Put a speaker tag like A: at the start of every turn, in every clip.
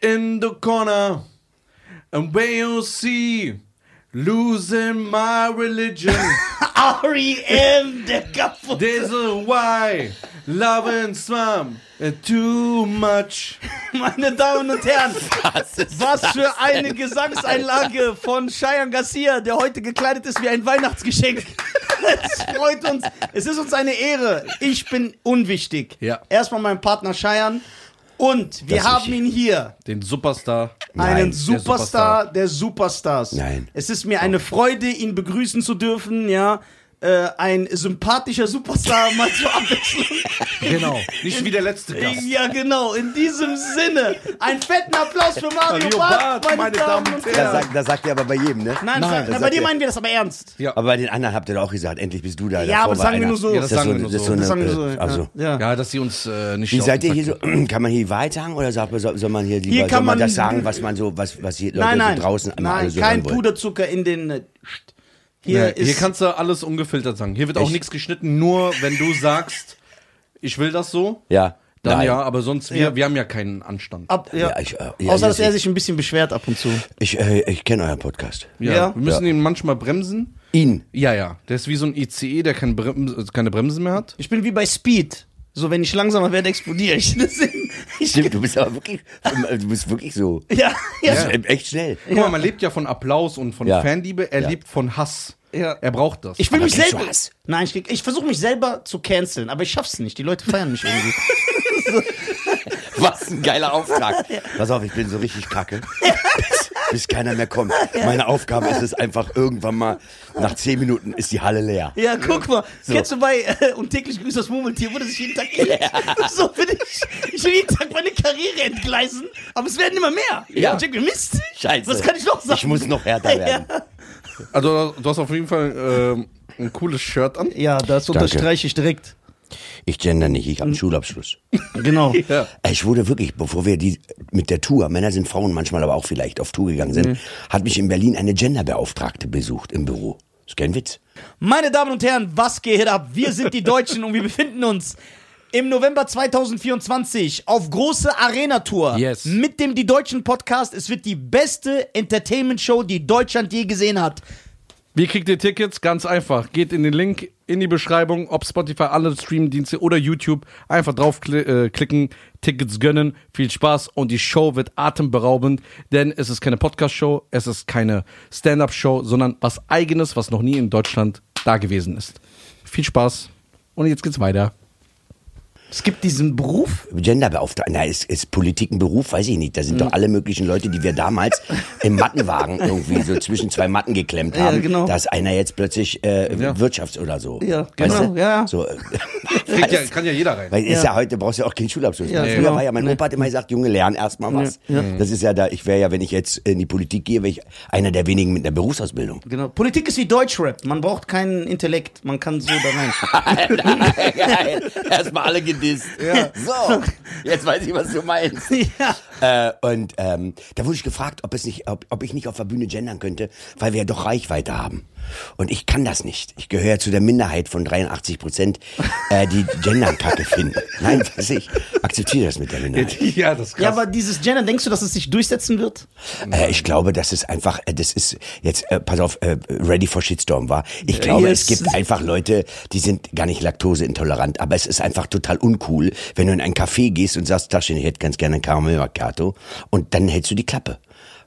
A: in the corner and when you see losing my religion
B: R.E.M., E der um kaputt.
A: this is why loving some too much
B: Meine Damen und Herren,
C: Was ist
B: was
C: das
B: für eine
C: denn?
B: Gesangseinlage von Cheyenne Garcia, der heute gekleidet ist wie ein Weihnachtsgeschenk. Es freut uns. Es ist uns eine Ehre. Ich bin unwichtig.
A: Ja.
B: Erstmal mein Partner Cheyenne. Und wir
C: Das ist
B: haben
C: richtig.
B: ihn hier.
A: den Superstar
B: einen
C: Nein, der
B: Superstar der, Superstars.
C: Nein. Oh.
B: Es ist mir eine Freude, ihn begrüßen zu dürfen, ja. Äh, ein sympathischer Superstar mal zur Abwechslung.
A: genau nicht wie der letzte Gast
B: ja, genau, in diesem Sinne. Einen fetten Applaus für Mario
A: Mario
B: Barth,
A: Barth,
B: meine,
A: meine
B: Damen,
A: Damen
B: und
A: und
B: Herren.
C: Das sagt, das sagt ihr aber bei jedem, ne?
A: Nein,
B: Nein, Nein
A: das
B: na, bei
C: sagt
B: dir
C: er.
B: meinen wir das aber ernst.
A: ja
C: Aber bei den anderen habt ihr doch auch gesagt, endlich bist du da.
B: Ja, aber
C: Davor war
B: sagen wir
C: einer.
B: nur so. Ja,
A: das
C: ist
A: sagen
C: so-
A: wir nur
C: das ist
A: so.
C: eine-
B: Das sagen wir so.
C: äh, Also.
B: Ja. Ja.
A: ja dass sie uns äh, nicht
C: Wie
A: auf
C: seid
A: den
C: ihr hier
A: Sack
C: so? Kann man hier weit sagen oder sagt man, soll, soll man hier lieber
B: Hier kann
C: soll man,
B: man-
C: das sagen, was man so, was, was die Leute
B: Nein, nein.
C: so draußen immer alle
B: nein,
C: so
B: kein
C: hören wollen?
B: Puderzucker in den. äh, Scht. Hier
A: Hier,
B: ist.
A: hier kannst du alles ungefiltert sagen. Hier wird auch
C: Ich-
A: nichts geschnitten, nur wenn du sagst, ich will das so,
C: Ja.
A: dann
C: nein.
A: ja, aber sonst, wir, wir haben ja keinen Anstand.
B: ab, ja.
C: Ja, ich, äh, ja,
B: Außer, dass
C: ich-
B: er sich ein bisschen beschwert ab und zu.
C: Ich, äh, ich kenne euren Podcast.
A: ja,
B: ja.
A: Wir müssen ihn manchmal bremsen.
C: Ihn.
A: Ja, ja. Der ist wie so ein ICE, der keine, Brems, also keine Bremsen mehr hat.
B: Ich bin wie bei Speed. So, wenn ich langsamer werde, explodiere ich. Deswegen, ich
C: Stimmt, du bist aber wirklich, du bist wirklich so.
B: ja,
C: Das
B: ja,
C: ist echt schnell.
A: Guck mal, man lebt ja von Applaus und von
C: Ja.
A: Fanliebe, er
C: Ja.
A: lebt von Hass.
B: Ja.
A: Er braucht das.
B: Ich will
C: Aber
B: mich
C: kriegst du
B: selber.
C: Hass?
B: Nein, ich, krieg- ich versuche mich selber zu canceln, aber ich schaff's nicht. Die Leute feiern mich irgendwie.
C: Was ein geiler Auftrag. Pass auf, ich bin so richtig kacke. Bis, bis keiner mehr kommt. Meine Aufgabe ist es einfach irgendwann mal, nach zehn Minuten ist die Halle leer.
B: Ja, guck mal. Kennst du bei äh, und täglich grüßt das Murmeltier, wurde sich jeden Tag So bin ich. Ich will jeden Tag meine Karriere entgleisen, aber es werden immer mehr.
C: Ja.
B: Ich denke, Mist.
C: Scheiße.
B: Was kann ich noch sagen?
C: Ich muss noch härter werden.
A: Also, du hast auf jeden Fall ähm, ein cooles Shirt an.
B: Ja, das
C: unterstreiche
B: ich direkt.
C: Ich gender nicht, ich habe einen Schulabschluss.
B: Genau.
A: Ja.
C: Ich wurde wirklich, bevor wir die mit der Tour, Männer sind Frauen manchmal, aber auch vielleicht auf Tour gegangen sind, hat mich in Berlin eine Genderbeauftragte besucht im Büro. Ist kein Witz.
B: Meine Damen und Herren, was geht ab? Wir sind die Deutschen und wir befinden uns im November 2024 auf große Arena-Tour
A: Yes.
B: mit dem Die Deutschen Podcast. Es wird die beste Entertainment-Show, die Deutschland je gesehen hat.
A: Wie kriegt ihr Tickets? Ganz einfach. Geht in den Link in die Beschreibung, ob Spotify, alle Streamdienste oder YouTube. Einfach draufklicken, äh, klicken, Tickets gönnen. Viel Spaß und die Show wird atemberaubend, denn es ist keine Podcast-Show, es ist keine Stand-Up-Show, sondern was Eigenes, was noch nie in Deutschland da gewesen ist. Viel Spaß und jetzt geht's weiter.
B: Es gibt diesen Beruf.
C: Genderbeauftragte, na, ist, ist Politik ein Beruf? Weiß ich nicht. Da sind
B: Hm.
C: doch alle möglichen Leute, die wir damals im Mattenwagen irgendwie so zwischen zwei Matten geklemmt
B: Ja,
C: haben.
B: genau.
C: Da ist einer jetzt plötzlich äh, Wirtschafts- oder so.
B: Ja,
C: Weißt
B: genau,
C: du?
B: ja.
C: So, äh,
A: Kriegt ja, kann ja jeder rein.
C: Weil ist
B: Ja.
C: ja heute brauchst du ja auch keinen Schulabschluss.
B: Ja,
C: mehr. Früher
B: genau.
C: war ja mein Opa hat immer gesagt, Junge, lern erstmal was. Das ist ja da, ich wäre ja, wenn ich jetzt in die Politik gehe, wäre ich einer der wenigen mit einer Berufsausbildung.
B: Genau. Politik ist wie Deutschrap. Man braucht keinen Intellekt. Man kann so da rein.
C: Geil. erstmal alle gedisst. So, jetzt weiß ich, was du meinst.
B: ja.
C: Äh, und ähm, da wurde ich gefragt, ob, es nicht, ob, ob ich nicht auf der Bühne gendern könnte, weil wir ja doch Reichweite haben. Und ich kann das nicht. Ich gehöre ja zu der Minderheit von 83 Prozent, äh, die Gendern kacke finden. Nein, weiß ich akzeptiere das mit der Minderheit.
A: Ja, das ist
B: ja, aber dieses Gender, denkst du, dass es sich durchsetzen wird?
C: Äh, ich glaube, das ist einfach, äh, das ist jetzt, äh, pass auf, äh, ready for Shitstorm war. Ich glaube,
B: Äh, yes.
C: es gibt einfach Leute, die sind gar nicht laktoseintolerant, aber es ist einfach total uncool, wenn du in ein Café gehst und sagst, Taschen, ich hätte ganz gerne einen Caramel Macchiato und dann hältst du die Klappe.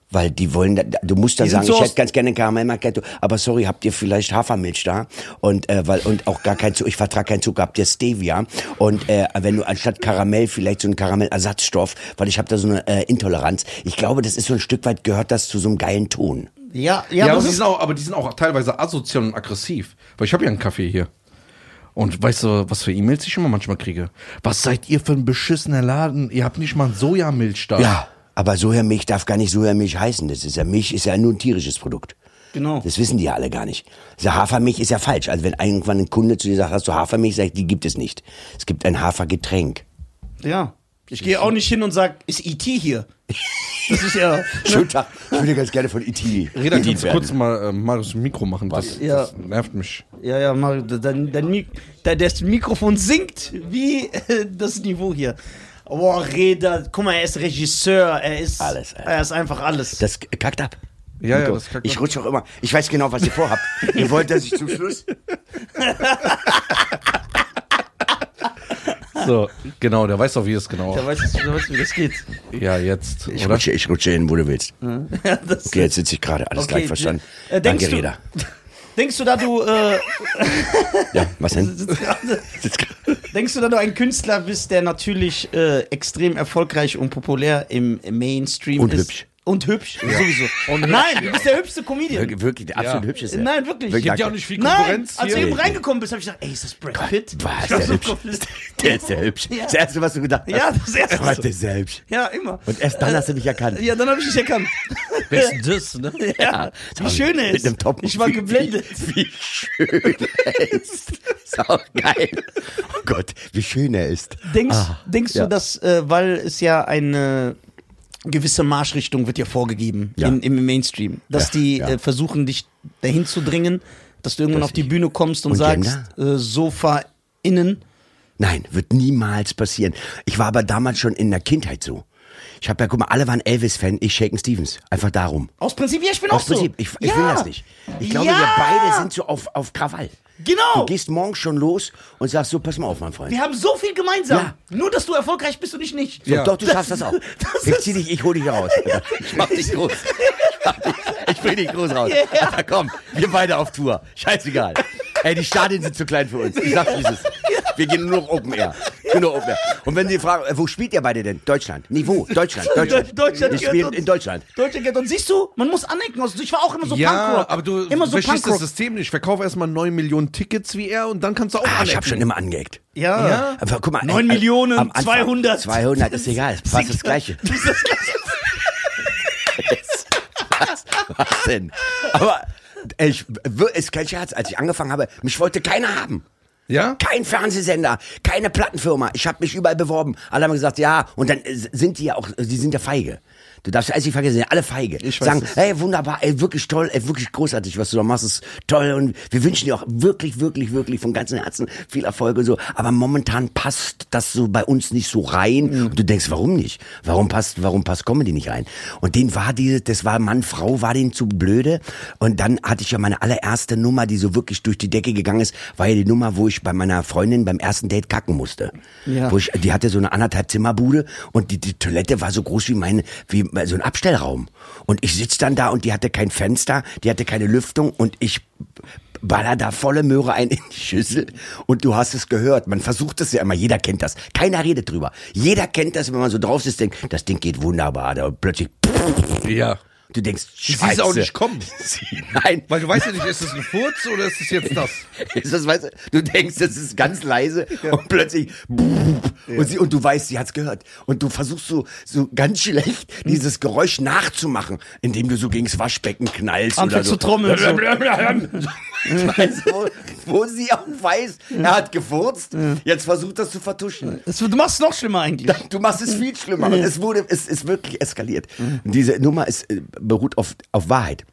C: Weil die wollen, da- da- du musst dann
B: Die sind
C: sagen,
B: so
C: ich
B: aus-
C: hätte ganz gerne einen Caramel Macchiato, aber sorry, habt ihr vielleicht Hafermilch da? Und äh, weil und auch gar kein Zucker, ich vertrage keinen Zucker, habt ihr Stevia? Und äh, wenn du anstatt Karamell vielleicht so einen Karamellersatzstoff, weil ich habe da so eine äh, Intoleranz. Ich glaube, das ist so ein Stück weit gehört das zu so einem geilen Ton.
B: Ja,
A: Ja,
B: ja,
A: aber,
B: das
A: die
B: ist-
A: sind auch, aber die sind auch teilweise asozial und aggressiv. Weil ich habe ja einen Kaffee hier. Und weißt du, was für E-Mails ich immer manchmal kriege? Was seid ihr für ein beschissener Laden? Ihr habt nicht mal einen Sojamilch da.
C: Ja, aber Sojamilch darf gar nicht Sojamilch heißen. Das ist ja Milch ist ja nur ein tierisches Produkt.
B: Genau.
C: Das wissen die ja alle gar nicht. Also Hafermilch ist ja falsch. Also wenn irgendwann ein Kunde zu dir sagt, hast du Hafermilch, sag ich, die gibt es nicht. Es gibt ein Hafergetränk.
B: ja. Ich gehe auch nicht hin und sag, ist IT hier? Das ist ja.
C: Schönen Tag. Ich würde ganz gerne von IT.
A: Reda,
C: bedient
A: kannst du
C: werden.
A: kurz mal äh, Marius ein Mikro machen? Das,
B: Ja.
A: das nervt mich.
B: Ja, ja, Mario, dein, dein, Mi- dein, das Mikrofon sinkt wie äh, das Niveau hier. Boah, Reda, guck mal, er ist Regisseur, er ist.
C: Alles, Alter.
B: er ist einfach alles.
C: Das kackt ab.
A: Ja, ja,
C: Nico,
A: das kackt
C: ich
A: ab.
C: rutsche auch immer. Ich weiß genau, was ihr vorhabt. ihr wollt, dass ich zum Schluss.
A: So, genau, der weiß doch, wie es genau.
B: Da weißt du, da weißt du, wie das geht.
A: Ja, jetzt,
C: Ich
A: oder?
C: rutsche, ich rutsche hin, wo du willst.
B: Ja, das,
C: Okay, jetzt sitze ich gerade. Alles
B: Okay,
C: gleich verstanden.
B: äh, denkst
C: Danke,
B: du-
C: Reda.
B: Denkst du, da du. Äh,
C: Ja, was denn?
B: sitzt gerade- Denkst du, da du ein Künstler bist, der natürlich äh, extrem erfolgreich und populär im, im Mainstream
C: Und
B: ist?
C: hübsch.
B: Und hübsch, sowieso.
A: Oh, ne.
B: Nein, du bist der hübschste Comedian.
C: Wirklich, wirklich absolut
A: Ja.
C: hübsch ist er.
B: Nein, wirklich.
A: Gibt
C: Wirklich,
A: ja auch
C: danke.
A: nicht viel
B: Nein,
A: Konkurrenz
B: als du
A: hier.
B: eben reingekommen bist, habe ich gedacht, ey, ist das Brad Pitt?
C: was,
B: Ich war
C: der
B: so
C: hübsch.
B: komplett-
C: Der ist der hübsch. Das erste, was du gedacht hast.
B: Ja, das Erste.
C: Gott, der ist der hübsch.
B: Ja, immer. Äh,
C: Und erst dann hast du mich erkannt.
B: Ja, dann habe ich dich erkannt.
A: Besten das, ne?
B: Ja, wie schön er
C: Mit
B: ist.
C: einem Top.
B: Ich war
C: Wie-
B: geblendet.
C: Wie, wie schön er ist. Ist auch geil. Oh Gott, wie schön er ist.
B: Denkst,
C: Ah,
B: denkst
C: ja.
B: du, dass, äh, weil es ja eine gewisse Marschrichtung wird ja vorgegeben
C: Ja.
B: In, im Mainstream, dass
C: Ja,
B: die
C: ja.
B: Äh, versuchen, dich dahin zu dringen, dass du irgendwann
C: Dass
B: auf die
C: ich-
B: Bühne kommst und,
C: Und
B: sagst, äh, Sofa innen.
C: Nein, wird niemals passieren. Ich war aber damals schon in der Kindheit so. Ich habe ja, guck mal, alle waren Elvis-Fan, ich Shaken Stevens. Einfach darum.
B: Aus Prinzip, ja, ich bin
C: Aus
B: auch
C: Prinzip,
B: so.
C: ich, ich
B: ja.
C: will das nicht. Ich glaube,
B: ja.
C: wir beide sind so auf, auf Krawall. Du
B: Genau.
C: gehst morgen schon los und sagst so, pass mal auf, mein Freund.
B: Wir haben so viel gemeinsam.
C: Ja.
B: Nur, dass du erfolgreich bist und ich nicht.
C: So,
A: Ja.
C: Doch, du schaffst das auch.
B: das
C: ich
B: ist-
C: zieh dich, ich hol dich raus. Ich mach dich groß. Ich mach dich- Ich bring dich groß raus.
B: Ja.
C: Alter, komm, wir beide auf Tour. Scheißegal. Ey, die Stadien sind zu klein für uns. Ich sag's dieses. Wir gehen nur noch Open Air. Nur noch Open Air. Und wenn Sie fragen, äh, wo spielt ihr beide denn? Deutschland. Niveau, Deutschland, Deutschland.
B: Deutschland
C: Wir
B: gehört
C: spielen
B: uns.
C: in Deutschland.
B: Deutschland geht. Und siehst du, man muss anecken. Also Ich war auch immer so
A: Ja,
B: Punkrock.
A: aber du
B: immer so
A: verstehst das
B: Punkrock.
A: System nicht. Verkauf erstmal 9 Millionen Tickets wie er und dann kannst du auch
C: Ah, ich
A: anecken.
C: hab schon immer angeeckt.
B: Ja.
A: Ja.
C: Aber guck mal, ey,
B: Neun
C: am-
B: Millionen,
C: am Anfang-
B: 200.
C: 200 ist egal, ist fast das Gleiche. was, was denn? Aber ey, ich, wir- ist kein Scherz, als ich angefangen habe, mich wollte keiner haben.
A: Ja?
C: Kein Fernsehsender, keine Plattenfirma. Ich habe mich überall beworben. Alle haben gesagt, ja. Und dann äh, sind die ja auch, die sind ja feige. Du darfst alles nicht vergessen, die sind alle feige. Ich
B: weiß
C: Sagen,
B: es.
C: hey, wunderbar, ey, wirklich toll, ey, wirklich großartig, was du da machst, ist toll. Und wir wünschen dir auch wirklich, wirklich, wirklich von ganzem Herzen viel Erfolg und so. Aber momentan passt das so bei uns nicht so rein.
B: Mhm.
C: Und du denkst, warum nicht? Warum passt, warum passt Comedy nicht rein? Und den war diese, das war Mann, Frau, war denen zu blöde. Und dann hatte ich ja meine allererste Nummer, die so wirklich durch die Decke gegangen ist, war ja die Nummer, wo ich bei meiner Freundin beim ersten Date kacken musste.
B: Ja.
C: Wo ich, die hatte so eine anderthalb Zimmerbude und die, die Toilette war so groß wie meine, wie äh, so ein Abstellraum. Und ich sitz dann da und die hatte kein Fenster, die hatte keine Lüftung und ich baller da volle Möhre ein in die Schüssel und du hast es gehört. Man versucht es ja immer, jeder kennt das. Keiner redet drüber. Jeder kennt das, wenn man so drauf sitzt, denkt, das Ding geht wunderbar. Da und plötzlich,
A: Ja.
C: du denkst,
A: siehst
C: scheiße.
A: auch nicht kommen.
C: Nein,
A: Weil du weißt ja nicht, ist es ein Furz oder ist es jetzt das?
C: Ist das, weißt du, du denkst, das ist ganz leise und plötzlich und, sie, und du weißt, sie hat's gehört. Und du versuchst so, so ganz schlecht
B: Hm.
C: dieses Geräusch nachzumachen, indem du so gegen das Waschbecken knallst.
B: Anfängst
C: oder
B: zu trommeln, so.
C: weißt, du, wo, wo sie auch weiß, er hat gefurzt, jetzt versucht das zu vertuschen.
B: Das, du machst es noch schlimmer eigentlich.
C: Du machst
B: Mhm.
C: es viel schlimmer. Und es wurde, es ist wirklich eskaliert. Und diese Nummer ist, äh, beruht auf, auf Wahrheit.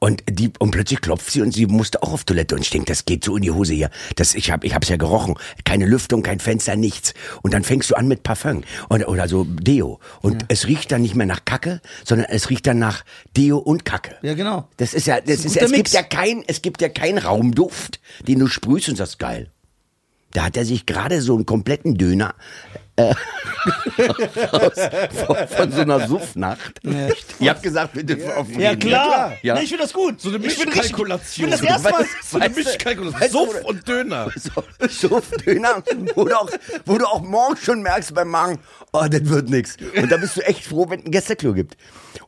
C: Und die und plötzlich klopft sie und sie musste auch auf Toilette und ich denke, das geht so in die Hose hier. Das ich habe ich hab's ja gerochen, keine Lüftung, kein Fenster, nichts. Und dann fängst du an mit Parfum und, oder so Deo und es riecht dann nicht mehr nach Kacke, sondern es riecht dann nach Deo und Kacke.
B: Ja, genau.
C: Das ist ja das ist,
B: ein
C: ja-
B: guter
C: es
B: Mix.
C: gibt ja kein es gibt ja keinen Raumduft, den du sprühst und sagst geil. Da hat er sich gerade so einen kompletten Döner äh, aus, von, von so einer Suffnacht. Ihr habt gesagt, bitte auf jeden
B: Ja, klar.
C: Ja.
B: Nee, ich finde das gut. So
A: eine Mischkalkulation.
B: Ich bin das erste Mal.
C: Weißt-
A: So eine
C: weißt du-
A: Mischkalkulation.
C: weißt du,
A: Suff und Döner.
C: So, so Döner, wo du, auch, wo du auch morgen schon merkst beim Magen, oh, das wird nix. Und da bist du echt froh, wenn es ein Gästeklo gibt.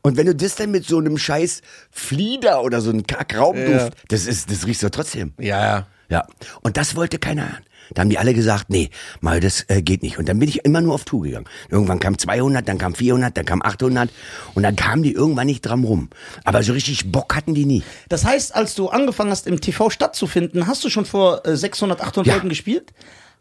C: Und wenn du das dann mit so einem scheiß Flieder oder so einem Kackraumduft,
A: Ja.
C: das, ist, das riechst du trotzdem.
A: Ja, ja.
C: Ja. Und das wollte keiner hören. Da haben die alle gesagt, nee, mal das äh, geht nicht. Und dann bin ich immer nur auf Tour gegangen. Irgendwann kam 200, dann kam 400, dann kam 800 und dann kamen die irgendwann nicht dran rum. Aber so richtig Bock hatten die nie.
B: Das heißt, als du angefangen hast, im TV stattzufinden, hast du schon vor äh, 600, 800
C: Ja.
B: Leuten gespielt?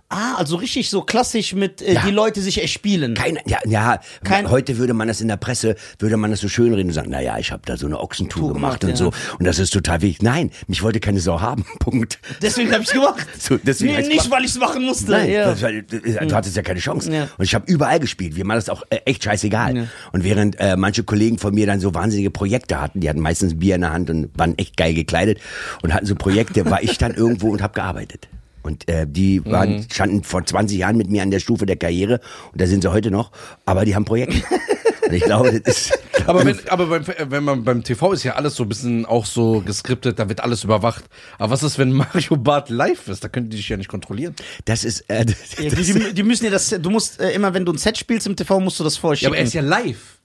B: Ah, also richtig so klassisch mit äh, die Leute sich erspielen.
C: Kein, ja, ja
B: Kein-
C: heute würde man das in der Presse, würde man das so schön reden und sagen, naja, ich habe da so eine Ochsentour
B: Tour
C: gemacht,
B: gemacht,
C: und
B: ja.
C: so. Und das ist total wichtig. Nein, mich wollte keine Sau haben. Punkt.
B: Deswegen habe ich gemacht.
C: So, deswegen
B: nee,
C: heißt's
B: nicht,
C: gemacht.
B: weil ich es machen musste.
C: Nein,
B: ja. Hm.
C: das war, du hattest ja keine Chance.
B: Ja.
C: Und ich habe überall gespielt. Mir war das auch äh, echt scheißegal.
B: Ja.
C: Und während äh, manche Kollegen von mir dann so wahnsinnige Projekte hatten, die hatten meistens ein Bier in der Hand und waren echt geil gekleidet und hatten so Projekte, war ich dann irgendwo und habe gearbeitet. Und äh, die waren,
B: Mhm.
C: standen vor 20 Jahren mit mir an der Stufe der Karriere und da sind sie heute noch, aber die haben Projekte. und ich glaube, das ist.
A: Aber, wenn, aber beim, äh, wenn man beim TV ist ja alles so ein bisschen auch so geskriptet, da wird alles überwacht. Aber was ist, wenn Mario Barth live ist? Da können die dich ja nicht kontrollieren.
C: Das ist. Äh, das,
B: Ja, die, die, die müssen ja das, du musst äh, immer, wenn du ein Set spielst im TV, musst du das
A: Ja,
B: vorschicken.
A: aber er ist ja live.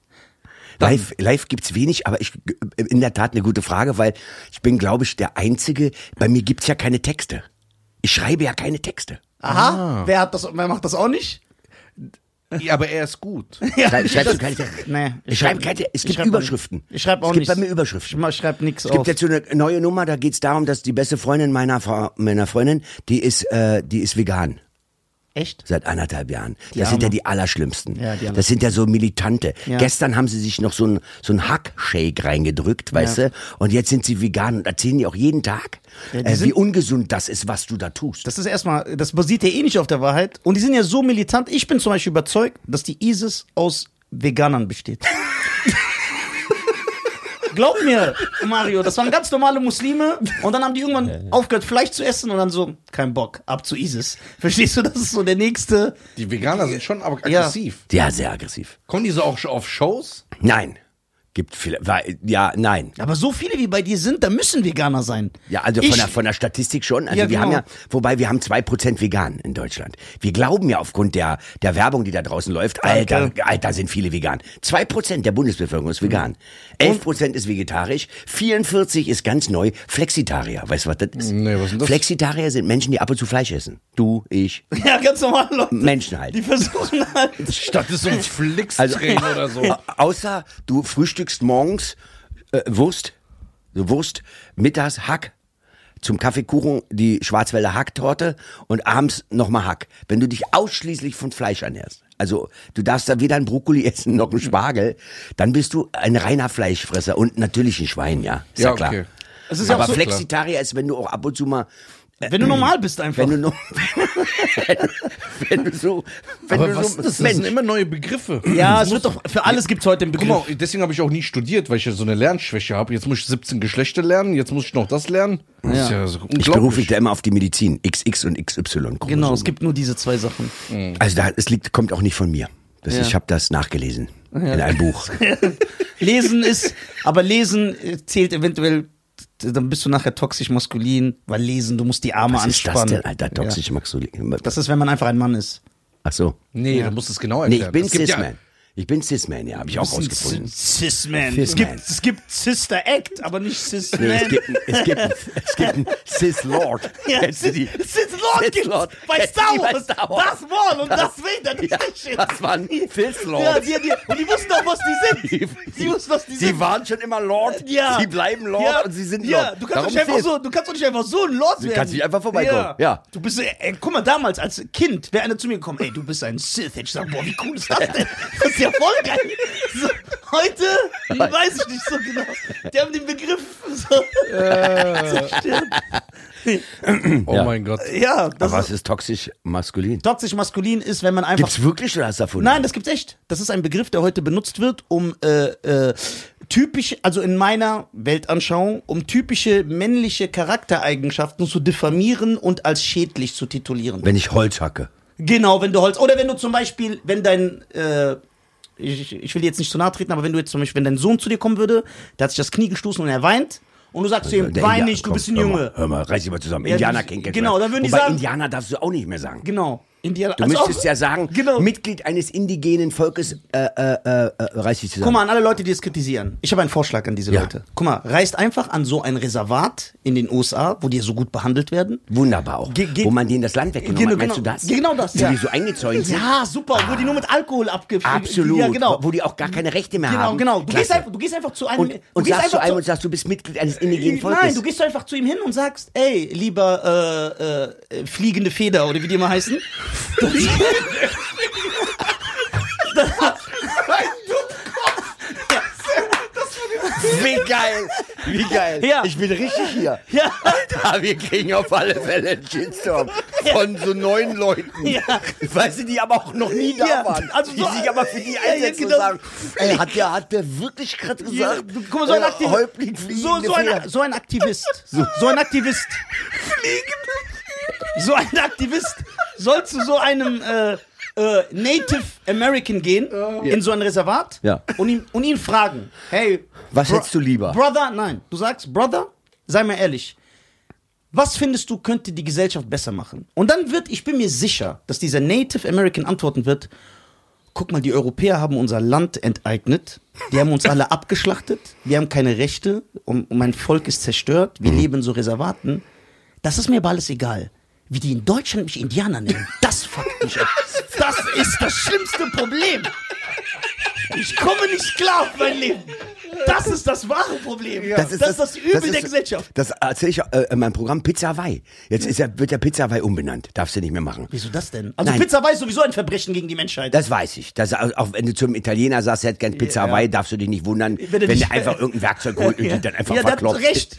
A: Dann-
C: Live, live gibt's wenig, aber ich äh, in der Tat eine gute Frage, weil ich bin, glaube ich, der Einzige. Bei mir gibt's ja keine Texte. Ich schreibe ja keine Texte.
B: Aha,
C: Ah.
B: wer, hat das, wer macht das auch nicht?
A: Ja, aber er ist gut.
B: Ja,
C: Schrei- Schreibst du keine Texte?
B: Nee,
C: ich, schreibe keine Texte. Es gibt
B: schreib auch
C: Überschriften.
B: nicht. Ich schreibe auch
C: Es gibt
B: nicht.
C: bei mir Überschriften.
B: Ich schreibe nichts
C: Es gibt
B: auf.
C: jetzt so eine neue Nummer, da geht's darum, dass die beste Freundin meiner, Frau, meiner Freundin, die ist, äh, die ist vegan.
B: Echt?
C: Seit anderthalb Jahren. Das sind ja
B: Arme.
C: die Allerschlimmsten.
B: Ja, die
C: das sind ja so Militante.
B: Ja.
C: Gestern haben sie sich noch so ein, so ein Hackshake reingedrückt, weißt
B: Ja.
C: du? Und jetzt sind sie vegan und erzählen die auch jeden Tag,
B: Ja, die
C: äh, wie
B: sind-
C: ungesund das ist, was du da tust.
B: Das ist erstmal, das basiert ja eh nicht auf der Wahrheit. Und die sind ja so militant. Ich bin zum Beispiel überzeugt, dass die ISIS aus Veganern besteht. Glaub mir, Mario, das waren ganz normale Muslime und dann haben die irgendwann aufgehört, Fleisch zu essen und dann so, kein Bock, ab zu ISIS. Verstehst du, das ist so der nächste.
A: Die Veganer sind schon aber
B: Ja.
A: aggressiv.
C: ja, sehr aggressiv.
A: Kommen die so auch auf Shows?
C: Nein. Gibt vielleicht, war- ja, nein.
B: Aber so viele wie bei dir sind, da müssen Veganer sein.
C: Ja, also
B: ich,
C: von der, von der Statistik schon. Also
B: Ja,
C: wir haben
B: genau.
C: ja, wobei wir haben zwei Prozent vegan in Deutschland. Wir glauben ja aufgrund der, der Werbung, die da draußen läuft, Alter, Alter sind viele vegan. Zwei Prozent der Bundesbevölkerung ist
A: Mhm.
C: vegan. Elf Prozent ist vegetarisch. 44 ist ganz neu Flexitarier. Weißt du, was das ist?
A: Nee, was ist denn das?
C: Flexitarier sind Menschen, die ab und zu Fleisch essen. Du, ich,
B: Ja, ganz normale Leute.
C: Menschen halt.
B: Die versuchen halt.
A: Statt ist so ein flix
C: Also-
A: oder so.
C: Au- Außer du frühstückst morgens äh, Wurst, so Wurst, mittags Hack, zum Kaffeekuchen die Schwarzwälder Hacktorte und abends nochmal Hack. Wenn du dich ausschließlich von Fleisch ernährst, also du darfst da weder einen Brokkoli essen noch
A: Mhm.
C: einen Spargel, dann bist du ein reiner Fleischfresser und natürlich ein Schwein, ja. Ist ja,
A: Ja,
C: klar.
A: okay.
B: Es ist ja
C: Aber
B: auch so,
C: Flexitarier ist, wenn du auch ab und zu mal,
B: wenn du normal bist einfach.
C: wenn du, noch, wenn, du so, wenn
A: Aber
C: du
A: was ist
C: so,
A: das? Das
C: Mensch,
A: sind immer neue Begriffe.
B: ja, es wird doch, für alles gibt's heute einen
A: Guck
B: Begriff.
A: mal, deswegen habe ich auch nie studiert, weil ich ja so eine Lernschwäche habe. Jetzt muss ich 17 Geschlechter lernen, jetzt muss ich noch das lernen. Das ist ja so
C: ich berufe mich
A: unglaublich.
C: da immer auf die Medizin, XX und XY.
B: Genau, es gibt nur diese zwei Sachen.
C: Also da, es liegt, kommt auch nicht von mir. Das,
B: Ja.
C: Ich habe das nachgelesen in einem Buch.
B: Lesen ist, aber Lesen äh, zählt eventuell, t- dann bist du nachher toxisch maskulin, weil Lesen, du musst die Arme
C: Was ist das
B: anspannen.
C: denn, Alter? Toxische Maxolin.
B: Das ist, wenn man einfach ein Mann ist.
C: Ach so.
A: Nee, da musst du es genau
C: Nee,
A: erklären.
C: ich bin
A: Es gibt ja-
C: Cis-Man. Ich bin Cis-Man, ja, habe ich auch rausgefunden.
B: Cis-Man.
C: Cis-Man.
B: Es gibt, es gibt Sister Act, aber nicht Cis-Man.
C: Nee, es gibt, es gibt, es gibt einen Cis-Lord.
B: Ja,
C: Kennst du die?
B: Cis-Lord gibt's
C: Cis-Lord.
B: bei
C: Kennst du
B: Star
C: die bei
B: Wars.
C: Star Wars?
B: Das Wall und das,
C: Das-
B: Vader, die
C: Ja,
B: Fische.
C: das waren
B: Ja,
C: Cis-Lords.
B: die, die, und die wussten auch, was die sind. Die wussten, was die sind.
C: Sie waren schon immer Lord,
B: Ja.
C: sie bleiben Lord
B: Ja.
C: und sie sind
B: ja.
C: Lord.
B: Du kannst, doch
C: Darum
B: nicht einfach
C: Cis.
B: so, du kannst doch nicht einfach so ein Lord werden.
C: kannst nicht einfach vorbeikommen. Ja.
B: Du bist, äh, ey, guck mal, damals als Kind wäre einer zu mir gekommen, ey, du bist ein Sith. Hätte ich gesagt, boah, wie cool ist das denn? Das ist ja voll geil. So, heute hm, weiß ich nicht so genau. Die haben den Begriff so zerstört.
A: Oh mein Gott.
B: Ja, das
C: Aber
B: ist,
C: was ist toxisch maskulin?
B: toxisch maskulin ist, wenn man einfach...
C: Gibt's wirklich oder hast du davon?
B: Nein, das gibt's echt. Das ist ein Begriff, der heute benutzt wird, um äh, äh, typisch, also in meiner Weltanschauung, um typische männliche Charaktereigenschaften zu diffamieren und als schädlich zu titulieren.
C: Wenn ich Holz hacke.
B: genau, wenn du Holz. Oder wenn du zum Beispiel, wenn dein äh, ich, ich will dir jetzt nicht zu nahe treten, aber wenn du jetzt zum Beispiel, wenn dein Sohn zu dir kommen würde, der hat sich das Knie gestoßen und er weint, und du sagst zu ihm,
C: Also, Der
B: wein
C: Indianer-
B: nicht, du
C: komm,
B: bist ein
C: hör
B: Junge.
C: Mal, hör mal, reiß dich mal zusammen.
B: Ja,
C: Indianer
B: die-
C: kennt kein
B: genau,
C: Schwein.
B: dann würden die
C: Wobei
B: sagen-
C: Indianer darfst du auch nicht mehr sagen.
B: Genau. Indianer.
C: Du
B: also
C: müsstest
B: auch-
C: ja sagen,
B: Genau.
C: Mitglied eines indigenen Volkes äh, äh, äh, äh, reiß dich
B: Guck
C: zusammen.
B: mal, an alle Leute, die es kritisieren. Ich habe einen Vorschlag an diese
C: Ja.
B: Leute. Guck mal, reist einfach an so ein Reservat in den USA, wo die so gut behandelt werden.
C: Wunderbar auch.
B: Ge- ge-
C: Wo man denen das Land weggenommen
B: Genau,
C: hat. Meinst
B: genau. Genau
C: du das?
B: das,
C: Wo
B: ja.
C: die so eingezäunt sind.
B: Ja, super, wo die nur mit Alkohol abgefüllt
C: Absolut.
B: Ja, genau.
C: Wo- Wo die auch gar keine Rechte mehr
B: Genau,
C: haben.
B: genau. Du gehst,
C: Klasse.
B: einfach, du gehst einfach zu einem.
C: und, und
B: du gehst
C: sagst zu
B: einfach
C: einem und sagst, du bist Mitglied eines indigenen Volkes.
B: Nein, du gehst einfach zu ihm hin und sagst, ey, lieber äh, äh, fliegende Feder oder wie die immer heißen. Das-
C: Wie geil! Wie geil!
B: Ja.
C: Ich bin richtig hier.
B: Ja.
C: Da, wir kriegen auf alle Fälle einen Shitstorm von so neuen Leuten.
B: Ja.
C: Weißt du, die aber auch noch nie da
B: Ja,
C: waren.
B: also
C: die
B: so-
C: sich aber für die
B: Ja, ja,
C: einsetzen
B: genau.
C: und sagen, ey, hat der, hat der wirklich gerade
B: Ja,
C: gesagt,
B: du- guck mal, so ein,
C: äh,
B: Aktiv
C: Häuptling
B: so,
C: fliegende
B: so, ein,
C: Feder?
B: so ein Aktivist. So, so ein Aktivist. So ein Aktivist soll zu so einem äh, äh, Native American gehen, in so ein Reservat
C: Ja.
B: und, ihn, und ihn fragen: Hey,
C: Was
B: Bro-
C: hättest du lieber?
B: Brother, nein. Du sagst, Brother, sei mal ehrlich. Was findest du, könnte die Gesellschaft besser machen? Und dann wird, ich bin mir sicher, dass dieser Native American antworten wird, guck mal, die Europäer haben unser Land enteignet, die haben uns alle abgeschlachtet, wir haben keine Rechte und und mein Volk ist zerstört, wir
C: Mhm.
B: leben in so Reservaten. Das ist mir aber alles egal. Wie die in Deutschland mich Indianer nennen, das fuckt mich ab. Das ist das schlimmste Problem. Ich komme nicht klar auf mein Leben. Das ist das wahre Problem. Das, ist das, Übel
C: das ist-
B: der Gesellschaft.
C: Das erzähle ich äh, in meinem Programm Pizza Hawaii. Jetzt ist er, wird der Pizza Hawaii umbenannt. Darfst du nicht mehr machen.
B: Wieso das denn? Also
C: Nein.
B: Pizza weiß sowieso ein Verbrechen gegen die Menschheit.
C: Das weiß ich. Das, also, auch wenn du zum Italiener sagst, er hätte gern Pizza
B: Ja.
C: Hawaii, darfst du dich nicht wundern,
B: Wenn
C: wenn,
B: er
C: er
B: nicht-
C: einfach irgendein Werkzeug holt und die dann einfach
B: ja, der hat
C: verkloppt.
B: recht.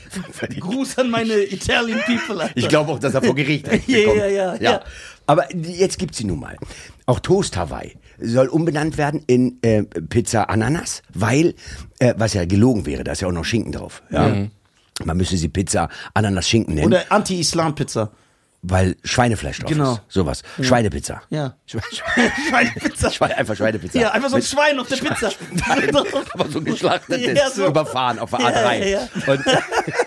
B: Gruß an meine Italian People. Alter.
C: Ich glaube auch, dass er vor Gericht recht
B: Ja,
C: bekommt.
B: ja, ja, ja.
C: Aber die- jetzt gibt's sie nun mal. Auch Toast Hawaii soll umbenannt werden in äh, Pizza Ananas, weil, äh, was ja gelogen wäre, da ist ja auch noch Schinken drauf. Ja. Man müsste sie Pizza Ananas Schinken nennen,
B: Oder Anti-Islam-Pizza.
C: weil Schweinefleisch drauf
B: Genau.
C: ist. Sowas. Schweinepizza.
B: Ja.
C: Schwe- Schwe-
B: Schweinepizza.
C: Schwe- einfach Schweinepizza.
B: Ja, einfach so ein
C: Mit-
B: Schwein auf der Pizza.
C: aber so geschlachtet ist,
B: Ja, so.
C: überfahren auf der
B: Ja,
C: A3.
B: ja, ja.
C: Und,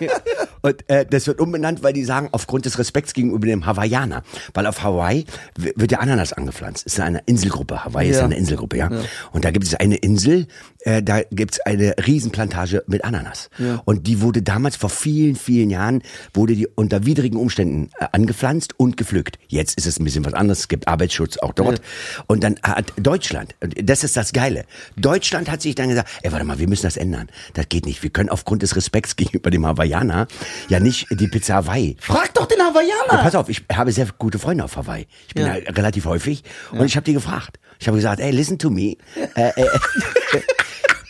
C: und äh, das wird umbenannt, weil die sagen, aufgrund des Respekts gegenüber dem Hawaiianer. Weil auf Hawaii w- wird der Ananas angepflanzt. Ist eine Inselgruppe. Hawaii ist
B: Ja.
C: eine Inselgruppe, ja. Und da gibt es eine Insel, äh, da gibt es eine Riesenplantage mit Ananas. Und die wurde damals vor vielen, vielen Jahren, wurde die unter widrigen Umständen äh, angepflanzt und gepflückt. Jetzt ist es ein bisschen was anderes. Es gibt Arbeitsschutz auch dort. Und dann äh, hat Deutschland, und das ist das Geile, Deutschland hat sich dann gesagt, ey, warte mal, wir müssen das ändern. Das geht nicht. Wir können aufgrund des Respekts gegenüber dem Hawaiianer ja nicht die Pizza Hawaii
B: Frag doch den
C: und
B: Hawaiianer.
C: pass auf, ich habe sehr gute Freunde auf Hawaii. Ich bin
B: Ja.
C: da relativ häufig und ich habe die gefragt. Ich habe gesagt, ey, listen to me. Äh, äh,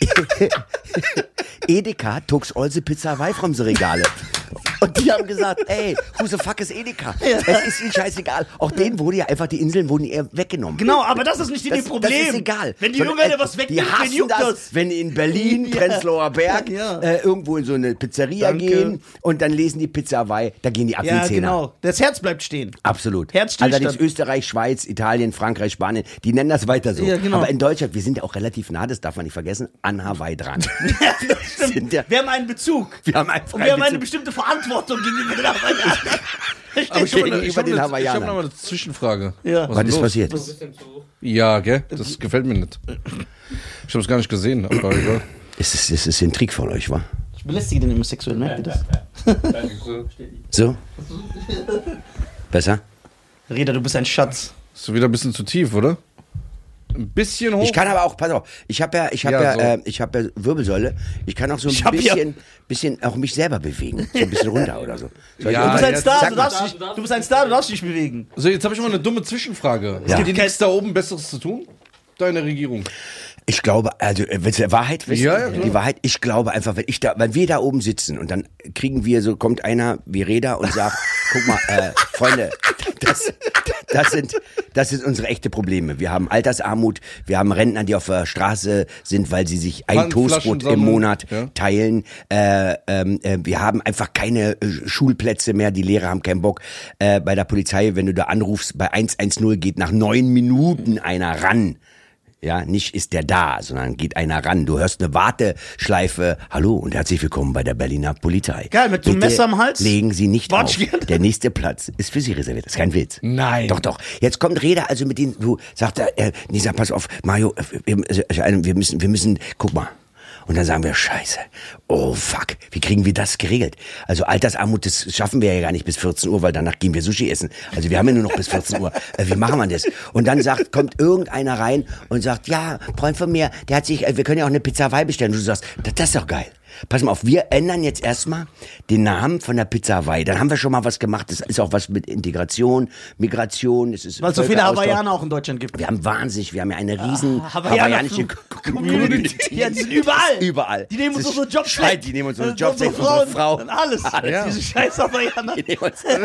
C: Edeka took all the Pizza Hawaii from the Regale. Und die haben gesagt, ey, who the fuck is Edeka? Es ist ihnen scheißegal. Auch denen wurde ja einfach, die Inseln wurden ihr weggenommen.
B: Genau, aber das ist nicht ihr
C: Das,
B: Problem.
C: das ist egal.
B: Wenn die
C: Sondern,
B: Jungen
C: äh,
B: was
C: Die
B: wegnehmen, wen
C: hassen
B: juckt
C: das,
B: das?
C: wenn die in Berlin,
B: Ja.
C: Prenzlauer Berg,
B: Ja.
C: äh, irgendwo in so eine Pizzeria
B: Danke.
C: gehen und dann lesen die Pizza Hawaii, da gehen die ab wie
B: Ja,
C: ein Zehner.
B: genau. Das Herz bleibt stehen.
C: Absolut.
B: Herzstillstand.
C: Allerdings Österreich, Schweiz, Italien, Frankreich, Spanien, die nennen das weiter so.
B: Ja, genau.
C: Aber in Deutschland, wir sind ja auch relativ nah, das darf man nicht vergessen, an Hawaii dran.
B: Ja, das stimmt.
C: Sind ja-
B: wir haben einen Bezug.
C: Wir haben einfach
B: Und wir haben eine
C: einen Bezug.
B: bestimmte Verantwortung gegenüber den Hawaiianern. Verstehst
C: Aber
A: Ich hab
B: du?
A: eine- ich hab
C: Gegenüber den
A: eine- ich hab
C: Hawaiianern.
A: noch mal eine Zwischenfrage.
B: Ja.
C: Was ist
A: los?
C: passiert?
A: Ja, gell? Das gefällt mir nicht. Ich hab's gar nicht gesehen, aber egal.
C: Es ist, es ist ein Trick von euch, wa?
B: Ich belästige den immer sexuell, merkt ihr das?
D: Äh,
C: So? Besser?
B: Reda, du bist ein Schatz.
A: Ist wieder ein bisschen zu tief, oder? Ein bisschen
B: Oh.
A: hoch.
C: Ich kann aber auch, pass auf, ich habe ja, ich habe
A: Ja,
C: ja,
A: so.
C: äh, ich habe ja Wirbelsäule. Ich kann auch so ein
B: Ich hab ja-
C: bisschen, bisschen auch mich selber bewegen, so ein bisschen runter oder so. Soll ich
A: Ja,
B: Du
C: auch-
B: bist ein
A: jetzt-
B: Star,
C: sag
B: du
C: mal.
B: darfst, dich, du bist ein Star, du darfst dich bewegen.
A: so, jetzt habe ich mal eine dumme Zwischenfrage.
C: Ja.
A: Gibt es da oben Besseres zu tun? Deine Regierung.
C: Ich glaube, also äh, willst du die Wahrheit wissen?
A: Ja, ja, klar.
C: die Wahrheit, ich glaube einfach, wenn ich da, wenn wir da oben sitzen und dann kriegen wir so, kommt einer wie Reda und sagt, guck mal, äh, Freunde, das, das sind, das sind unsere echte Probleme. Wir haben Altersarmut, wir haben Rentner, die auf der Straße sind, weil sie sich ein
A: Pfandflaschen
C: Toastbrot im
A: sammeln,
C: Monat
A: ja.
C: teilen. Äh, ähm, äh, wir haben einfach keine äh, Schulplätze mehr, die Lehrer haben keinen Bock. Äh, bei der Polizei, wenn du da anrufst, bei 110 geht nach neun Minuten einer ran. Ja, nicht ist der da, sondern geht einer ran. Du hörst eine Warteschleife. Hallo und herzlich willkommen bei der Berliner Polizei.
B: Geil, mit so einem Messer am Hals?
C: Legen Sie nicht auf.
B: Watschchen.
C: Der nächste Platz ist für Sie reserviert. Das ist kein Witz.
A: Nein.
C: Doch, doch. Jetzt kommt Reda also mit den, du sagt er, äh, Nisa, pass auf, Mario, äh, wir, äh, wir müssen, wir müssen, guck mal. Und dann sagen wir, scheiße, oh fuck, wie kriegen wir das geregelt? Also Altersarmut, das schaffen wir ja gar nicht bis 14 Uhr, weil danach gehen wir Sushi essen. Also wir haben ja nur noch bis 14 Uhr. Äh, wie machen wir das? Und dann sagt, kommt irgendeiner rein und sagt, ja, Freund von mir, der hat sich, äh, wir können ja auch eine Pizzerei bestellen. Und du sagst, das, das ist doch geil. Pass mal auf, wir ändern jetzt erstmal den Namen von der Pizzerei. Dann haben wir schon mal was gemacht. Das ist auch was mit Integration, Migration. Es ist
B: Weil es so viele
C: Völkeraustausch.
B: Hawaiianer auch in Deutschland gibt.
C: Äh,
B: Ah,
C: Wir haben wahnsinnig, wir haben ja eine riesen
B: Hawaiianer-
C: hawaiianische
B: Community. Ja, die sind überall.
C: Überall.
B: Die nehmen uns
C: Das
B: unsere Jobs
C: schreit,
B: weg.
C: Die nehmen uns unsere
B: Und
C: Jobs weg, unsere Frau.
B: Und alles. alles.
A: Ja.
B: Diese scheiß Hawaiianer.
C: Die nehmen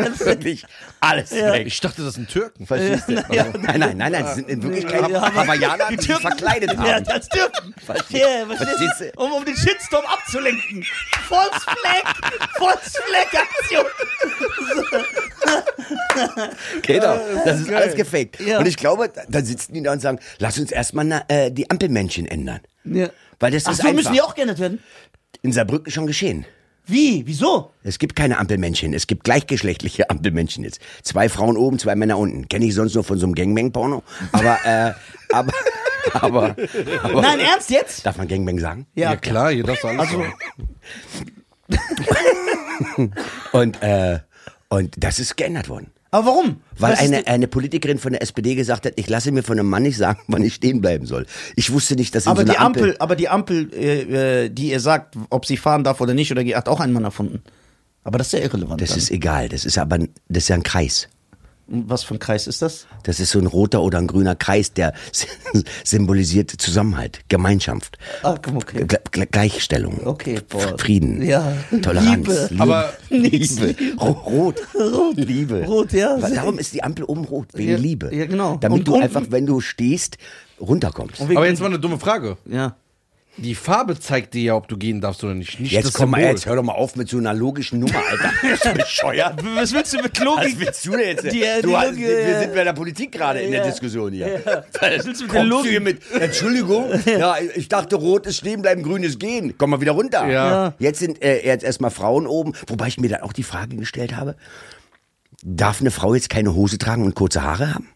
C: uns wirklich alles weg.
A: Ich dachte, das sind Türken.
C: Verstehst du? nein, nein, nein, nein, das sind in Wirklichkeit Hawaiianer, Also die sich verkleidet
B: Ja,
C: haben.
B: das Türken.
C: Verstehst-
B: Ja, verstehst
C: verstehst
B: du? Um, um den Shitstorm abzulenken. Volks Flag, Volks Flag Aktion.
C: Genau, das ist alles gefaked.
B: Ja.
C: Und ich glaube, dann sitzen die da und sagen, lass uns erstmal na, äh, die Ampelmännchen ändern.
B: Ja.
C: Weil das
B: Ach
C: ist
B: so, müssen
C: einfach
B: die auch geändert werden?
C: in Saarbrücken schon geschehen.
B: Wie? Wieso?
C: Es gibt keine Ampelmännchen, es gibt gleichgeschlechtliche Ampelmännchen jetzt. Zwei Frauen oben, zwei Männer unten. Kenne ich sonst nur von so einem Gangbang-Porno. Aber, äh, aber, aber, aber,
B: Nein, ernst jetzt?
C: darf man Gangbang sagen?
A: Ja, klar, hier darfst du
B: also
A: alles sagen.
C: Und, äh, und das ist geändert worden.
B: Aber warum?
C: Weil
B: Was ist
C: eine,
B: denn-
C: eine Politikerin von der SPD gesagt hat, ich lasse mir von einem Mann nicht sagen, wann ich stehen bleiben soll. Ich wusste nicht, dass in
B: aber
C: so
B: die
C: einer
B: Ampel, aber die Ampel, äh, äh, die ihr sagt, ob sie fahren darf oder nicht, oder die hat auch einen Mann erfunden. Aber das ist ja irrelevant.
C: Das
B: dann.
C: ist egal, das ist aber das ist ja ein Kreis.
B: Was für ein Kreis ist das?
C: Das ist so ein roter oder ein grüner Kreis, der symbolisiert Zusammenhalt, Gemeinschaft,
B: Ah, okay.
C: Gle- Gle- Gleichstellung,
B: Okay, boah.
C: Frieden,
B: Ja.
C: Toleranz,
B: Liebe.
C: Liebe,
A: Aber-
C: Liebe. Ro- Rot, Rot, Liebe.
B: Rot, ja.
C: Weil Darum ist die Ampel oben rot, wegen
B: Ja,
C: Liebe.
B: ja, genau.
C: Damit
B: Und
C: du
B: unten-
C: einfach, wenn du stehst, runterkommst.
A: Aber jetzt mal eine dumme Frage.
B: Ja.
A: Die Farbe zeigt dir ja, ob du gehen darfst oder nicht. Nicht
C: Jetzt
A: das
C: komm mal,
A: Symbol.
C: jetzt hör doch mal auf mit so einer logischen Nummer, Alter. Bist du bescheuert?
B: Was willst du mit
C: Was
B: Logik?
C: willst du denn jetzt?
B: Die, äh,
C: du
B: die
C: hast,
B: Logik,
C: wir
B: äh,
C: sind bei der Politik gerade in der
B: ja.
C: Diskussion hier.
B: Ja.
C: Was
B: willst du mit der
C: Kommst du
B: Logik?
C: hier mit, Entschuldigung, ja, ich dachte, rot ist stehen bleiben, grün ist gehen. Komm mal wieder runter.
A: Ja.
C: Jetzt sind äh, jetzt erstmal Frauen oben, wobei ich mir dann auch die Frage gestellt habe, darf eine Frau jetzt keine Hose tragen und kurze Haare haben?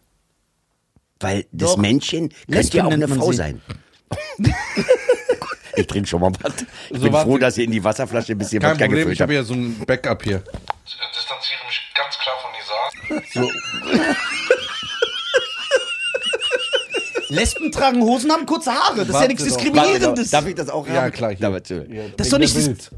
C: Weil das
B: Doch.
C: Männchen könnte
B: Lesben
C: ja auch
B: nennt
C: eine
B: man
C: Frau
B: sie.
C: sein. Ich trinke schon mal was. Ich
A: So,
C: bin
A: warte.
C: froh, dass ihr in die Wasserflasche ein bisschen
A: Kein
C: Wodka
A: Problem,
C: gefüllt
A: ich
C: habt.
A: habe ja so ein Backup hier.
D: Ich äh, distanziere mich ganz klar von Nizar.
B: Lesben tragen Hosen, haben kurze Haare. Das ist ja nichts
A: Warte doch.
B: Diskriminierendes.
C: Darf ich das auch haben?
A: Ja, klar, hier.
C: Damit, äh,
B: Das ist doch nicht
A: Wegen der
B: das-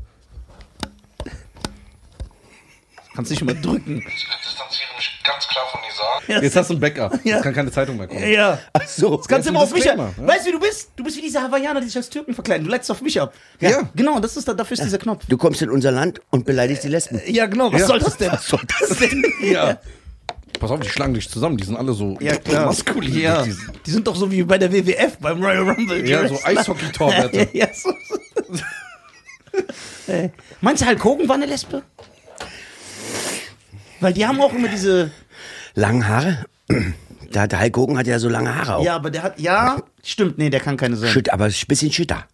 B: Kannst nicht immer drücken.
D: Ich äh, distanziere mich ganz klar von Nizar.
A: Bild. Jetzt hast du ein Backup.
B: Ja.
A: Jetzt kann keine Zeitung mehr kommen.
B: Ja.
C: Ach so.
B: Das kannst du
A: ist ein
B: immer auf mich ab.
A: Disclaimer, ja.
B: Weißt du, wie du bist? Du bist wie diese Hawaiianer, die sich als Türken verkleiden. Du leitest auf mich ab.
A: Ja.
B: Genau, das ist, da- dafür ist dieser Knopf.
C: Du kommst in unser Land und beleidigst die Lesben.
B: Ja, genau. Was
A: Ja.
B: soll das denn? Was soll das denn?
A: Ja. Pass auf, die schlagen dich zusammen. Die sind alle so
B: Ja, klar.
A: maskulin.
B: Ja.
A: Die-
B: Die sind doch so wie bei der WWF, beim Royal Rumble.
A: Ja,
B: Die
A: so
B: Wrestler.
A: Eishockey-Torwärter.
B: Ja, ja, so. Äh, Meinst du, Hulk Hogan war eine Lesbe? Weil die haben auch immer diese.
C: Lange Haare? Da hat Hulk Hogan hat ja so lange Haare auch.
B: Ja, aber der hat. Ja, stimmt, nee, der kann keine sein.
C: Schütt, aber ein bisschen schütter.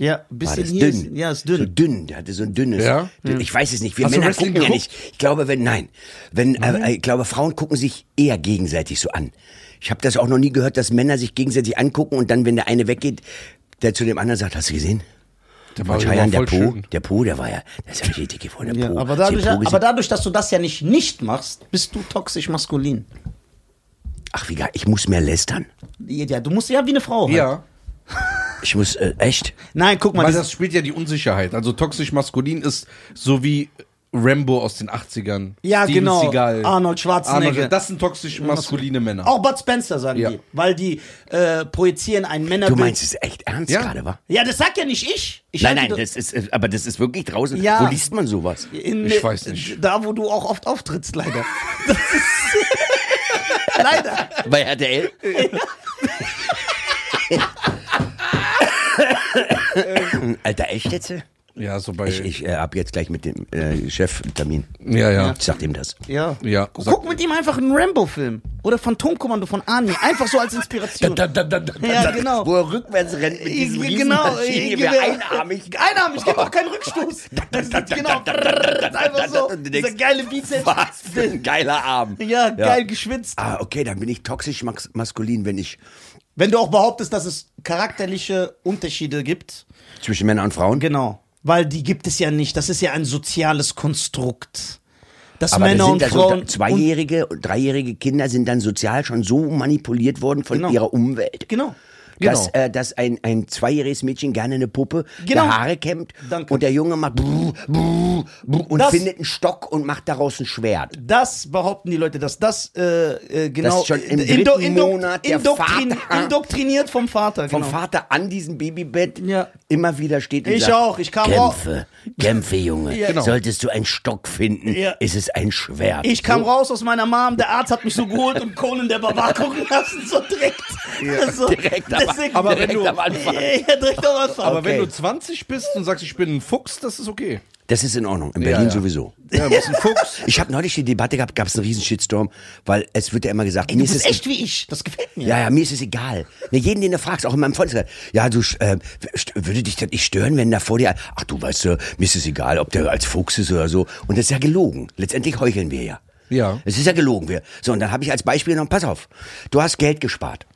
B: Ja, ein
C: War
B: bisschen
C: das
B: hier.
C: dünn?
B: Ist, ja, ist
C: So
B: dünn.
C: dünn, der hatte so ein dünnes.
A: Ja?
C: Dünn. Ich weiß es nicht. Wir
A: Hast du
C: Männer
A: Wrestling
C: gucken ja
A: geguckt?
C: nicht. Ich glaube, wenn, nein. Wenn, äh, ich glaube, Frauen gucken sich eher gegenseitig so an. Ich habe das auch noch nie gehört, dass Männer sich gegenseitig angucken und dann, wenn der eine weggeht, der zu dem anderen sagt, hast du gesehen?
A: Der war
C: Manchmal der
A: voll
C: Po,
A: schön.
C: der Po, der war ja, das ist ja richtig dicke von der
B: Ja,
C: Po.
B: aber,
C: Hast du
B: dadurch,
C: den Po gesehen?
B: aber dadurch, dass du das ja nicht nicht machst, bist du toxisch maskulin.
C: Ach, wie geil, ich muss mehr lästern.
B: Ja, du musst ja wie eine Frau. Halt.
A: Ja,
C: Ich muss, äh, echt?
B: Nein, guck mal,
A: weil
B: das,
A: das spielt ja die Unsicherheit. Also toxisch maskulin ist so wie Rambo aus den 80ern.
B: Ja, genau.
A: Seagal.
B: Arnold Schwarzenegger.
A: Arnold, das sind toxisch maskuline Männer.
B: auch Bud Spencer sagen
A: Ja.
B: die, weil die äh, projizieren ein
C: Du
B: Männerbild.
C: meinst es echt ernst
A: Ja.
C: gerade, wa?
B: Ja, das sag ja nicht ich. ich
C: Nein,
B: hab
C: nein,
B: die-
C: das ist, äh, aber das ist wirklich draußen.
B: Ja.
C: Wo liest man sowas?
B: in,
A: Ich weiß nicht.
B: Da, wo du auch oft auftrittst, leider. Das ist leider.
C: Bei RTL? Alter, echt jetzt?
A: Ja, so bei.
C: Ich, ich äh, hab jetzt gleich mit dem äh, Chef einen Termin.
A: ja, ja.
C: Ich sag dem das.
B: Ja.
A: Ja, sag-
B: Guck mit ihm einfach einen Rambo-Film. Oder Phantomkommando von Arnie. Einfach so als Inspiration. Ja, genau. Äh,
C: Wo er rückwärts rennt mit diesem
B: Ich-
C: genau,
B: ich-
C: Maschine, wäre einarmig.
B: Einarmig, gibt auch keinen Rückstoß. Das ist genau. Einfach so.
C: Du
B: Dieser
C: denkst,
B: geile Bizeps.
C: Was für ein geiler Arm.
B: Ja, geil geschwitzt.
C: Ah, okay, dann bin ich toxisch max- maskulin, wenn ich
B: Wenn du auch behauptest, dass es charakterliche Unterschiede gibt.
C: zwischen Männern und Frauen.
B: Genau. Weil die gibt es ja nicht. Das ist ja ein soziales Konstrukt. Dass
C: Aber
B: Männer
C: das
B: und
C: sind also
B: Frauen.
C: unter- zweijährige und dreijährige Kinder sind dann sozial schon so manipuliert worden von
B: Genau.
C: ihrer Umwelt.
B: Genau.
C: Dass, äh, dass ein, ein zweijähriges Mädchen gerne eine Puppe
B: Genau.
C: der Haare kämmt
B: Danke.
C: und der Junge macht brr, brr, brr und
B: Das-
C: findet einen Stock und macht daraus ein Schwert.
B: Das behaupten die Leute, dass das äh, äh, genau
C: schon im
B: äh,
C: dritten Monat der Vater-
B: indoktriniert vom Vater.
C: Vom
B: genau.
C: Vater an diesem Babybett
B: Ja.
C: immer wieder steht und
B: Ich
C: sagt,
B: auch, ich kam
C: Kämpfe, Kämpfe, Junge.
B: Ja. Genau.
C: Solltest du einen Stock finden,
B: Ja.
C: ist es ein Schwert.
B: Ich kam raus aus meiner Mom, der Arzt hat mich so geholt und Conan der Barbar gucken lassen, so direkt. Also,
C: direkt, aber-
A: aber wenn
B: direkt
A: du-
B: am Anfang. Ja, direkt am Anfang.
A: Aber wenn
C: okay.
A: du 20 bist und sagst, ich bin ein Fuchs, das ist okay.
C: Das ist in Ordnung, in Berlin
A: ja.
C: sowieso.
A: Ja, du bist ein Fuchs.
C: Ich habe neulich die Debatte gehabt, gab es einen riesen Shitstorm, weil es wird ja immer gesagt, mir
B: du
C: ist es
B: bist echt wie ich, das gefällt mir.
C: Ja, ja, mir ist es egal. Ne, jeden, den du fragst, auch in meinem Freundeskreis. Ja, du, äh, st- würde dich das nicht stören, wenn da vor dir, ach du weißt, du, mir ist es egal, ob der als Fuchs ist oder so. Und das ist ja gelogen. Letztendlich heucheln wir ja.
A: Ja.
C: Es ist ja gelogen. Wir. So, und dann habe ich als Beispiel noch, pass auf, du hast Geld gespart.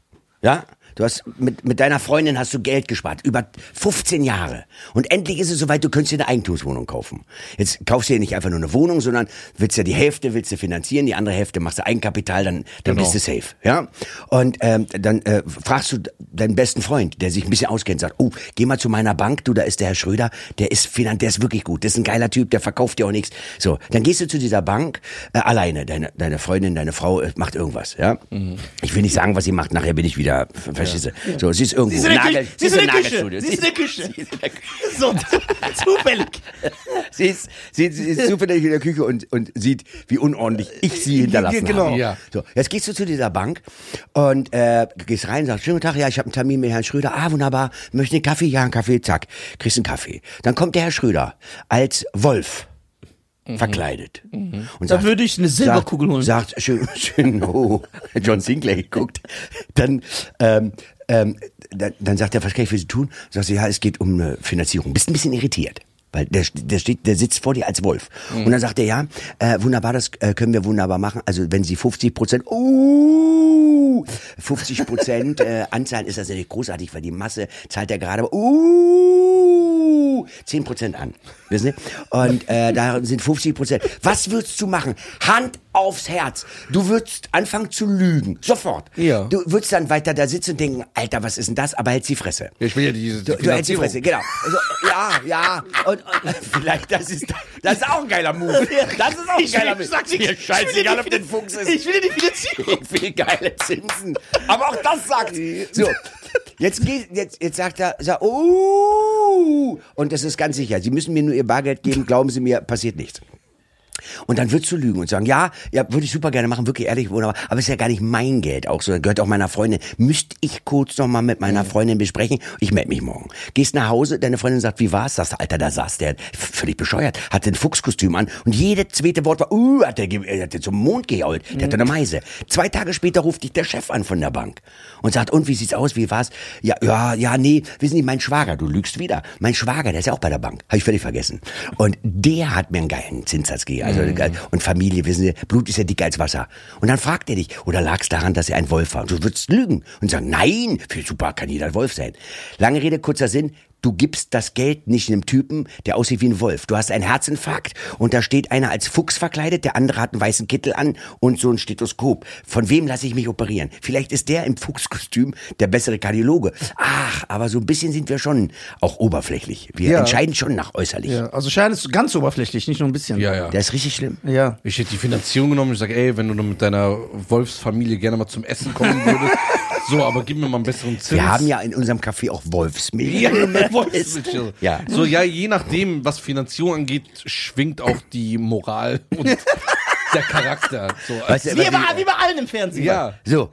C: Ja? Du hast, mit, mit deiner Freundin hast du Geld gespart. Über 15 Jahre. Und endlich ist es soweit, du könntest dir eine Eigentumswohnung kaufen. Jetzt kaufst du dir nicht einfach nur eine Wohnung, sondern willst ja die Hälfte willst du finanzieren, die andere Hälfte machst du Eigenkapital, dann, dann
A: Genau.
C: bist du safe. Ja? Und ähm, dann äh, fragst du deinen besten Freund, der sich ein bisschen auskennt, sagt, oh, geh mal zu meiner Bank, du, da ist der Herr Schröder, der ist finan der ist wirklich gut, das ist ein geiler Typ, der verkauft dir auch nichts. So, dann gehst du zu dieser Bank äh, alleine, deine, deine Freundin, deine Frau äh, macht irgendwas, ja?
B: Mhm.
C: Ich will nicht sagen, was sie macht, nachher bin ich wieder, ver- verstehst du? So, sie ist
B: Sie
C: irgendwo,
B: ist in der
C: Nagel-
B: Küche, sie ist in der Küche,
C: Nagelstudio.
B: sie ist in der Küche.
C: Sie ist in der Küche.
B: So, zufällig.
C: Sie ist, sie, sie ist zufällig in der Küche und, und sieht, wie unordentlich ich sie hinterlassen
B: Genau.
C: habe.
A: Ja.
C: So, jetzt gehst du zu dieser Bank und äh, gehst rein und sagst, schönen guten Tag, ja, ich habe einen Termin mit Herrn Schröder. Ah, wunderbar, möchte einen Kaffee? Ja, einen Kaffee, zack, kriegst einen Kaffee. Dann kommt der Herr Schröder als Wolf. Verkleidet. Und
B: Mhm. Da würde ich eine Silberkugel
C: sagt,
B: holen.
C: Sagt, schön, schön, oh, John Sinclair geguckt. Dann, ähm, ähm, dann, dann sagt er, was kann ich für Sie tun? Sagt sie, ja, es geht um eine Finanzierung. Bist ein bisschen irritiert. Weil der, der, steht, der sitzt vor dir als Wolf. Und dann sagt er, ja, äh, wunderbar, das äh, können wir wunderbar machen. Also wenn Sie 50 Prozent, oh, uh, 50 Prozent äh, anzahlen, ist das natürlich großartig, weil die Masse zahlt ja gerade, aber, uh, 10 Prozent an. Wissen Sie? Und äh, da sind 50 Prozent. Was würdest du machen? Hand aufs Herz. Du würdest anfangen zu lügen. Sofort.
A: Ja.
C: Du würdest dann weiter da sitzen und denken, Alter, was ist denn das? Aber hältst die Fresse.
A: Ja, ich will ja diese
C: Du, du hältst die
A: Finanzierung.
C: Fresse, genau. Also, ja, ja. Und, und vielleicht, das ist, das ist auch ein geiler Move. Das ist auch ein
B: Ich will-
C: geiler
B: ich sag's
C: Mir
B: nicht. Ich will
C: scheißegal,
B: die
C: ob den Fuchs ist.
B: Ich will dir die Finanzierung.
C: Ich will geile Zinsen. Aber auch das sagt. So. Jetzt, geht, jetzt, jetzt sagt er, sagt, oh, und das ist ganz sicher. Sie müssen mir nur Ihr Bargeld geben, glauben Sie mir, passiert nichts. Und dann würdest du lügen und sagen, ja, ja, würde ich super gerne machen, wirklich ehrlich, wunderbar. Aber ist ja gar nicht mein Geld auch, sondern gehört auch meiner Freundin. Müsste ich kurz nochmal mit meiner Freundin besprechen? Ich melde mich morgen. Gehst nach Hause, deine Freundin sagt, wie war's das? Alter, da saß der v- völlig bescheuert, hatte ein Fuchskostüm an und jedes zweite Wort war, uh, hat der, ge- er hat der zum Mond gejault, der hatte eine Meise. Zwei Tage später ruft dich der Chef an von der Bank und sagt, und wie sieht's aus, wie war's? Ja, ja, ja, nee, wissen Sie, mein Schwager, du lügst wieder. Mein Schwager, der ist ja auch bei der Bank, habe ich völlig vergessen. Und der hat mir einen geilen Zinssatz
B: Mhm.
C: gegeben. Also, geil. Und Familie, wissen Sie, Blut ist ja dicker als Wasser. Und dann fragt er dich, oder lag es daran, dass er ein Wolf war? Und du würdest lügen und sagen, nein, für super kann jeder ein Wolf sein. Lange Rede, kurzer Sinn. Du gibst das Geld nicht einem Typen, der aussieht wie ein Wolf. Du hast einen Herzinfarkt und da steht einer als Fuchs verkleidet, der andere hat einen weißen Kittel an und so ein Stethoskop. Von wem lasse ich mich operieren? Vielleicht ist der im Fuchskostüm der bessere Kardiologe. Ach, aber so ein bisschen sind wir schon auch oberflächlich. Wir
B: Ja.
C: entscheiden schon nach äußerlich.
B: Ja, also Schein ist ganz oberflächlich, nicht nur ein bisschen.
A: Ja, ja.
C: Der ist richtig schlimm.
B: Ja.
A: Ich hätte die Finanzierung genommen und sage, ey, wenn du dann mit deiner Wolfsfamilie gerne mal zum Essen kommen würdest, so, aber gib mir mal einen besseren Zins.
C: Wir haben ja in unserem Café auch Wolfsmilch.
A: Ja, mit Wolfsmilch.
C: Ja.
A: So, ja, je nachdem, was Finanzierung angeht, schwingt auch die Moral und der Charakter. So, also,
C: Weißt du,
B: Wie bei, wie bei allen im Fernsehen.
A: ja,
C: So,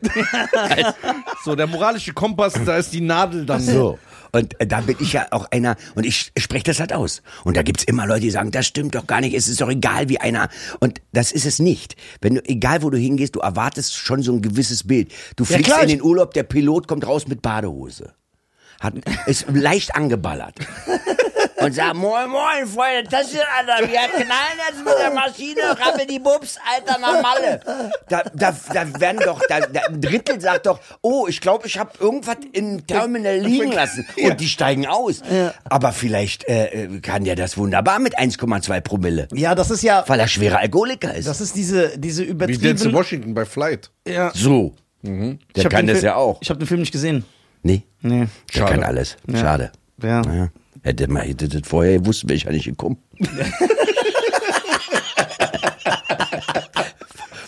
A: so der moralische Kompass, da ist die Nadel dann
C: so. Und äh, da bin ich ja auch einer, und ich spreche das halt aus. Und da gibt's immer Leute, die sagen, das stimmt doch gar nicht, es ist doch egal wie einer. Und das ist es nicht. Wenn du, egal wo du hingehst, du erwartest schon so ein gewisses Bild. Du fliegst
B: klar,
C: in
B: ich-
C: den Urlaub, der Pilot kommt raus mit Badehose. Hat, ist leicht angeballert. Und sagt, moin, moin, Freunde, das ist Alter, wir knallen jetzt mit der Maschine, rammel die Bubs, Alter, nach Malle. Da, da, da werden doch, da, da, ein Drittel sagt doch, oh, ich glaube, ich habe irgendwas im Terminal liegen lassen. Und die steigen aus. Aber vielleicht äh, kann der das wunderbar mit 1,2 Promille,
B: Ja, das ist ja,
C: weil er schwerer Alkoholiker ist.
B: das ist diese, diese
A: Wie Denzel
B: übertriebene.
A: Washington bei Flight.
B: Ja.
C: so,
B: Mhm. Ich
C: der
B: hab
C: kann
B: den
C: das
B: Film-
C: ja auch.
B: Ich habe den Film nicht gesehen.
C: Nee,
B: Nee.
C: der
A: Schade.
C: kann alles. Schade.
B: Ja.
C: Naja. Hätte man hätte das vorher wussten wäre ich ja nicht gekommen.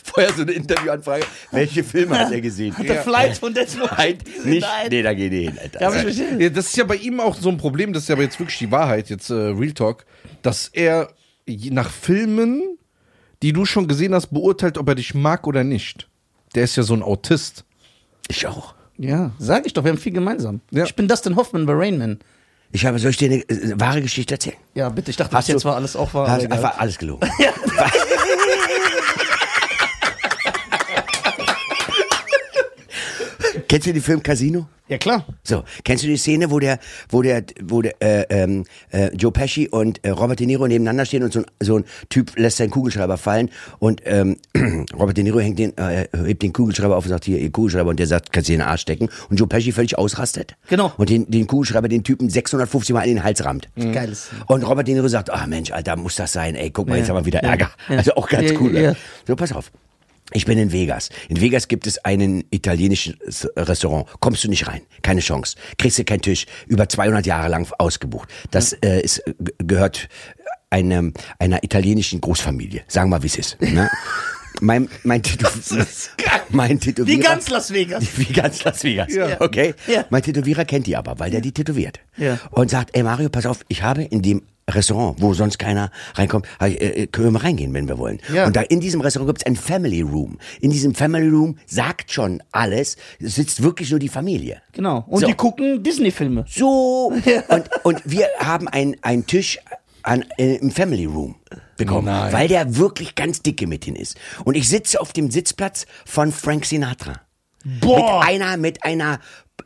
C: vorher so eine Interviewanfrage. Welche Filme hat er gesehen?
B: Der Flight von Death
C: Nein, nicht. Nee, da geht ihr hin,
B: Ja, aber
C: Alter. Also,
B: ich verstehe.
A: Ja, das ist ja bei ihm auch so ein Problem, das ist ja aber jetzt wirklich die Wahrheit, jetzt äh, Real Talk, dass er je- nach Filmen, die du schon gesehen hast, beurteilt, ob er dich mag oder nicht. Der ist ja so ein Autist.
C: Ich auch.
B: Ja, sag ich doch, wir haben viel gemeinsam.
A: Ja.
B: Ich bin Dustin Hoffman bei Rainman.
C: Ich habe, soll ich dir eine äh, wahre Geschichte erzählen?
B: Ja, bitte, ich dachte, bis jetzt war alles auch wahr.
C: Hast,
B: aber egal.
C: war alles gelogen. Kennst du den Film Casino?
B: ja, klar.
C: So, kennst du die Szene, wo der, wo der, wo der äh, ähm, äh, Joe Pesci und äh, Robert De Niro nebeneinander stehen und so ein, so ein Typ lässt seinen Kugelschreiber fallen und ähm, Robert De Niro hängt den, äh, hebt den Kugelschreiber auf und sagt hier ihr Kugelschreiber und der sagt, kannst du dir in den Arsch stecken und Joe Pesci völlig ausrastet.
B: Genau. Mhm.
C: Und den, den Kugelschreiber den Typen 650 Mal in den Hals rammt.
B: Geiles.
C: Und Robert De Niro sagt, ah Mensch, Alter, muss das sein, ey, guck mal, jetzt
B: Ja.
C: haben wir wieder
B: Ja.
C: Ärger.
B: Ja.
C: Also auch ganz
B: Ja,
C: cool.
B: ja,
C: ey.
B: ja.
C: So, pass auf. Ich bin in Vegas. In Vegas gibt es einen italienischen S- Restaurant. Kommst du nicht rein. Keine Chance. Kriegst du keinen Tisch. Über 200 Jahre lang ausgebucht. Das äh, ist, g- gehört einem, einer italienischen Großfamilie. Sagen wir, wie es ist. Ne? mein, mein, Tätow mein Tätowierer.
B: Wie ganz Las Vegas.
C: Wie ganz Las Vegas.
B: Ja.
C: Okay?
B: Ja.
C: Mein Tätowierer kennt die aber, weil der die tätowiert.
B: Ja.
C: Und sagt, ey Mario, pass auf, ich habe in dem Restaurant, wo sonst keiner reinkommt, hab ich, äh, können wir mal reingehen, wenn wir wollen.
B: Ja.
C: Und da in diesem Restaurant gibt es ein Family Room. In diesem Family Room sagt schon alles, es sitzt wirklich nur die Familie.
B: Genau. Und
C: So.
B: die gucken Disney-Filme.
C: So. Und, und wir haben einen, einen Tisch an, äh, im Family Room bekommen,
A: Nein.
C: weil der wirklich ganz dicke mit hin ist. Und ich sitze auf dem Sitzplatz von Frank Sinatra.
B: Boah.
C: Mit einer, mit einer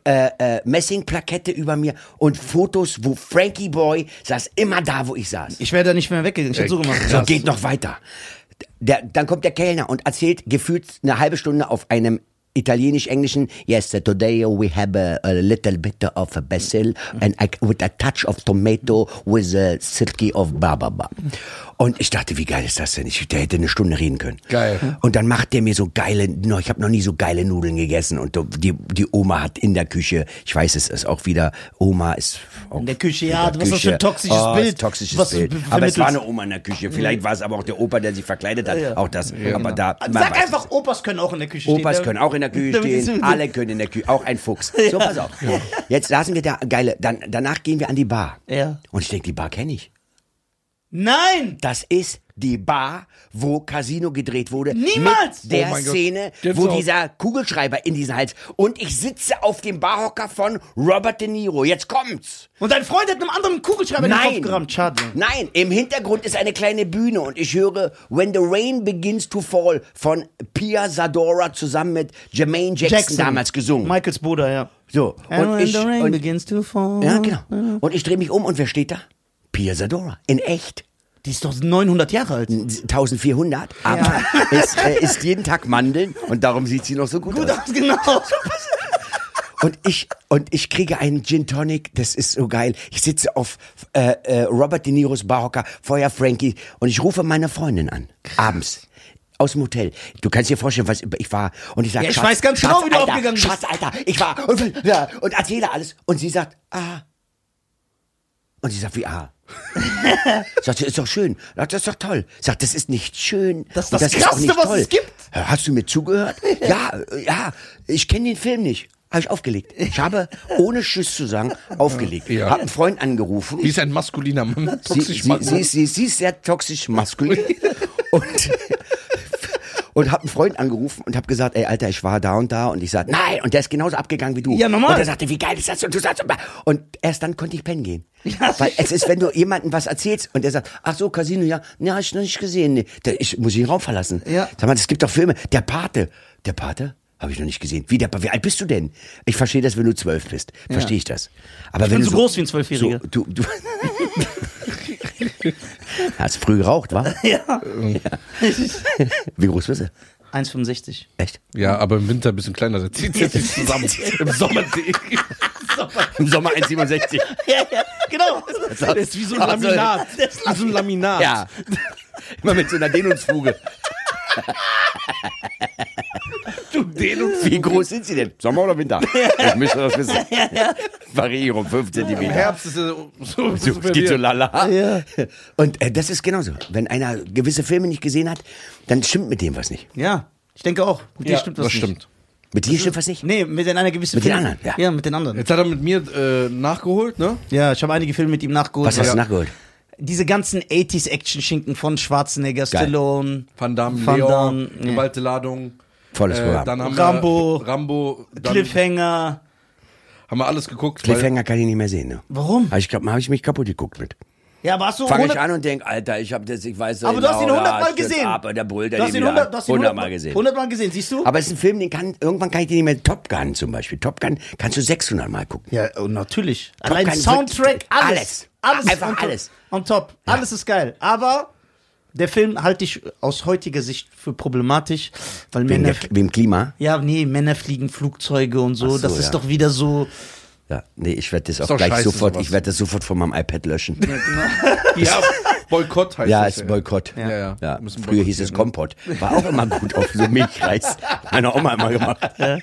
C: äh, äh, Messingplakette über mir und Fotos, wo Frankie Boy saß immer da, wo ich saß.
B: Ich wäre da nicht mehr weggegangen. Ich hätte so gemacht.
C: Äh, So geht noch weiter. Der, dann kommt der Kellner und erzählt gefühlt eine halbe Stunde auf einem italienisch-englischen Yes, today we have a, a little bit of basil and I, with a touch of tomato with a silky of blah blah blah. Und ich dachte, wie geil ist das denn? Ich, der hätte eine Stunde reden können.
A: Geil.
C: Und dann macht der mir so geile, no, ich habe noch nie so geile Nudeln gegessen und die, die Oma hat in der Küche, ich weiß, es ist auch wieder, Oma ist auch
B: In der Küche, ja, was ist das für ein
C: Küche.
B: toxisches
C: oh,
B: Bild?
C: ist Toxisches
B: was Mhm.
C: Bild.
B: du
C: Aber es
B: vermittelst.
C: war eine Oma in der Küche. Vielleicht war es aber auch der Opa, der sich verkleidet hat. Auch das. Aber da. man
B: genau. Sag
C: weiß
B: einfach,
C: es.
B: Opas können auch in der Küche stehen.
C: Opas
B: Da-
C: können auch in der Küche
B: damit die
C: stehen,
B: so-
C: alle können in der Küche, auch ein Fuchs. So, pass auf. Jetzt saßen wir da, geile, dann, danach gehen wir an die Bar.
B: Ja.
C: Und ich denke, die Bar kenne ich.
B: Nein!
C: Das ist die Bar, wo Casino gedreht wurde.
B: Niemals!
C: Mit der
A: Oh mein Gott.
C: Szene, wo
A: Gänsehaut.
C: dieser Kugelschreiber in diesen Hals. Und ich sitze auf dem Barhocker von Robert De Niro. Jetzt kommt's.
B: Und dein Freund hat einem anderen Kugelschreiber in den Kopf gerammt. Schade.
C: Nein, im Hintergrund ist eine kleine Bühne und ich höre When the Rain Begins to Fall von Pia Zadora zusammen mit Jermaine Jackson, damals gesungen.
B: Michaels Bruder, ja.
C: so,
B: And
C: und
B: when
C: ich,
B: the rain
C: und,
B: begins to fall.
C: ja, genau. Und ich drehe mich um und wer steht da? Pia Zadora, in echt.
B: Die ist doch 900 Jahre alt.
C: 1400, aber es äh, ist jeden Tag Mandeln und darum sieht sie noch so gut, aus.
B: genau.
C: Und ich, und ich kriege einen Gin Tonic, das ist so geil. Ich sitze auf äh, äh, Robert De Niros Barhocker, Feuer Frankie und ich rufe meine Freundin an. Abends. Aus dem Hotel. Du kannst dir vorstellen, was ich war. Und ich sage,
B: Ja, ich weiß ganz genau, wie du aufgegangen bist."
C: Schatz, Alter, ich war und, ja, und erzähle alles. Und sie sagt, ah. Und sie sagt, wie ah. sagt, das ist doch schön. Sagt, das ist doch toll. Sagt, das ist nicht schön.
B: Das ist
C: Und
B: das
C: auch
B: Krasseste,
C: nicht
B: was es gibt.
C: Hast du mir zugehört? ja, äh, ja. Ich kenne den Film nicht. Habe ich aufgelegt. Ich habe, ohne Tschüss zu sagen, aufgelegt.
A: Ja.
C: Habe einen Freund angerufen.
A: Wie ist ein maskuliner Mann.
C: Sie,
A: Toxisch
C: sie,
A: Mann.
C: sie, sie, sie ist sehr toxisch maskulin. und, und habe einen Freund angerufen und habe gesagt, ey Alter, ich war da und da und ich sagte, nein, und der ist genauso abgegangen wie du.
B: Ja, normal.
C: Und er sagte, wie geil ist das und du sagst, und erst dann konnte ich pennen gehen.
B: Ja,
C: Weil es ist, wenn du jemandem was erzählst und der sagt, ach so, Casino, ja, ja, hab ich noch nicht gesehen, nee. Da, ich muss ihn Raum verlassen.
B: Ja.
C: Sag mal, es gibt doch Filme. Der Pate, der Pate? Habe ich noch nicht gesehen. Wie, der, Pa- wie alt bist du denn? Ich verstehe das, wenn du zwölf bist. Verstehe ich das. Aber wenn
B: bin
C: du
B: so groß wie ein Zwölfjähriger.
C: So, du, du hast früh geraucht, wa?
B: Ja.
C: Wie groß bist du?
B: 1,65.
C: Echt?
A: Ja, aber im Winter ein bisschen kleiner, der zieht sich nicht zusammen. Im Sommer.
C: Im Sommer 1,67.
B: Ja, ja, genau.
A: Der ist wie so ein Laminat. Der ist wie so ein Laminat.
C: Ja. Immer mit so einer Dehnungsfuge.
A: Du Dehnung.
C: Wie groß sind sie denn? Sommer oder Winter? Ich müsste das wissen. Variierung, 5
A: Im
C: Zentimeter.
A: Herbst ist er so. so,
C: So,
A: so
C: es geht so
A: verwirrt.
C: lala. Ah, Und äh, das ist genauso. Wenn einer gewisse Filme nicht gesehen hat, dann stimmt mit dem was nicht.
B: Ja, ich denke auch. Mit dir
A: Ja,
B: stimmt was
A: das
B: nicht.
A: stimmt.
C: Mit dir stimmt was nicht?
B: Nee, mit den einer gewissen
C: Mit den
B: Film-
C: anderen, ja.
B: Ja, mit den anderen.
A: Jetzt hat er mit mir äh, nachgeholt, ne?
B: Ja, ich habe einige Filme mit ihm nachgeholt.
C: Was hast
B: Ja.
C: du nachgeholt?
B: Diese ganzen 80s-Action-Schinken von Schwarzenegger,
C: Geil.
B: Stallone,
A: Van Damme,
B: Van
A: Leon,
B: Damme, ja.
A: Geballte Ladung. Äh,
C: Volles Programm.
A: dann haben
B: Rambo.
A: Wir, Rambo. Dann
B: Cliffhanger.
A: Haben wir alles geguckt. weil-
C: Cliffhanger kann ich nicht mehr sehen. Ne?
B: Warum?
C: Aber Ich glaube, habe ich mich kaputt geguckt mit.
B: Ja, aber hast du
C: Fange ich
B: 100
C: an und denke, Alter, ich habe das, ich weiß
B: Aber du hast ihn
C: genau,
B: 100 Mal
C: ja, stürzt
B: gesehen.
C: Ab, und der brüllt
B: Du
C: er
B: hast ihn
C: den wieder
B: 100,
C: ab.
B: du hast ihn
C: 100
B: 100
C: Mal gesehen.
B: 100 Mal gesehen, siehst du?
C: Aber es ist ein Film, den kann, irgendwann kann ich den nicht mehr. Top Gun zum Beispiel. Top Gun kannst du 600 Mal gucken.
B: ja, und natürlich.
C: Top
B: Allein
C: Gun
B: Soundtrack,
C: wird-
B: alles.
C: alles. Einfach
B: on top-
C: alles.
B: On top. Alles ist geil. Aber der Film halte ich aus heutiger Sicht für problematisch, weil
C: Wegen,
B: Männer.
C: der, wegen dem Klima.
B: Ja, nee, Männer fliegen Flugzeuge und so.
C: Ach so,
B: das ist
C: ja.
B: doch wieder so.
C: Ja, nee, ich werde das auch
A: doch
C: gleich
A: scheiße,
C: sofort,
A: sowas.
C: ich werde das sofort von meinem iPad löschen.
A: Ja, Boykott heißt
C: Ja,
A: das,
C: ist Boykott.
A: Ja, ja.
C: Ja,
A: Müssen
C: früher hieß es
A: boykottieren,
C: Kompott. War auch immer gut auf so Milchreis. Meine Oma immer gemacht.
A: ne?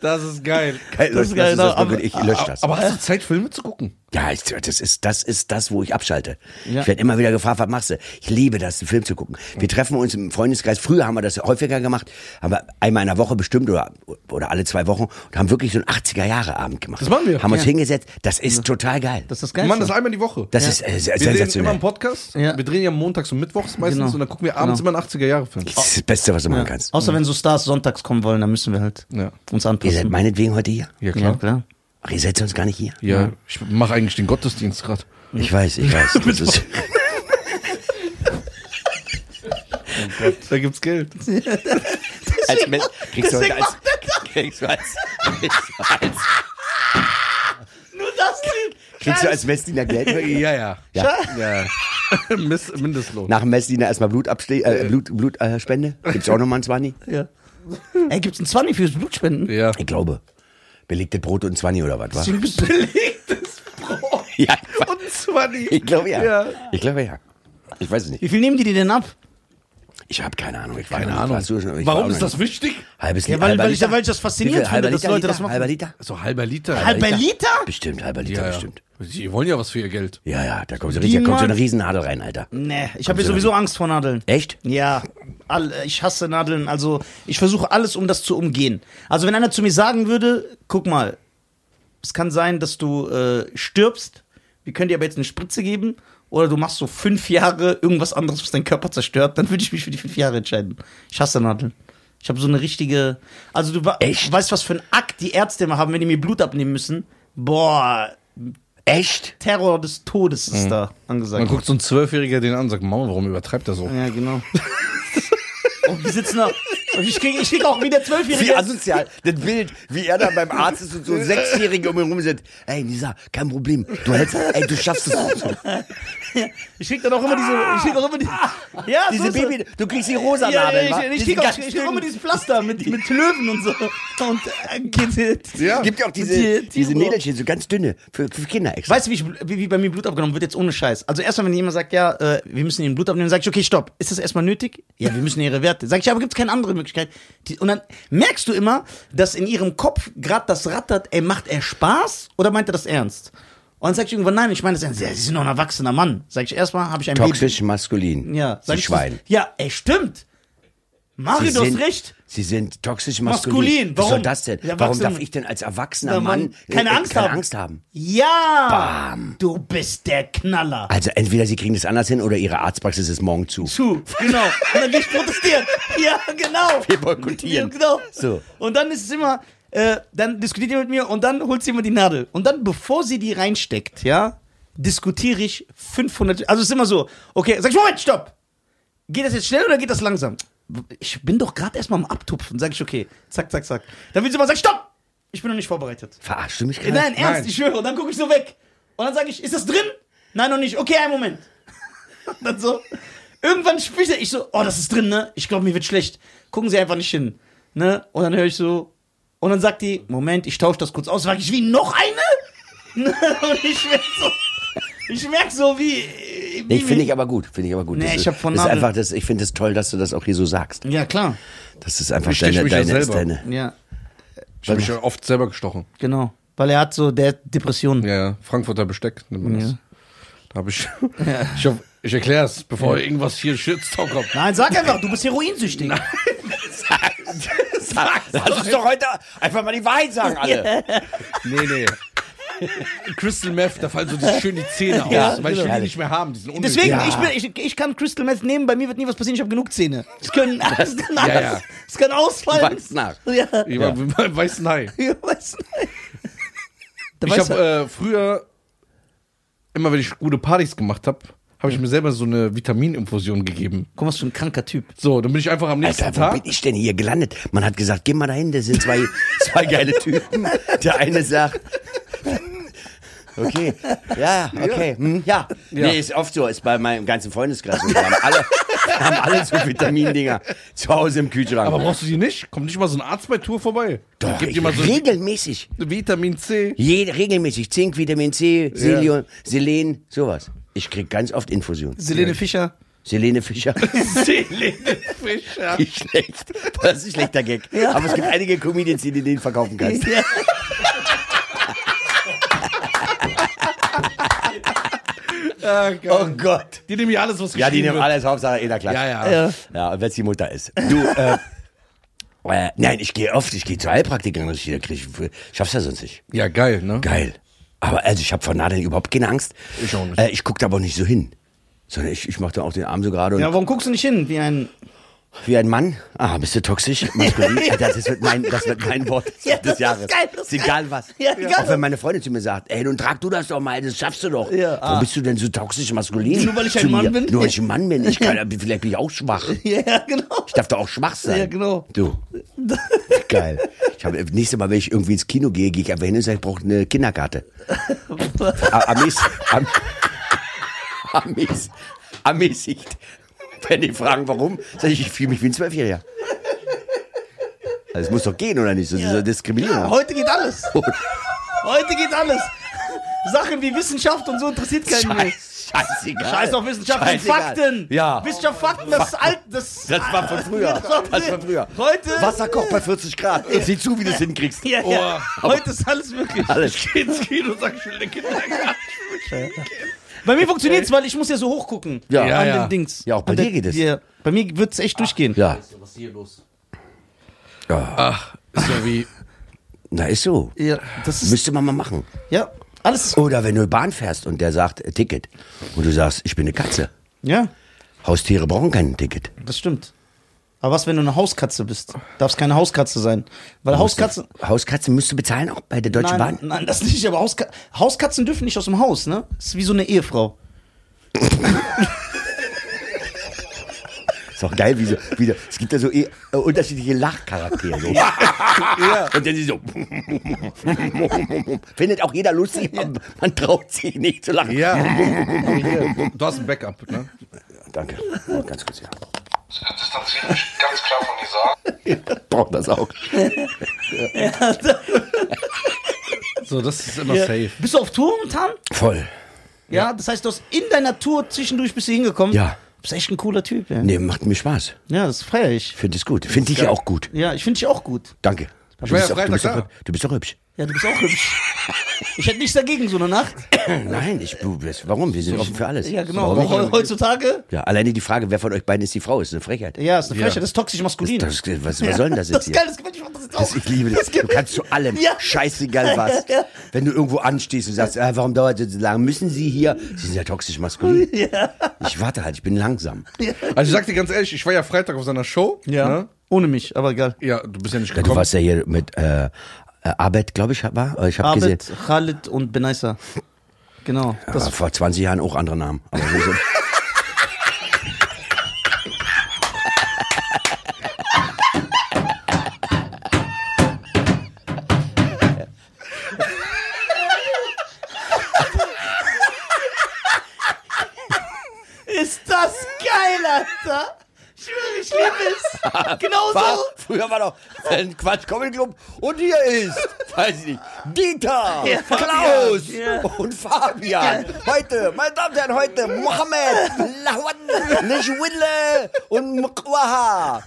A: Das ist geil.
C: Geil,
B: Das ist
C: lösch-
B: geil,
C: lass uns das
B: aber-
C: mal- ich lösche das.
A: Aber hast du Zeit, Filme zu gucken?
C: Ja, ich, das ist das ist das, wo ich abschalte.
B: Ja.
C: Ich werde immer wieder gefragt, was machst du? Ich liebe das, einen Film zu gucken. Wir treffen uns im Freundeskreis. Früher haben wir das häufiger gemacht, aber einmal in der Woche bestimmt oder oder alle zwei Wochen und haben wirklich so einen 80er Jahre Abend gemacht.
A: Das machen wir.
C: Haben uns
B: Ja.
C: hingesetzt. Das ist total geil.
B: Das ist das
A: Wir
B: Geilste.
A: machen das einmal die Woche.
C: das ist äh, sehr-
A: wir drehen immer
C: sensationell.
A: einen Podcast.
B: Ja.
A: Wir drehen ja montags und mittwochs meistens
B: Genau.
A: und dann gucken wir abends
B: Genau.
A: immer einen 80er-Jahre-Film.
C: Das ist das Beste, was du machen
B: Ja.
C: kannst.
B: Außer wenn so Stars sonntags kommen wollen, dann müssen wir halt
A: Ja.
B: uns
C: Mhm. Ihr seid
B: anpassen.
C: meinetwegen heute hier.
A: Ja,
B: ja, klar.
C: Ach, ihr seid sonst gar nicht hier.
A: Genau. Ja, ich mache eigentlich den Gottesdienst gerade.
C: Ich weiß, ich weiß. Das ist,
A: Da gibt's Geld.
C: als Mensch kriegst du heute
B: deswegen
C: als, kriegst du als, kriegst du als,
B: Nur das Lied.
C: kriegst du als Messdiener Geld?
A: Ja, ja.
C: Ja.
A: ja. Miss- Mindestlohn.
C: Nach dem Messdiener erstmal Blutabste äh, Blut, Blutspende. Gibt's auch nochmal einen Zwanni?
B: Ja. Ey, gibt's einen 20 fürs Blutspenden?
A: Ja.
C: Ich glaube. Belegte Brot und Zwanni oder was, wa?
A: Belegtes Brot
C: Ja,
A: und 20.
C: ich glaube ja.
A: Ja.
C: Ich glaube ja. Ich weiß es nicht.
B: Wie viel nehmen die dir denn ab?
C: Ich habe keine Ahnung. Ich
A: Keine Ahnung. Warum ist das wichtig?
C: Halbes
B: Ja,
C: Liter.
B: weil,
C: halber
B: weil, ich,
C: Liter.
B: weil ich das
C: Wie viel?
B: faszinierend
C: Halber
B: finde, dass
C: Liter,
B: Leute
C: Liter,
B: das machen.
C: Halber Liter?
A: So halber Liter.
B: Halber Liter?
C: Bestimmt, halber Liter,
A: ja, ja.
C: bestimmt.
A: Sie wollen ja was für ihr Geld.
C: Ja, ja, da kommt so, richtig, da kommt so eine
B: Mann. Hm.
C: Riesennadel rein, Alter.
B: Nee, ich habe sowieso Angst vor Nadeln.
C: Echt?
B: Ja, all, ich hasse Nadeln. Also ich versuche alles, um das zu umgehen. Also wenn einer zu mir sagen würde, guck mal, es kann sein, dass du äh, stirbst, wir können dir aber jetzt eine Spritze geben oder du machst so fünf Jahre irgendwas anderes, was deinen Körper zerstört, dann würde ich mich für die fünf Jahre entscheiden. Ich hasse Nadeln. Ich habe so eine richtige, also du wa-
C: Echt?
B: weißt, was für ein Akt die Ärzte immer haben, wenn die mir Blut abnehmen müssen. Boah,
C: Echt?
B: Terror des Todes
C: Mhm.
B: ist da angesagt.
A: Dann guckt so ein Zwölfjähriger den an und sagt, Mama, warum übertreibt er so?
B: Ja, genau. Und Oh, wir sitzen da. Und ich krieg, ich krieg auch wieder
C: Wie
B: zwölfjährige.
C: asozial. Das Bild, wie er da beim Arzt ist und so Sechsjährige um ihn rum sind. Ey, Nisa, kein Problem. Du hältst, ey, du schaffst es.
B: Ich krieg dann auch immer diese. Ich krieg auch immer die, ja,
C: Diese
B: so ist
C: Baby,
B: das.
C: du kriegst die
B: Ja,
C: rosa
B: ja,
C: Nadel.
B: ich, ich, krieg auch, ich krieg auch immer dieses Pflaster mit, mit Löwen und so. Und äh, geht
A: Ja.
C: Gibt ja auch diese,
B: Die- die-
C: diese Nädelchen, so ganz dünne, für, für Kinder extra.
B: Weißt du, wie, ich, wie, wie bei mir Blut abgenommen wird, jetzt ohne Scheiß? Also erstmal, wenn jemand sagt, ja, äh, wir müssen ihnen Blut abnehmen, sag ich, okay, stopp, ist das erstmal nötig? Ja, wir müssen ihre Werte. Sag ich, ja, aber gibt's keine andere Möglichkeit? Die, und dann merkst du immer, dass in ihrem Kopf gerade das rattert, ey, macht er Spaß oder meint er das ernst? Und dann sag ich irgendwann, nein, ich meine das ernst. Ja, sie sind noch ein erwachsener Mann. Sag ich, erstmal habe ich ein Baby.
C: Toxisch maskulin.
B: Ja,
C: Sie
B: ich
C: Schwein.
B: Das? Ja, ey, stimmt. Mario,
C: Sie
B: du hast
C: sind-
B: recht.
C: Sie sind toxisch
B: Maskulin,
C: maskulin. Was
B: warum?
C: soll das denn?
B: Der
C: Warum
B: Erwachsene-
C: darf ich denn als erwachsener
B: Na,
C: Mann,
B: Mann, keine
C: äh, äh,
B: Angst
C: keine
B: haben.
C: Angst haben?
B: Ja,
C: Bam.
B: du bist der Knaller.
C: Also entweder sie kriegen das anders hin oder ihre Arztpraxis ist morgen zu.
B: zu. Genau. Und dann gehe ich protestieren. Ja, genau.
C: Wir boykottieren.
B: Ja, genau.
C: So.
B: Und dann ist es immer, äh, dann diskutiert ihr mit mir und dann holt sie immer die Nadel. Und dann, bevor sie die reinsteckt, ja, diskutiere ich 500. Also es ist immer so, okay, sag ich, Moment, stopp. Geht das jetzt schnell oder geht das langsam? Ich bin doch gerade erstmal am Abtupfen. Sag ich, okay, zack, zack, zack. Dann will sie immer sagen, stopp! Ich bin noch nicht vorbereitet.
C: Verarschst du mich gerade?
B: Nein, ernst,
A: nein.
B: ich schwöre. Und dann gucke ich so weg. Und dann sage ich, ist das drin? Nein, noch nicht. Okay, einen Moment. Und dann so. Irgendwann spricht er, ich so, oh, das ist drin, ne? Ich glaube, mir wird schlecht. Gucken Sie einfach nicht hin. Ne? Und dann höre ich so. Und dann sagt die, Moment, ich tausche das kurz aus. Sag ich, wie, noch eine? Ne? Und ich merke so, ich merk so, wie. wie
C: Nee, finde ich aber gut, finde ich aber gut.
B: Nee,
C: das
B: ich
C: ist,
B: hab von
C: das ist
B: Nadel-
C: einfach das, ich finde es das toll, dass du das auch hier so sagst.
B: Ja, klar.
C: Das ist einfach
A: Ich stech
C: deine,
A: mich ja
C: deine, ist
A: selber.
C: deine.
B: Ja,
A: Ich habe mich ja oft selber gestochen.
B: genau. Weil er hat so, der hat Depressionen.
A: Ja, ja. Frankfurter Besteck nennt man das.
B: Ja.
A: Da habe ich. Ich, hab- ich erkläre es, bevor irgendwas hier Shitstorm kommt.
B: Nein, sag einfach, du bist heroinsüchtig.
C: Lass uns Ah, doch heute einfach mal die Wahrheit sagen, alle.
A: Nee, nee. Crystal Meth, da fallen so die, schön die Zähne aus,
B: Ja,
A: weil ich will die
C: genau.
A: nicht mehr haben. Die sind unnötig.
B: Deswegen,
C: Ja.
B: ich, bin, ich, ich kann Crystal Meth nehmen, bei mir wird nie was passieren, ich habe genug Zähne. Es können, es kann, alles,
A: ja.
B: Es kann ausfallen.
C: Weiß nach.
B: Ja,
A: Ich war wie beim weißen Hai.
B: ja weiß nicht. Da
A: Ich
B: weiß
A: habe
B: er-
A: äh, früher, immer wenn ich gute Partys gemacht habe, habe ich mir selber so eine Vitamininfusion gegeben.
B: Guck mal, was für ein kranker Typ.
A: So, dann bin ich einfach am nächsten
C: Alter, wo
A: Tag.
C: bin ich denn hier gelandet? Man hat gesagt, geh mal dahin, das sind zwei, zwei geile Typen. Der eine sagt, okay, ja, okay, hm, ja.
A: Ja.
C: Nee, ist oft so, ist bei meinem ganzen Freundeskreis. Und wir haben alle, wir haben alle so Vitamindinger zu Hause im Kühlschrank.
A: Aber brauchst du die nicht? Kommt nicht mal so ein Arzt bei Tour vorbei?
C: Doch,
A: Gibt
C: ich,
A: dir mal so
C: regelmäßig.
A: Vitamin C.
C: Je, regelmäßig. Zink, Vitamin C, Silion, Selen, sowas. Ich krieg ganz oft Infusionen.
B: Selene Fischer.
C: Selene Fischer.
A: Selene Fischer.
C: Wie schlecht. Das ist ein schlechter Gag. Aber es gibt einige Comedians, die dir den verkaufen kannst.
B: Ja.
C: Oh Gott.
A: Die nehmen ja alles, was
C: Ja, die
A: geschrieben
C: nehmen Äh,
A: wird.
C: alles Hauptsache in der Klasse.
A: Ja, ja.
B: Ja.
C: Ja, und wenn es die Mutter ist. Du, äh, äh, nein, ich gehe oft, ich gehe zur Heilpraktikerin, ich krieg, schaff's ja sonst nicht.
A: Ja, geil, ne?
C: Geil. Aber also ich habe vor Nadeln überhaupt keine Angst.
A: Ich auch nicht.
C: Äh, ich guck da aber nicht so hin. Sondern ich, ich mache da auch den Arm so gerade und
B: Ja, warum guckst du nicht hin? Wie ein.
C: wie ein Mann. Ah, bist du toxisch? Maskulin? Alter, das wird mein, das wird mein Wort des,
B: Ja, das
C: des
B: ist
C: Jahres.
B: geil, das ist
C: ist egal was.
B: Ja, egal
C: Auch wenn meine Freundin zu mir sagt, ey, nun trag du das doch mal, das schaffst du doch.
B: Ja,
C: Warum bist du denn so toxisch maskulin?
B: Nur weil ich
C: zu
B: ein Mann
C: mir?
B: bin?
C: Nur weil ich ein Mann bin. Ich kann, vielleicht bin ich auch schwach.
B: Ja, ja, genau.
C: Ich darf doch auch schwach sein.
B: Ja, genau.
C: Du. Geil. Ich habe nächstes Mal, wenn ich irgendwie ins Kino gehe, gehe ich einfach hin und sage, ich brauche eine Kinderkarte. A- Amis, am, amis, amesigt. Wenn die fragen, warum, sage ich, ich fühle mich wie ein Zwölfjähriger. Also es muss doch gehen, oder nicht? Das ist ja
B: Ja,
C: Diskriminierung.
B: heute geht alles. Heute geht alles. Sachen wie Wissenschaft und so interessiert keinen mehr.
C: Scheiß, scheißegal.
B: Scheiß auf Wissenschaft und
C: Scheißegal.
B: Fakten.
C: Ja.
B: Wissenschaft, Fakten, das ist alt. Das,
C: Das war von früher.
B: Das war
C: Das war früher.
B: Heute.
C: Wasserkoch bei 40 Grad. Sieh zu, wie du es hinkriegst. Oh,
B: Ja, ja. Heute ist alles möglich.
C: Alles.
A: Geh ins Kino, sag ich will eine Kindergarten.
B: Bei mir funktioniert's, weil ich muss ja so hochgucken.
C: Ja.
A: Ja,
B: an
A: ja.
B: den Dings.
C: Ja, auch bei
B: An
C: dir
B: der-
C: geht es. Ah,
B: Ja, bei mir wird's echt durchgehen.
C: Ja.
A: Was ist hier los?
C: Ja.
A: Ach, ist ja wie.
C: Na, ist so.
B: Ja, das ist,
C: Müsste man mal machen.
B: ja, alles.
C: Oder wenn du Bahn fährst und der sagt äh, Ticket und du sagst, ich bin eine Katze.
B: Ja,
C: Haustiere brauchen kein Ticket.
B: das stimmt. Aber was, wenn du eine Hauskatze bist? Darfst keine Hauskatze sein. Weil Hauskatzen.
C: Hauskatzen müsst du bezahlen auch bei der Deutschen
B: Nein,
C: Bahn.
B: nein, das nicht, aber Hauska Hauskatzen dürfen nicht aus dem Haus, ne? Das ist wie so eine Ehefrau.
C: Ist auch geil, wie so, wie so, es gibt ja so eh, äh, unterschiedliche Lachcharaktere. So. Und dann sie so. Findet auch jeder lustig, man, man traut sich nicht zu lachen.
A: Ja. Aber hier, du hast ein Backup, ne?
C: Danke. Ja, Ganz kurz, ja.
D: Ich Äh, distanziere mich ganz klar von Nisa.
C: Braucht das auch.
A: So, das ist immer
B: Ja.
A: safe.
B: Bist du auf Tour momentan?
C: Voll.
B: Ja, das heißt, du hast in deiner Tour zwischendurch bist du hingekommen.
C: Ja.
B: Bist echt ein cooler Typ, ja.
C: Nee, macht mir Spaß.
B: Ja, das feier ich.
C: Finde ich gut. Finde ich ja auch gut.
B: Ja, ich finde dich auch gut.
C: Danke. Du
A: war
C: bist,
A: ja
C: doch, du, bist
A: Freitag
C: doch, du bist doch hübsch.
B: Ja, du bist auch hübsch. Ich hätte nichts dagegen, so eine Nacht.
C: Nein, ich, du, das- warum? Wir sind offen für alles.
B: Ja, genau.
C: Warum
B: Aber
C: nicht?
B: he- heutzutage?
C: Ja, alleine die Frage, wer von euch beiden ist die Frau, ist eine Frechheit.
B: Ja, ist eine
A: Ja.
B: Frechheit. Das ist toxisch maskulin.
C: Das, was, was soll denn das jetzt
B: ist
C: hier?
B: geil, das gefällt mir. Das ist auch.
C: Das, ich liebe das. Du
B: gefällt
C: kannst zu allem,
B: mir. Ja.
C: scheißegal was.
B: Ja.
C: Wenn du irgendwo anstehst und sagst, ah, warum dauert es so lange, müssen sie hier. Sie sind ja toxisch maskulin. Ich warte halt, ich bin langsam.
A: Also ich sag dir ganz ehrlich, ich war ja Freitag auf seiner Show.
B: Ja.
A: Ne?
B: Ohne mich, aber egal.
A: Ja, du bist ja nicht
C: Ja, du
A: gekommen.
C: warst ja hier mit äh, äh, Abed, glaube ich, war. Ich habe gesehen.
B: Abed, Khalid und Benaisa. Genau.
C: Das
B: Das,
C: war vor 20 Jahren auch andere Namen. Aber so sind-
B: ist das geil, Alter? Ich schwöre, ich liebe es. Genau
C: war,
B: so.
C: früher war doch ein Quatsch Comedy Club und hier ist, weiß ich nicht, Dieter,
B: Ja,
C: Klaus
B: Fabian, ja.
C: und Fabian. Heute, meine Damen und Herren, heute Mohammed, Lawan, Nishwille und Mukwaha.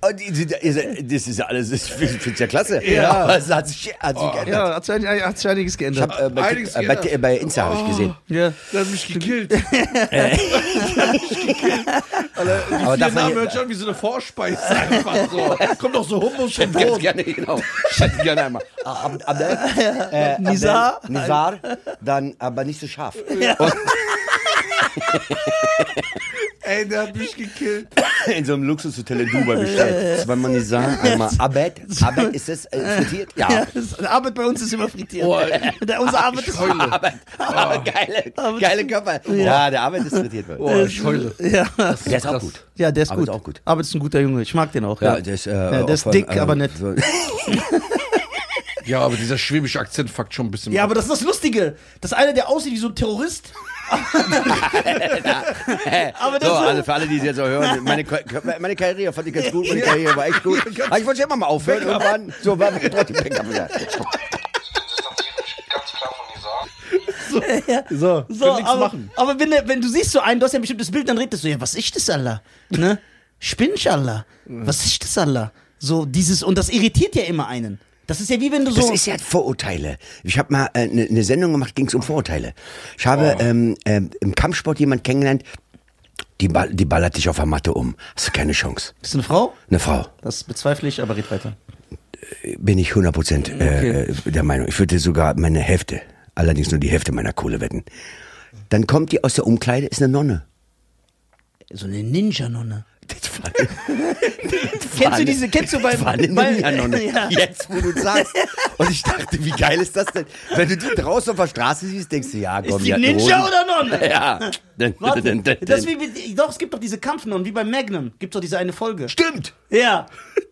C: Und die- die- ihr seid- das ist ja alles, ich finde es ja klasse.
A: Ja.
C: Aber es hat sich, hat sich geändert.
B: Oh. Ja, hat sich, ein- hat sich einiges
C: Ich
B: geändert. Oh.
C: hab, äh, bei,
A: Einiges
C: äh, bei,
A: geändert.
C: äh, bei Insta habe ich gesehen.
B: ja.
A: Der hat mich gekillt.
C: Aber
A: Der
C: darf man
A: Name
C: hier,
A: hört schon wie so eine Vorspeise einfach so. Kommt doch so Hummus vom
C: Ganz
A: Brot.
C: gerne, genau. Ich hätte gerne einmal. Ah, Ab, Abdel, äh, Abdel,
B: Nizar.
C: Nizar, dann aber nicht so scharf.
A: Ey, der hat mich gekillt.
C: In so einem Luxushotel in Dubai bestellt. Zweimal Nizar, einmal Abed. Abed, ist das äh, frittiert?
B: Ja,
C: Ja.
B: das, Arbeit bei uns ist immer frittiert.
A: Oh,
B: Der, unser Arbeit ist
C: Abed, Ah. aber geile,
B: Abed-
C: geile Körper. Ja, Oh, der Abed ist frittiert. worden.
A: Boah, Oh, ich heule.
B: Ja.
C: Der ist auch gut.
B: ja, der ist
C: Arbeit
B: gut.
C: ist auch gut.
B: Arbeit ist ein guter Junge. Ich mag den auch. Ja,
C: äh,
B: Ja, der ist
C: von-
B: dick,
C: äh,
B: aber nett.
C: so-
A: Ja, aber dieser schwäbische Akzent fuckt schon ein bisschen.
B: Ja,
A: ab.
B: aber das ist das Lustige, dass einer, der aussieht wie so ein Terrorist, aber das
C: so,
B: ist-
C: alle, für alle, die es jetzt auch hören, meine, Ko- meine Karriere fand ich ganz gut, meine Karriere war echt gut. Aber ich wollte ja immer mal aufhören und dann, so war mir die Backup
D: Das distanziert Äh, mich ganz klar von Nizar.
A: so,
B: so,
A: kann nichts
B: aber,
A: machen.
B: aber wenn, der, wenn du siehst so einen, du hast ja ein bestimmtes Bild, dann redest du, ja, was ist das, Allah? Ne? Spinn ich, Allah? Was ist das, Allah? So dieses, und das irritiert ja immer einen. Das ist ja wie wenn du so...
C: Das ist ja Vorurteile. Ich habe mal eine äh, ne- ne Sendung gemacht, ging es um Vorurteile. Ich habe
B: Oh.
C: ähm, ähm, im Kampfsport jemand kennengelernt, die, ball, die ballert dich auf der Matte um. Hast du keine Chance.
B: Bist du eine Frau?
C: Eine Frau,
B: Das bezweifle ich, aber red weiter.
C: bin ich 100 Prozent äh, äh, der Meinung. Ich würde sogar meine Hälfte, allerdings nur die Hälfte meiner Kohle wetten. Dann kommt die aus der Umkleide, ist eine Nonne.
B: So eine Ninja-Nonne.
C: Das war eine
B: Kennst du diese, kennst du bei...
C: Das war eine
B: bei-
C: Ninja-Nonne.
B: Ja.
C: Jetzt, wo du sagst. Und ich dachte, wie geil ist das denn? Wenn du die draußen auf der Straße siehst, denkst du, ja, komm,
B: Ist
C: die
B: die
C: hat
B: Ninja
C: Hosen.
B: oder Nonne?
C: Ja. Dun,
B: Warte,
C: dun, dun, dun,
B: das
C: dun.
B: wie, wie, doch, es gibt doch diese Kampfnonnen, wie bei Magnum. Gibt doch diese eine Folge.
C: Stimmt,
B: Ja.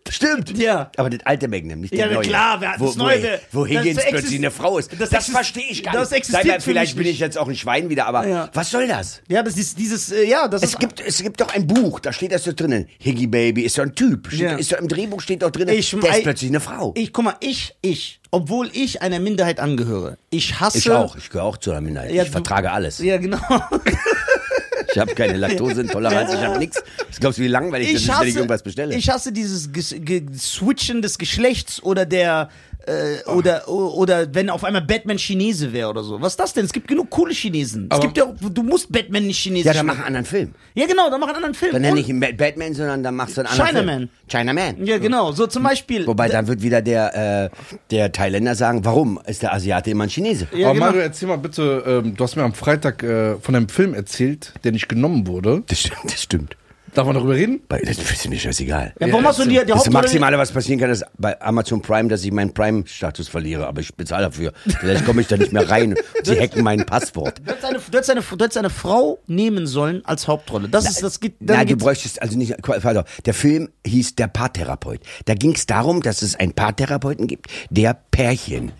C: stimmt.
B: Ja.
C: Aber das alte Magnum, nicht der
B: Ja,
C: neue.
B: na klar, wer hat
C: Wo-
B: das Neue?
C: wohin- Wohin
B: Das
C: geht's
B: exist-
C: plötzlich eine Frau ist?
B: Das
C: Das,
B: exist-
C: verstehe ich gar nicht.
B: das existiert
C: Sei mal,
B: für
C: vielleicht
B: mich
C: bin
B: nicht.
C: ich jetzt auch ein Schwein wieder, aber
B: Ja.
C: was soll das?
B: Ja, das ist dieses, äh, ja, das
C: Es
B: ist.
C: gibt, es gibt doch ein Buch, da steht das so drinnen. Higgy Baby ist doch ein Typ. Steht,
B: Ja.
C: ist doch Im Drehbuch steht doch drinnen,
B: Ich-
C: der
B: I-
C: ist plötzlich eine Frau.
B: Ich, guck mal, ich, ich, obwohl ich einer Minderheit angehöre, ich hasse.
C: Ich auch, ich gehöre auch zu einer Minderheit.
B: Ja,
C: ich
B: du-
C: vertrage alles.
B: Ja, genau.
C: Ich habe keine Laktoseintoleranz, ich habe nichts. Ich glaube, wie langweilig das
B: Ich
C: ist,
B: hasse,
C: wenn ich irgendwas bestelle.
B: ich hasse dieses Ges- Ge Switchen des Geschlechts oder der äh, oder o- oder wenn auf einmal Batman Chinese wäre oder so. Was ist das denn? Es gibt genug coole Chinesen. es
A: Aber-
B: gibt ja, auch- du musst Batman nicht Chinesisch.
C: ja, dann mach einen anderen Film.
B: ja genau, dann mach einen anderen Film.
C: Dann nenne
B: Und-
C: ich ihn Bad- Batman, sondern dann machst du einen anderen
B: Chinaman.
C: Film. Chinaman.
B: Ja, genau. So zum Beispiel.
C: Hm. Wobei dann wird wieder der, äh, der Thailänder sagen, warum ist der Asiate immer ein Chinese?
B: Ja,
A: aber
B: genau.
A: Mario, erzähl mal bitte, ähm, du hast mir am Freitag äh, von einem Film erzählt, der nicht genommen wurde.
C: Das stimmt, das stimmt.
A: Darf man darüber reden?
C: Bei- Das ist mir scheißegal.
B: ja, warum hast du die, die
C: Das
B: Hauptrolle?
C: Maximale, was passieren kann, ist bei Amazon Prime, dass ich meinen Prime-Status verliere, aber ich bezahle dafür. Vielleicht komme ich da nicht mehr rein. Sie hacken mein Passwort.
B: Du hättest, eine, du, hättest eine, du hättest eine Frau nehmen sollen als Hauptrolle. Das ist, das geht, dann
C: Nein, du
B: geht's-
C: bräuchtest also nicht. Also, der Film hieß Der Paartherapeut. Da ging es darum, dass es einen Paartherapeuten gibt, der Pärchen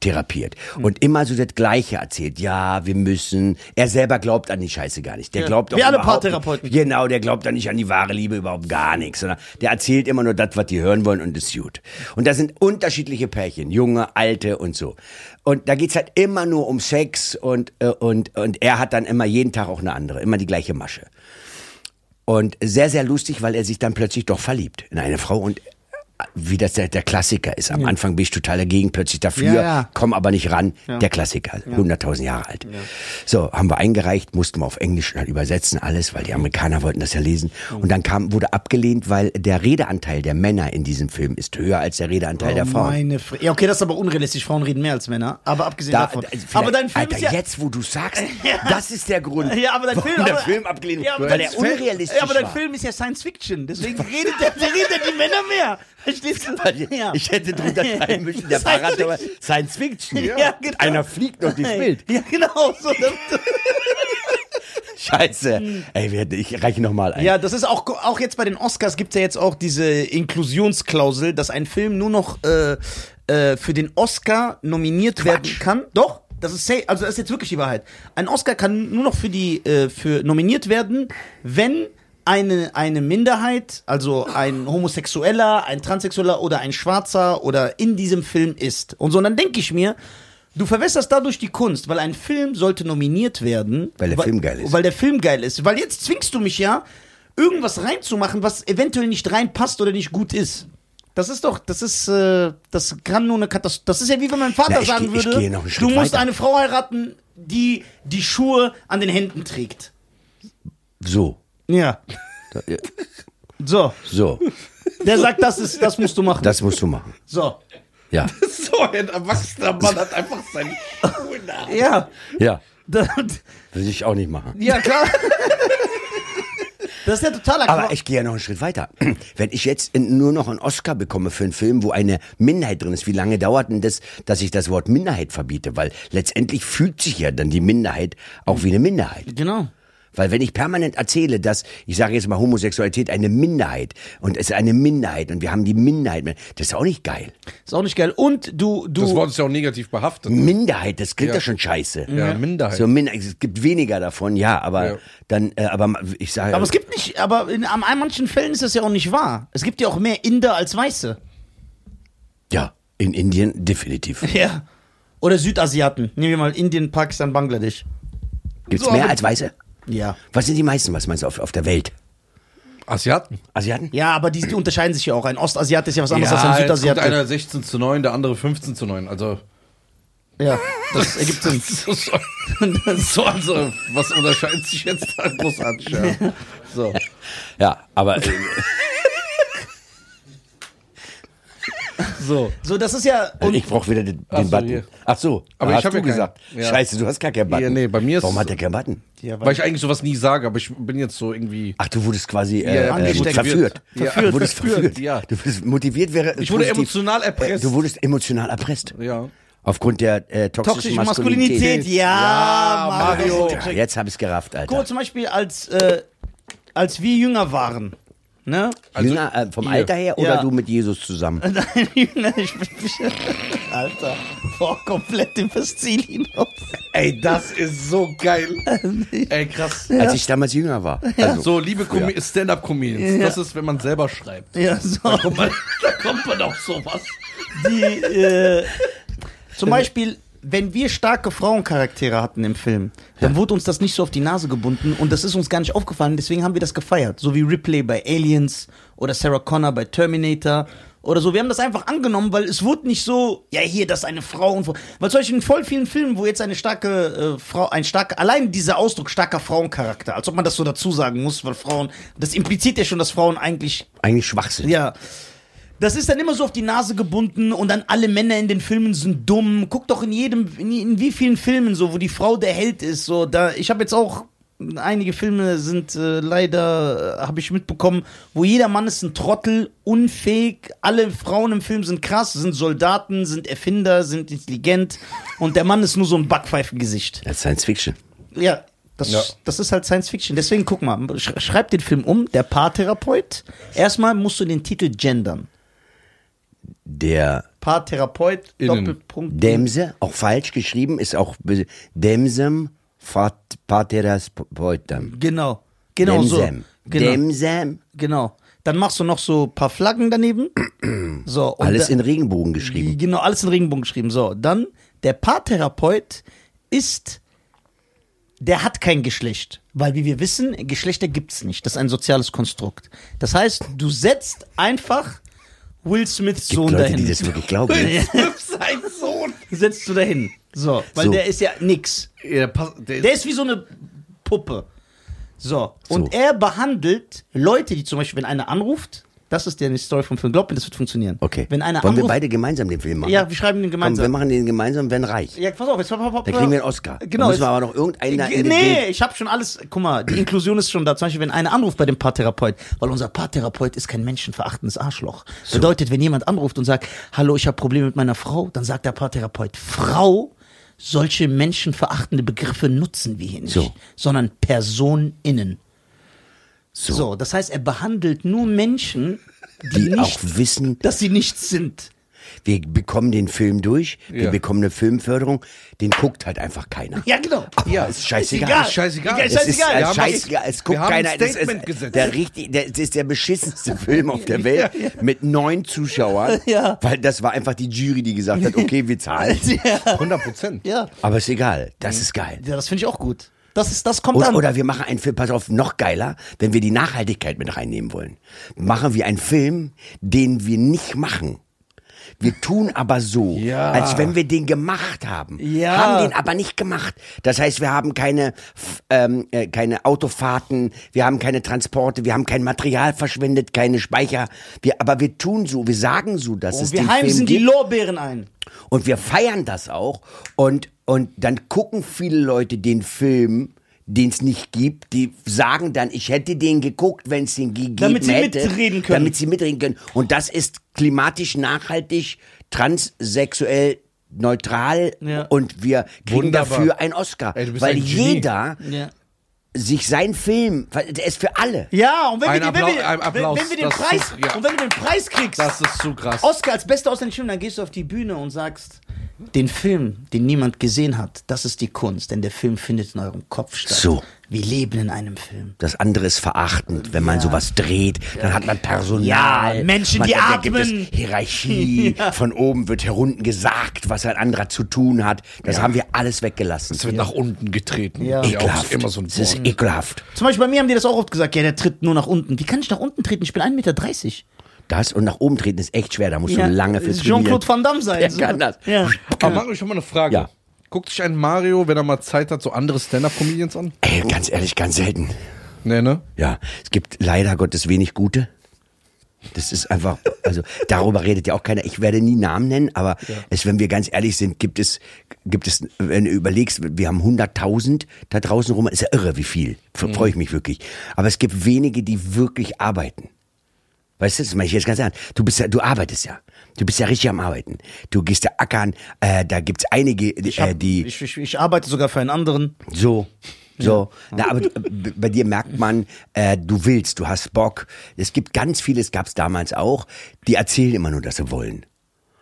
C: therapiert
B: Hm.
C: und immer so das Gleiche erzählt. Ja, wir müssen. Er selber glaubt an die Scheiße gar nicht. Der
B: Ja.
C: glaubt auch
B: Wie alle
C: überhaupt-
B: Paartherapeuten.
C: Genau, der glaubt dann nicht an die wahre Liebe überhaupt gar nichts, sondern der erzählt immer nur das, was die hören wollen und ist gut. Und da sind unterschiedliche Pärchen, junge, alte und so. Und da geht's halt immer nur um Sex und, äh, und, und er hat dann immer jeden Tag auch eine andere, immer die gleiche Masche. Und sehr, sehr lustig, weil er sich dann plötzlich doch verliebt in eine Frau und wie das der, der Klassiker ist. Am Anfang bin ich total dagegen, plötzlich
B: Ja,
C: dafür,
B: ja.
C: komm aber nicht ran. Der Klassiker, 100.000 Jahre alt. So, haben wir eingereicht, mussten wir auf Englisch halt übersetzen alles, weil die Amerikaner wollten das ja lesen. Und dann kam, wurde abgelehnt, weil der Redeanteil der Männer in diesem Film ist höher als der
B: Oh
C: Redeanteil halt der Frauen.
B: Meine Fre ja, okay, das ist aber unrealistisch. Frauen reden mehr als Männer. Aber abgesehen
C: Da,
B: davon.
C: da- vielleicht-
B: aber dein Film
C: Alter,
B: ist ja.
C: jetzt, wo du sagst, das ist der Grund,
B: Ja, aber dein
C: warum
B: Film,
C: der
B: aber,
C: Film abgelehnt
B: ja, aber
C: wurde, weil
B: dein
C: er
B: Film-
C: unrealistisch
B: Ja, aber dein
C: war.
B: Film ist ja Science Fiction, deswegen redet der, der redet ja die Männer mehr. Verstehst du? Ja.
C: Ich hätte drunter schreiben müssen, der
B: Science
C: Fahrrad, aber
B: Fiction.
C: Science Fiction.
B: Ja, genau.
C: Und Einer fliegt noch durchs Bild.
B: Ja, genau. So, das,
C: Scheiße. Ey, wir hätten- ich reiche nochmal ein.
B: ja, das ist auch, auch jetzt bei den Oscars gibt es ja jetzt auch diese Inklusionsklausel, dass ein Film nur noch äh, äh, für den Oscar nominiert werden kann. Doch, das ist safe, also das ist jetzt wirklich die Wahrheit. Ein Oscar kann nur noch für die äh, für nominiert werden, wenn eine, eine Minderheit, also ein Homosexueller, ein Transsexueller oder ein Schwarzer oder in diesem Film ist. Und so, und dann denke ich mir, du verwässerst dadurch die Kunst, weil ein Film sollte nominiert werden.
C: Weil der Film geil ist.
B: Weil der Film geil ist. Weil jetzt zwingst du mich ja, irgendwas reinzumachen, was eventuell nicht reinpasst oder nicht gut ist. Das ist doch, das ist, äh, das kann nur eine Katastrophe. Das ist ja wie wenn mein Vater
C: Na, ich
B: sagen
C: geh- ich
B: würde,
C: gehe noch einen
B: du
C: Schritt
B: musst
C: weiter.
B: eine Frau heiraten, die die Schuhe an den Händen trägt.
C: So.
B: Ja. So,
C: So.
B: der sagt, das ist, das musst du machen.
C: Das musst du machen.
B: so.
C: Ja.
A: So ein erwachsener Mann hat einfach seine Schuhe nach.
B: Ja.
C: Ja.
B: Da-
C: Will ich auch nicht machen.
B: ja, klar. Das ist ja totaler
C: Aber ich gehe ja noch einen Schritt weiter. Wenn ich jetzt in- nur noch einen Oscar bekomme für einen Film, wo eine Minderheit drin ist, wie lange dauert denn das, dass ich das Wort Minderheit verbiete? Weil letztendlich fühlt sich ja dann die Minderheit auch wie eine Minderheit.
B: genau.
C: Weil wenn ich permanent erzähle, dass, ich sage jetzt mal, Homosexualität eine Minderheit und es ist eine Minderheit und wir haben die Minderheit, das ist auch nicht geil.
B: Ist auch nicht geil. Und du, du.
A: Das Wort ist ja auch negativ behaftet.
C: Minderheit, das klingt ja, schon scheiße.
A: Ja, Minderheit.
C: So, Min es gibt weniger davon, ja, aber
A: Ja.
C: dann, äh, aber ma- ich sage,
B: Aber es gibt nicht, aber in, an manchen Fällen ist das ja auch nicht wahr. Es gibt ja auch mehr Inder als Weiße.
C: ja, in Indien definitiv.
B: Ja. Oder Südasiaten. Nehmen wir mal Indien, Pakistan, Bangladesch.
C: Gibt's
A: So,
C: mehr
A: aber-
C: als Weiße?
B: Ja.
C: Was sind die meisten, was meinst du, auf, auf der Welt?
A: Asiaten.
C: Asiaten?
B: Ja, aber die, die unterscheiden sich ja auch. Ein Ostasiat ist ja was anderes als
A: jetzt
B: ein
A: guckt
B: Südasiat.
A: einer 16 zu 9, der andere 15 zu 9. Also,
B: Ja, das ergibt Sinn.
A: so, so, so also, was unterscheidet sich jetzt da großartig? Ja. So.
C: Ja, aber äh,
A: so.
B: So, das ist ja. Und
C: ich brauche wieder den, den
A: Ach so,
C: Button.
A: hier.
C: Ach so,
A: Aber
C: da
A: ich
C: hast
A: hab
C: du
A: ja keinen.
C: gesagt.
A: Ja.
C: Scheiße, du hast gar keinen Button.
A: Ja, nee, bei mir ist-
C: Warum hat er keinen Button?
B: ja,
A: Weil ich eigentlich sowas nie sage, aber ich bin jetzt so irgendwie.
C: Ach, du wurdest quasi äh,
A: Ja,
C: äh,
A: angesteckt.
C: verführt.
A: Ja.
C: Du wurdest
A: Verführt,
C: verführt.
A: ja.
C: Du wurdest motiviert wäre.
A: Ich wurde
C: positiv.
A: emotional erpresst.
C: Äh, Du wurdest emotional erpresst.
A: Ja.
C: Aufgrund der äh, toxischen
B: toxische
C: Maskulinität.
B: Maskulinität. Ja,
A: Ja,
B: Mario.
C: Ja, jetzt habe ich es gerafft, Alter.
B: Guck mal, zum Beispiel, als, äh, als wir jünger waren. Ne?
C: Jünger, äh, vom
A: ihr.
C: Alter her oder
B: Ja.
C: du mit Jesus zusammen?
B: Nein, jünger, ich bin. Alter, boah, komplett im Stil hinaus.
A: Ey, das ist so geil. Ey, krass.
C: Als ich damals jünger war. Also,
A: So, liebe
C: früher.
A: Comi- Stand-Up-Comedians, das ist, wenn man selber schreibt.
B: Ja, so.
A: Guck mal, da kommt man auf sowas.
B: die, äh, zum Beispiel, wenn wir starke Frauencharaktere hatten im Film, dann wurde uns das nicht so auf die Nase gebunden und das ist uns gar nicht aufgefallen, deswegen haben wir das gefeiert. So wie Ripley bei Aliens oder Sarah Connor bei Terminator oder so. Wir haben das einfach angenommen, weil es wurde nicht so, ja, hier, das ist eine Frau und so. Weil zum Beispiel in voll vielen Filmen, wo jetzt eine starke äh, Frau, ein starker, allein dieser Ausdruck starker Frauencharakter, als ob man das so dazu sagen muss, weil Frauen, das impliziert ja schon, dass Frauen eigentlich
C: Eigentlich Schwachsinn.
B: ja. Das ist dann immer so auf die Nase gebunden und dann alle Männer in den Filmen sind dumm. Guck doch in jedem, in, in wie vielen Filmen so, wo die Frau der Held ist. So, da, ich habe jetzt auch einige Filme sind äh, leider äh, habe ich mitbekommen, wo jeder Mann ist ein Trottel, unfähig. Alle Frauen im Film sind krass, sind Soldaten, sind Erfinder, sind intelligent und der Mann ist nur so ein Backpfeifengesicht.
C: Das ist Science Fiction.
B: Ja, das,
A: Ja.
B: das ist halt Science Fiction. Deswegen guck mal, sch schreib den Film um, der Paartherapeut. Erstmal musst du den Titel gendern.
C: Der
B: Paartherapeut,
A: Innen.
B: Doppelpunkt.
C: Dämse, auch falsch geschrieben, ist auch be- Dämsem fat- pateras poetam.
B: Genau. Genau
C: Dämsem.
B: so. Genau.
C: Dämsem.
B: genau. Dann machst du noch so ein paar Flaggen daneben. so, und
C: Alles
B: da-
C: in Regenbogen geschrieben.
B: Genau, alles in Regenbogen geschrieben. So, dann der Paartherapeut ist. Der hat kein Geschlecht, weil wie wir wissen, Geschlechter gibt's nicht. Das ist ein soziales Konstrukt. Das heißt, du setzt einfach Will Smiths
C: Gibt
B: Sohn
C: Leute,
B: dahin.
C: die das wirklich glauben. ne?
A: Sein Sohn.
B: Setzt du dahin. So, weil
C: So.
B: der ist ja nix.
A: Der, pass- der ist-
B: Der ist wie so eine Puppe. So. Und er behandelt Leute, die zum Beispiel, wenn einer anruft, das ist die Story vom Film, glaub mir, das wird funktionieren.
C: Okay.
B: Wenn einer
C: Wollen wir
B: anruft,
C: beide gemeinsam den Film machen?
B: Ja, wir schreiben den gemeinsam.
C: Komm, wir machen den gemeinsam, werden reich.
B: ja, pass auf, jetzt pass, pass,
C: Dann kriegen wir einen Oscar. Dann
B: Genau.
C: müssen wir
B: jetzt-
C: aber noch irgendeinen da in den
B: nee,
C: Bild-
B: ich habe schon alles. Guck mal, die Inklusion ist schon da. Zum Beispiel, wenn einer anruft bei dem Paartherapeut, weil unser Paartherapeut ist kein menschenverachtendes Arschloch. Bedeutet, wenn jemand anruft und sagt, hallo, ich habe Probleme mit meiner Frau, dann sagt der Paartherapeut, Frau, solche menschenverachtende Begriffe nutzen wir hier nicht,
C: So.
B: sondern PersonInnen.
C: So.
B: so, das heißt, er behandelt nur Menschen, die,
C: Die auch
B: nicht,
C: wissen,
B: dass sie nichts sind.
C: wir bekommen den Film durch, wir
A: Ja.
C: bekommen eine Filmförderung, den guckt halt einfach keiner.
B: Ja, genau.
C: Ja, ist scheißegal.
B: egal.
A: Ist scheißegal.
B: Ja,
A: Es
B: Ist
C: Es ist
B: scheißegal.
A: Wir
C: äh,
A: haben-
C: scheißegal, es guckt
A: wir haben
C: keiner.
A: ein
C: Das
A: Statement
C: ist,
A: gesetzt.
C: der richtig, der, das ist der beschissenste Film auf der Welt mit neun Zuschauern,
B: Ja. Also-
C: weil das war einfach die Jury, die gesagt hat, okay, wir zahlen.
A: 100 Prozent.
B: Ja,
C: Aber ist egal,
A: Mhm.
C: das ist geil.
B: ja das finde ich auch gut. Das, ist, das kommt
C: Oder,
B: an.
C: oder wir machen einen Film, pass auf, noch geiler, wenn wir die Nachhaltigkeit mit reinnehmen wollen. Machen wir einen Film, den wir nicht machen. Wir tun aber so,
A: Ja.
C: als wenn wir den gemacht haben.
B: Ja.
C: Haben den aber nicht gemacht. Das heißt, wir haben keine, f- ähm, äh, keine Autofahrten, wir haben keine Transporte, wir haben kein Material verschwendet, keine Speicher. Wir, aber wir tun so, wir sagen so, dass es
B: Und
C: den
B: wir
C: Film
B: heimsen
C: gibt.
B: die Lorbeeren ein.
C: Und wir feiern das auch. Und, und dann gucken viele Leute den Film, den es nicht gibt. Die sagen dann, ich hätte den geguckt, wenn es den gegeben
B: Damit sie
C: hätte.
B: mitreden können.
C: Damit sie mitreden können. Und das ist klimatisch nachhaltig, transsexuell neutral.
B: Ja.
C: Und wir kriegen
A: Wunderbar.
C: dafür einen Oscar.
A: Ey, du bist
C: weil
A: ein Genie.
C: jeder
B: Ja.
C: sich sein Film, weil der ist für alle.
B: Ja, und wenn,
A: Ein
B: wir, den- wenn,
A: Applau-
B: wir,
A: ein Applaus,
B: wenn, wenn wir den
A: das ist
B: Preis
A: so- ja.
B: und wenn du den Preis kriegst,
A: Das ist zu krass.
B: Oscar als bester ausländischer Film, dann gehst du auf die Bühne und sagst, den Film, den niemand gesehen hat, das ist die Kunst, denn der Film findet in eurem Kopf statt.
C: So.
B: Wir leben in einem Film.
C: Das andere ist verachtend, wenn man sowas dreht, dann hat man Personal.
B: Ja, Menschen,
C: man,
B: die
C: da gibt
B: atmen.
C: es Hierarchie, von oben wird herunten gesagt, was ein anderer zu tun hat. Das haben wir alles weggelassen.
A: Es wird nach unten getreten.
B: Ja.
A: Ist auch
C: ekelhaft.
A: immer so ein
C: das ist
A: Wort.
C: ekelhaft.
B: Zum Beispiel bei mir haben die das auch oft gesagt, ja, der tritt nur nach unten. Wie kann ich nach unten treten? Ich bin 1,30 Meter.
C: Das und nach oben treten ist echt schwer, da musst
B: Ja,
C: du lange für
B: Jean-Claude Van Damme sein.
C: Der kann das.
B: Ja.
A: Aber Mario, ich habe mal eine Frage.
C: Ja.
A: Guckt sich ein Mario, wenn er mal Zeit hat, so andere Stand-Up-Comedians an?
C: Ey, ganz ehrlich, ganz selten.
A: Nee, ne?
C: Ja, es gibt leider Gottes wenig gute. Das ist einfach, also darüber redet ja auch keiner. Ich werde nie Namen nennen, aber es, wenn wir ganz ehrlich sind, gibt es, gibt es, wenn du überlegst, wir haben 100.000 da draußen rum, ist ja irre, wie viel. F-
B: Mhm.
C: Freue ich mich wirklich. Aber es gibt wenige, die wirklich arbeiten. Weißt du, das meine ich jetzt ganz ernst. Du bist ja, du arbeitest ja. Du bist ja richtig am Arbeiten. Du gehst ja ackern. Äh, da gibt's einige, äh, die
B: ich, ich, ich arbeite sogar für einen anderen.
C: so. So, na, aber du, b- bei dir merkt man, äh, du willst, du hast Bock. Es gibt ganz viele, es gab es damals auch, die erzählen immer nur, dass sie wollen.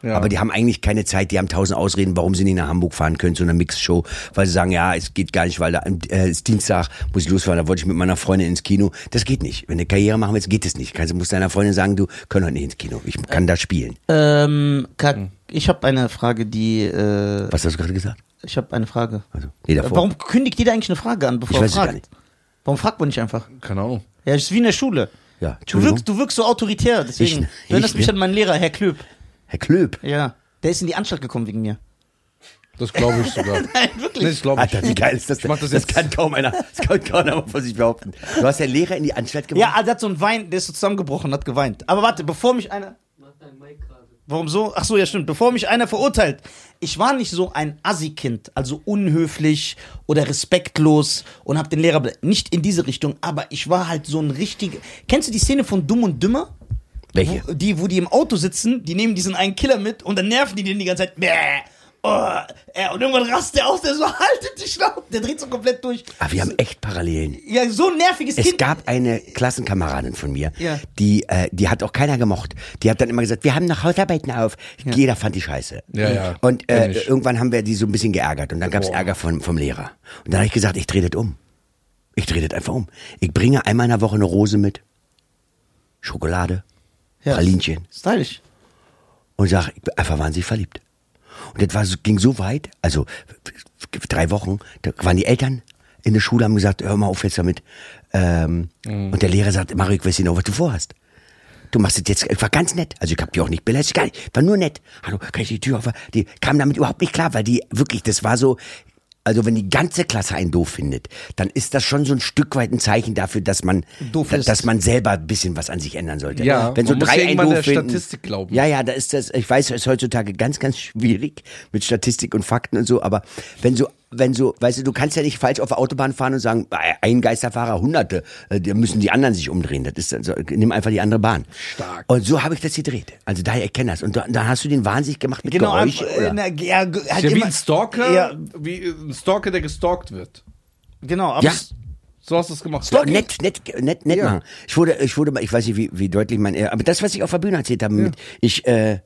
A: Ja.
C: Aber die haben eigentlich keine Zeit, die haben tausend Ausreden, warum sie nicht nach Hamburg fahren können zu einer Mixshow, weil sie sagen, ja, es geht gar nicht, weil da äh, ist Dienstag, muss ich losfahren, da wollte ich mit meiner Freundin ins Kino. Das geht nicht. Wenn du Karriere machen willst, geht es nicht. Kannst, du musst deiner Freundin sagen, du können heute nicht ins Kino, ich kann da spielen.
B: Ähm, Ka- ich habe eine Frage, die äh,
C: Was hast du gerade gesagt?
B: Ich habe eine Frage.
C: Also, nee, davor.
B: Warum kündigt jeder eigentlich eine Frage an, bevor
C: Ich
B: er
C: weiß es
B: fragt?
C: gar nicht.
B: Warum fragt man nicht einfach?
A: Keine Ahnung.
B: Ja, es ist wie in der Schule.
C: Ja,
B: du
C: Entschuldigung.
B: wirkst, du wirkst so autoritär, deswegen.
C: Ich-
B: Du erinnerst
C: ich,
B: mich
C: ne?
B: an meinen Lehrer, Herr Klöb.
C: Herr Klöb.
B: Ja. Der ist in die Anstalt gekommen wegen mir.
A: Das glaube ich sogar.
B: Nein, wirklich.
A: Nee, das glaube ich.
C: Oh, Alter, wie geil ist das
A: Ich
C: denn?
A: mach
C: Das,
A: das jetzt.
C: kann kaum einer, das kann kaum einer von sich behaupten. Du hast deinen Lehrer in die Anstalt gebracht?
B: Ja, ah, der hat so einen Wein, der ist so zusammengebrochen, hat geweint. Aber warte, bevor mich einer. Warum so? Ach so, ja stimmt. Bevor mich einer verurteilt. Ich war nicht so ein Assi-Kind, also unhöflich oder respektlos und habe den Lehrer be- nicht in diese Richtung, aber ich war halt so ein richtiger. Kennst du die Szene von Dumm und Dümmer?
A: also
C: Welche?
B: Wo, die, wo die im Auto sitzen, die nehmen diesen einen Killer mit und dann nerven die den die ganze Zeit. Bäh, oh, äh, und irgendwann rast der aus, der so haltet die Schnauze, der dreht so komplett durch.
C: Ah, wir haben echt Parallelen.
B: Ja, so ein nerviges
C: Es
B: Kind.
C: gab eine Klassenkameradin von mir,
B: Ja.
C: die, äh, die hat auch keiner gemocht. Die hat dann immer gesagt, wir haben noch Hausarbeiten auf. Jeder fand die scheiße.
A: Ja, ja.
C: Und äh,
A: Kenn ich.
C: irgendwann haben wir die so ein bisschen geärgert und dann gab es
A: Boah.
C: Ärger vom, vom Lehrer. Und dann habe ich gesagt, ich drehe das um. Ich drehe das einfach um. Ich bringe einmal in der Woche eine Rose mit, Schokolade,
B: Ja.
C: Pralinchen.
B: Stylisch.
C: und sag, ich bin einfach wahnsinnig verliebt. Und das war, so- ging so weit, also f- drei Wochen, da waren die Eltern in der Schule, haben
A: Mhm.
C: gesagt, hör mal auf jetzt damit. Ähm, Und der Lehrer sagt, Mario, ich weiß genau, was du vorhast. du machst es jetzt, ich war ganz nett. Also ich hab die auch nicht belästigt, gar nicht. War nur nett. Hallo, kann ich die Tür auf? Die kam damit überhaupt nicht klar, weil die wirklich, das war so, also wenn die ganze Klasse einen doof findet, dann ist das schon so ein Stück weit ein Zeichen dafür, dass man,
B: Doof
C: da-
B: ist.
C: dass man selber ein bisschen was an sich ändern sollte.
A: Ja,
C: wenn so
A: man muss
C: drei
A: ja
C: einen
A: irgendwann
C: doof
A: der
C: finden,
A: Statistik glauben.
C: Ja, ja, da ist das. Ich weiß, es ist heutzutage ganz, ganz schwierig mit Statistik und Fakten und so. Aber wenn so, wenn so, weißt du, du kannst ja nicht falsch auf der Autobahn fahren und sagen, ein Geisterfahrer, Hunderte, äh, da müssen die anderen sich umdrehen. Das ist dann so, nimm einfach die andere Bahn. Stark. Und so habe ich das gedreht. Also daher erkenne das. Und da, dann hast du den Wahnsinn gemacht mit
B: Genau,
C: Geräusch.
B: einfach,
C: oder?
B: äh, na, ja, halt
A: Ja, wie
B: immer-
A: ein Stalker,
B: Ja,
A: wie ein Stalker, der gestalkt wird.
B: genau. aber
C: Ja.
B: es-
A: So hast du es gemacht.
C: Ja, nett, nett, nett, nett machen. Ich wurde, ich wurde, mal- ich weiß nicht, wie, wie deutlich man, äh, aber das, was ich auf der Bühne erzählt habe, mit, ich, äh,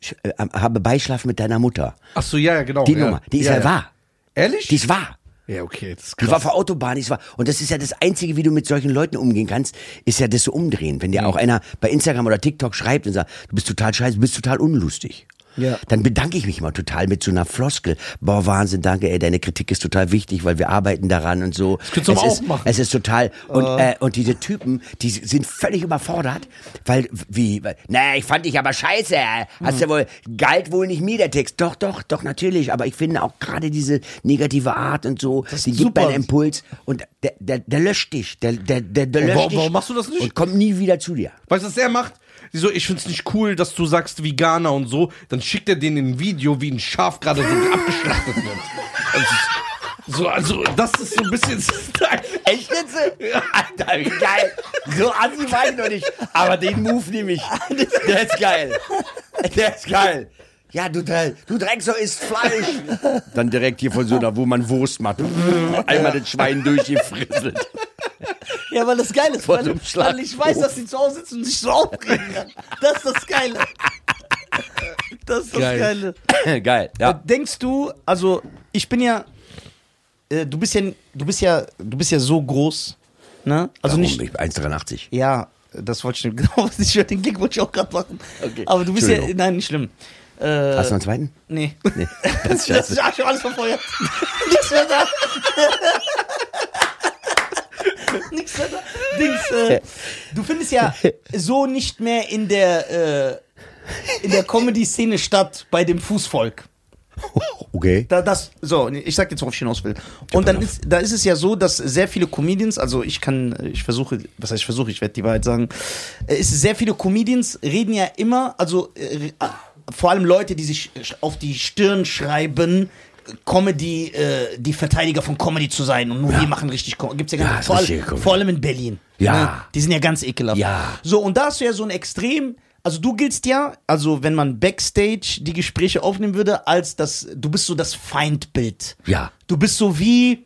C: ich äh, habe Beischlaf mit deiner Mutter.
A: Ach so, ja, ja, genau.
C: Die
A: ja.
C: Nummer, die ist
A: ja,
C: ja, wahr.
A: Ehrlich?
C: Die ist wahr.
A: ja, okay, das ist
C: Die
A: krass.
C: war vor Autobahn, die ist wahr. Und das ist ja das Einzige, wie du mit solchen Leuten umgehen kannst, ist ja das so umdrehen. Wenn
A: Mhm.
C: dir auch einer bei Instagram oder TikTok schreibt und sagt, du bist total scheiße, du bist total unlustig.
B: Ja.
C: Dann bedanke ich mich mal total mit so einer Floskel. Boah, Wahnsinn, danke, ey, deine Kritik ist total wichtig, weil wir arbeiten daran und so.
A: könntest du
C: es
A: aber auch
C: ist,
A: machen. Ah.
C: Es ist total. Und, äh, und diese Typen, die sind völlig überfordert, weil, wie, weil, naja, ich fand dich aber scheiße. äh.
A: Mhm.
C: Hast ja wohl, galt wohl nicht mir der Text. Doch, doch, doch, natürlich. Aber ich finde auch gerade diese negative Art und so, die gibt
B: super.
C: mir einen Impuls und der, der, der löscht dich. Der, der, der, der löscht
A: warum-
C: dich
A: warum machst du das nicht?
C: Und kommt nie wieder zu dir.
A: Weißt du, was er macht? Die so, ich find's nicht cool, dass du sagst Veganer und so. Dann schickt er denen ein Video, wie ein Schaf gerade so abgeschlachtet wird. Also, so, also, das ist so ein bisschen.
C: Echt jetzt? Alter, wie geil. So assi war ich noch nicht. Aber den Move nehme ich. Der ist geil. Der ist geil. Ja, du, Dreck- du Drecksau isst Fleisch. Dann direkt hier von so einer, wo man Wurst macht. Einmal das Schwein durchgefrisselt.
B: Ja, weil das geil ist,
C: Vor
B: weil,
C: so einem Schlag-
B: weil ich weiß, dass sie zu Hause sitzen und sich so aufregen kann. Das ist das Geile. Das ist das
A: Geil.
B: Geile.
C: Geil, ja.
B: Denkst du, also ich bin ja, äh, du bist ja, du bist ja, du bist ja so groß, ne? Also
C: Warum?
B: nicht,
C: Ich bin 1,83.
B: ja, das wollte ich nicht, genau, ich wollte den Gig wollte ich auch gerade machen.
C: Okay.
B: Aber du bist ja,
C: Entschuldigung.
B: nein, nicht schlimm. Äh,
C: Hast du noch einen zweiten?
B: nee.
C: Nee, das ist
B: Das
C: scheiße.
B: ist ja schon alles verfeuert. Nichts mehr da. Nichts mehr da. Dings, äh, du findest ja so nicht mehr in der, äh, in der Comedy-Szene statt bei dem Fußvolk.
C: Okay.
B: Da, das, so, nee, ich sag jetzt, worauf ich hinaus will. Und dann ist, da ist es ja so, dass sehr viele Comedians, also ich kann, ich versuche, was heißt ich versuche, ich werde die Wahrheit sagen, äh, ist sehr viele Comedians reden ja immer, also äh, äh, vor allem Leute, die sich sch- auf die Stirn schreiben, Comedy, äh, die Verteidiger von Comedy zu sein und nur wir machen richtig Comedy. Gibt's ja,
C: Ja,
B: ganz,
C: ist
B: vor, allem,
C: richtige Comedy.
B: vor allem in Berlin. ne?
C: Ja.
B: Die sind ja ganz ekelhaft.
C: Ja.
B: So, und da hast du ja so ein Extrem. Also du giltst ja, also wenn man backstage die Gespräche aufnehmen würde, als das, du bist so das Feindbild.
C: Ja.
B: Du bist so wie,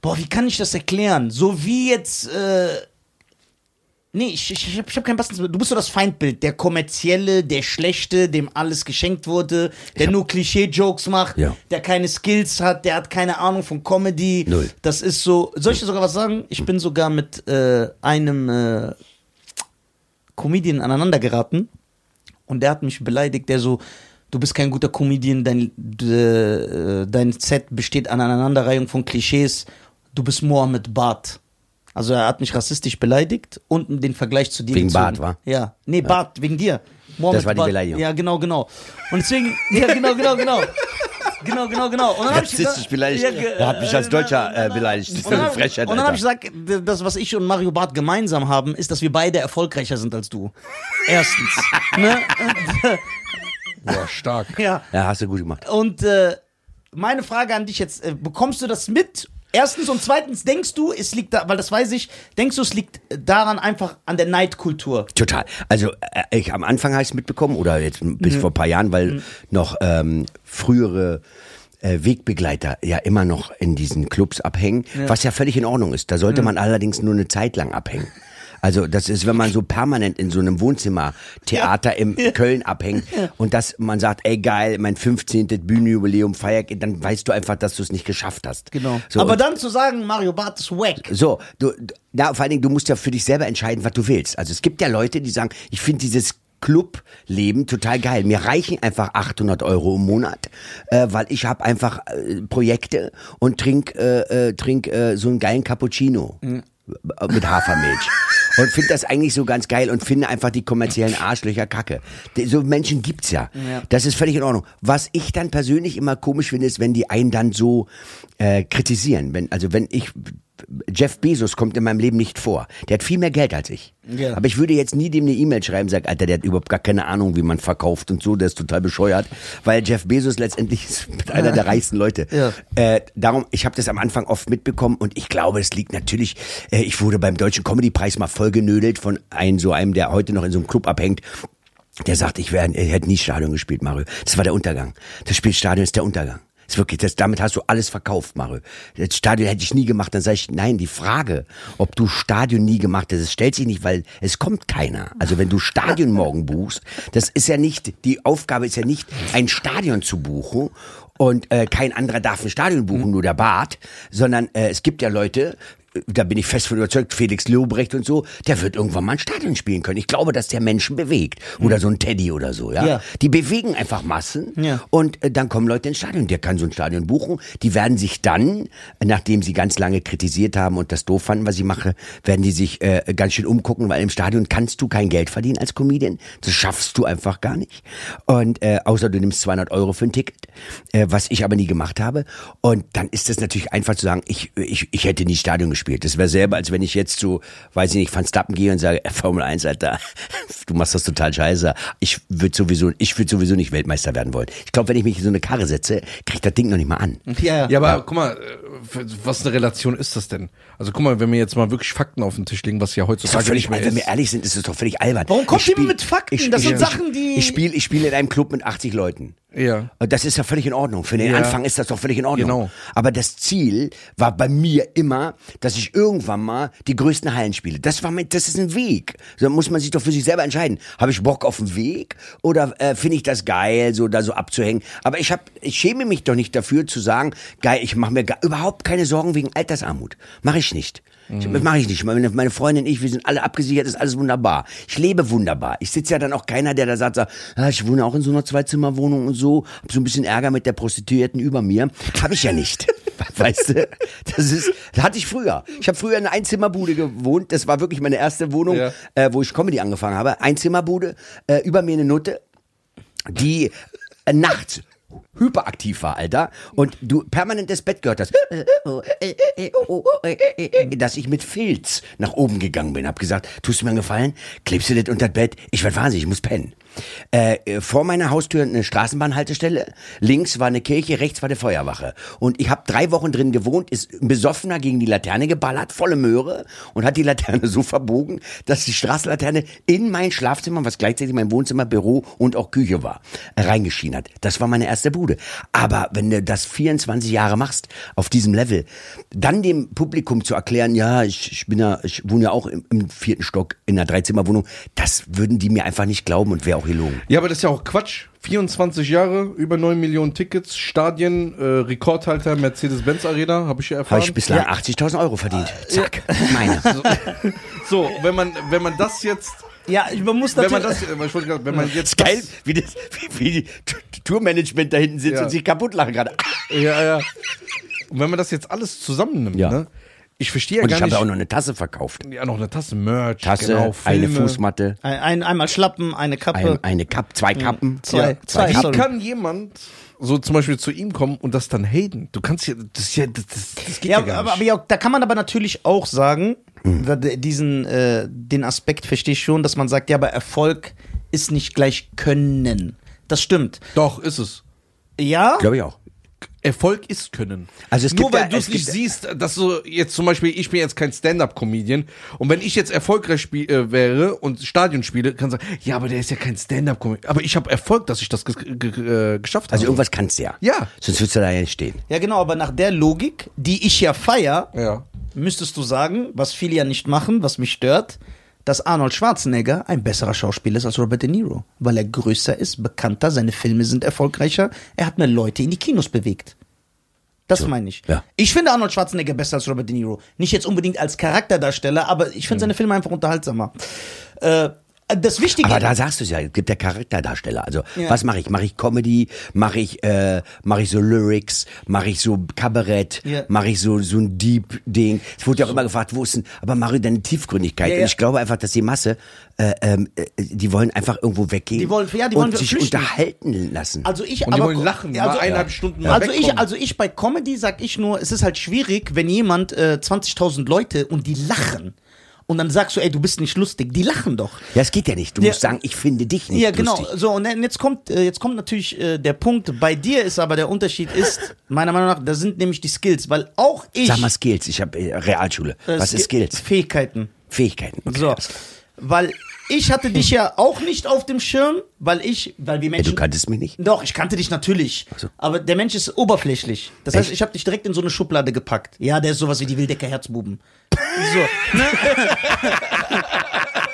B: boah, wie kann ich das erklären? So wie jetzt, äh, nee, ich, ich, ich hab, ich hab kein passendes Bild. Du bist so das Feindbild, der kommerzielle, der schlechte, dem alles geschenkt wurde, der nur Klischee-Jokes macht,
C: Ja.
B: der keine Skills hat, der hat keine Ahnung von Comedy.
C: Null.
B: Das ist so, soll ich dir sogar was sagen? Ich bin sogar mit äh, einem äh, Comedian aneinander geraten und der hat mich beleidigt, der so, du bist kein guter Comedian, dein, d- äh, dein Set besteht an einer Aneinanderreihung von Klischees, du bist Mohammed Bart. Also er hat mich rassistisch beleidigt und den Vergleich zu dir
C: Wegen
B: gezogen.
C: Barth, wa?
B: Ja, nee, Bart, wegen dir. Mohammed
C: war die
B: Barth.
C: Beleidigung.
B: Ja, genau, genau. Und deswegen, ja, genau, genau, genau. Genau, genau, genau. Und dann hab ich
C: Rassistisch
B: gesagt-
C: beleidigt.
B: Ja, ge-
C: Er hat mich als Deutscher äh, beleidigt. Das ist
B: und dann,
C: eine
B: hab-
C: Frechheit,
B: und dann habe ich
C: Alter.
B: gesagt, d- das, was ich und Mario Barth gemeinsam haben, ist, dass wir beide erfolgreicher sind als du. Erstens. ne?
A: Boah, stark.
B: Ja.
C: Ja, hast du gut gemacht.
B: Und äh, meine Frage an dich jetzt: äh, Bekommst du das mit? Erstens und zweitens, denkst du, es liegt da, weil das weiß ich, denkst du, es liegt daran einfach an der Neidkultur?
C: Total. Also äh, ich am Anfang habe ich es mitbekommen oder jetzt
B: Mhm.
C: bis vor ein paar Jahren, weil noch ähm, frühere äh, Wegbegleiter ja immer noch in diesen Clubs abhängen, was ja völlig in Ordnung ist. Da
B: Mhm.
C: sollte man allerdings nur eine Zeit lang abhängen. Also das ist, wenn man so permanent in so einem Wohnzimmertheater im Köln abhängt und dass man sagt, ey geil, mein 15. Bühnenjubiläum feier, ich, dann weißt du einfach, dass du es nicht geschafft hast. So,
B: Genau. Aber
C: und-
B: dann zu sagen, Mario Barth ist wack.
C: so, du, du- na, vor allen Dingen, du musst ja für dich selber entscheiden, was du willst. Also es gibt ja Leute, die sagen, ich finde dieses Clubleben total geil. Mir reichen einfach 800 Euro im Monat, äh, weil ich habe einfach äh, Projekte und trink, äh, äh, trink äh, so einen geilen Cappuccino. mit Hafermilch. Und finde das eigentlich so ganz geil und finde einfach die kommerziellen Arschlöcher kacke. Die- So Menschen gibt's ja. Das ist völlig in Ordnung. Was ich dann persönlich immer komisch finde, ist, wenn die einen dann so äh, kritisieren. Wenn, also wenn ich, Jeff Bezos kommt in meinem Leben nicht vor. Der hat viel mehr Geld als ich.
B: Ja.
C: Aber ich würde jetzt nie dem eine E-Mail schreiben, sag, Alter, der hat überhaupt gar keine Ahnung, wie man verkauft und so, der ist total bescheuert, weil Jeff Bezos letztendlich ist mit einer der reichsten Leute.
B: Ja.
C: Äh, darum, ich habe das am Anfang oft mitbekommen und ich glaube, es liegt natürlich, äh, ich wurde beim Deutschen Comedy-Preis mal vollgenödelt von einem, so einem, der heute noch in so einem Club abhängt. Der sagt, ich, wär, ich hätte nie Stadion gespielt, Mario. Das war der Untergang. Das Spiel Stadion ist der Untergang. Ist wirklich, das, damit hast du alles verkauft, Mario. Das Stadion hätte ich nie gemacht. Dann sage ich, nein, die Frage, ob du Stadion nie gemacht hast, das stellt sich nicht, weil es kommt keiner. Also wenn du Stadion morgen buchst, das ist ja nicht, die Aufgabe ist ja nicht, ein Stadion zu buchen und äh, kein anderer darf ein Stadion buchen, nur der Bart, sondern äh, es gibt ja Leute, äh, da bin ich fest von überzeugt, Felix Lobrecht und so, der wird irgendwann mal ein Stadion spielen können. Ich glaube, dass der Menschen bewegt. Oder so ein Teddy oder so, ja.
B: Ja.
C: Die bewegen einfach Massen
B: Ja.
C: und äh, dann kommen Leute ins Stadion. Der kann so ein Stadion buchen. Die werden sich dann, nachdem sie ganz lange kritisiert haben und das doof fanden, was ich mache, werden die sich äh, ganz schön umgucken, weil im Stadion kannst du kein Geld verdienen als Comedian. Das schaffst du einfach gar nicht. Und äh, außer du nimmst 200 Euro für ein Ticket, äh, was ich aber nie gemacht habe. Und dann ist es natürlich einfach zu sagen, ich, ich, ich hätte nie Stadion gespielt. Das wäre selber, als wenn ich jetzt zu, weiß ich nicht, Van Stappen gehe und sage, Formel 1, Alter, du machst das total scheiße. Ich würde sowieso, ich würde sowieso nicht Weltmeister werden wollen. Ich glaube, wenn ich mich in so eine Karre setze, kriege ich das Ding noch nicht mal an.
B: Ja,
A: Ja, aber guck mal, äh, was eine Relation ist das denn? Also guck mal, wenn wir jetzt mal wirklich Fakten auf den Tisch legen, was ja
C: Ist doch
A: heutzutage
C: völlig,
A: nicht mehr
C: wenn
A: ist.
C: wir ehrlich sind, ist es doch völlig albern.
B: Warum kommt
C: Ich spiel-
B: jemand mit Fakten? Das sind Sachen, die-
C: Ich spiele ich spiel in einem Club mit 80 Leuten.
A: Ja.
C: Und das ist ja völlig in Ordnung. Für den
A: Ja.
C: Anfang ist das doch völlig in Ordnung.
A: Genau.
C: Aber das Ziel war bei mir immer, dass ich irgendwann mal die größten Hallen spiele. Das war mein, das ist ein Weg. Da muss man sich doch für sich selber entscheiden. Habe ich Bock auf den Weg oder äh, finde ich das geil, so da so abzuhängen? Aber ich habe, ich schäme mich doch nicht dafür zu sagen, geil, ich mache mir gar, überhaupt keine Sorgen wegen Altersarmut. Mache ich nicht. Mhm. Mache ich nicht. Meine, meine Freundin und ich, wir sind alle abgesichert, ist alles wunderbar. Ich lebe wunderbar. Ich sitze ja dann auch keiner, der da sagt, sagt, ah, ich wohne auch in so einer Zweizimmerwohnung und so, hab so ein bisschen Ärger mit der Prostituierten über mir. Habe ich ja nicht. Weißt du, das ist, das hatte ich früher. Ich habe früher in einer Einzimmerbude gewohnt. Das war wirklich meine erste Wohnung,
A: Ja.
C: äh, wo ich Comedy angefangen habe. Einzimmerbude, äh, über mir eine Nutte, die äh, nachts hyperaktiv war, Alter, und du permanent das Bett gehört hast, dass ich mit Filz nach oben gegangen bin, hab gesagt, tust du mir einen Gefallen, klebst du das unter das Bett, ich werd wahnsinnig, ich muss pennen. Äh, äh, vor meiner Haustür eine Straßenbahnhaltestelle, links war eine Kirche, rechts war eine Feuerwache. Und ich hab drei Wochen drin gewohnt, ist ein Besoffener gegen die Laterne geballert, volle Möhre, und hat die Laterne so verbogen, dass die Straßenlaterne in mein Schlafzimmer, was gleichzeitig mein Wohnzimmer, Büro und auch Küche war, reingeschienen hat. Das war meine erste Bude. Aber wenn du das 24 Jahre machst, auf diesem Level, dann dem Publikum zu erklären, ja, ich, ich bin ja, ich wohne ja auch im, im vierten Stock in einer Dreizimmerwohnung, das würden die mir einfach nicht glauben und wäre auch gelogen.
A: Ja, aber das ist ja auch Quatsch. 24 Jahre, über 9 Millionen Tickets, Stadien, äh, Rekordhalter, Mercedes-Benz Arena, habe ich Ähm, ja
C: Habe
A: erfahren.
C: ich bislang 80.000 Euro verdient. Zack, meine.
A: so, wenn man, wenn man das jetzt,
B: ja man muss
A: wenn
B: natürlich.
A: man das, äh, ich wollte gerade, wenn man jetzt
C: Geil, wie, das, wie, wie die Tourmanagement da hinten sitzt
A: Ja.
C: und sich kaputt lachen gerade.
A: Das, ja, ja. Und wenn man das jetzt alles zusammennimmt,
C: Ja.
A: ne? Ich verstehe ja
C: Und
A: gar
C: ich habe
A: nicht.
C: auch noch eine Tasse verkauft.
A: ja, noch eine Tasse Merch,
C: Tasse,
A: genau,
C: eine
A: Filme.
C: Fußmatte,
B: ein, ein, einmal Schlappen, eine Kappe.
C: ein, eine Kappe, zwei Kappen.
B: Hm. zwei,
C: Ja,
B: zwei,
A: Wie
B: sorry.
A: kann jemand so zum Beispiel zu ihm kommen und das dann haten? Du kannst ja, das, ist ja, das, das, das geht ja,
B: Ja,
A: gar
B: aber,
A: nicht. Hm.
B: aber ja, da kann man aber natürlich auch sagen, da- d- diesen, äh, den Aspekt verstehe ich schon, dass man sagt, ja, aber Erfolg ist nicht gleich Können. Das stimmt.
A: Doch, ist es.
B: Ja,
C: Glaube ich auch.
A: Erfolg ist können.
C: Also es
A: Nur
C: gibt
A: weil
C: ja-
A: du es
C: es
A: nicht
C: gibt-
A: siehst, dass so jetzt zum Beispiel, ich bin jetzt kein Stand-Up-Comedian und wenn ich jetzt erfolgreich spiel, äh, wäre und Stadion spiele, kann sagen, ja, aber der ist ja kein Stand-Up-Comedian. Aber ich habe Erfolg, dass ich das ge ge äh, geschafft
C: Also
A: habe.
C: irgendwas kannst du ja.
A: Ja.
C: Sonst würdest du da ja nicht stehen.
B: ja, genau, aber nach der Logik, die ich ja feier,
A: Ja.
B: müsstest du sagen, was viele ja nicht machen, was mich stört, dass Arnold Schwarzenegger ein besserer Schauspieler ist als Robert De Niro, weil er größer ist, bekannter, seine Filme sind erfolgreicher, er hat mehr Leute in die Kinos bewegt. Das meine ich.
C: ja.
B: Ich finde Arnold Schwarzenegger besser als
C: Mhm.
B: Robert De Niro. Nicht jetzt unbedingt als Charakterdarsteller, aber ich finde seine Filme einfach unterhaltsamer. Äh, Das Wichtige
C: Aber da sagst du es ja, es gibt ja Charakterdarsteller. Also
B: Ja.
C: was mache ich? Mache ich Comedy? Mache ich, äh, mache ich so Lyrics? Mache ich so Kabarett?
B: Ja.
C: Mache ich so so ein Deep Ding? Es wurde ja auch immer gefragt, wo ist denn? Aber Mario, deine Tiefgründigkeit.
B: Ja, ja.
C: Und ich glaube einfach, dass die Masse, äh, ähm, äh, die wollen einfach irgendwo weggehen
B: Die wollen- ja, die
C: und
B: wollen
C: sich
B: flüchten.
C: unterhalten lassen.
B: Also ich,
A: Und die
B: aber
A: wollen lachen,
B: Ja,
A: mal eineinhalb Stunden mal
B: Also ich,
A: wegkommen.
B: also ich bei Comedy sag ich nur, es ist halt schwierig, wenn jemand äh, 20.000 Leute und die lachen und dann sagst du, ey, du bist nicht lustig. Die lachen doch.
C: ja, es geht ja nicht. Du
B: Ja.
C: musst sagen, ich finde dich nicht
B: ja, genau.
C: lustig.
B: So und dann- jetzt kommt, äh, jetzt kommt natürlich äh, der Punkt. Bei dir ist aber der Unterschied ist meiner Meinung nach, da sind nämlich die Skills, weil auch ich
C: Sag mal Skills. Ich habe äh, Realschule.
B: äh,
C: was ist
B: Ski-
C: Skills?
B: Fähigkeiten.
C: Fähigkeiten. Okay.
B: So, weil ich hatte dich ja auch nicht auf dem Schirm, weil ich, weil wir
C: Ja,
B: Menschen
C: du kanntest mich nicht.
B: Doch, ich kannte dich natürlich.
C: so.
B: Aber der Mensch ist oberflächlich. Das heißt, ich habe dich direkt in so eine Schublade gepackt. Ja, der ist sowas wie die Wildecker Herzbuben. So. Ne?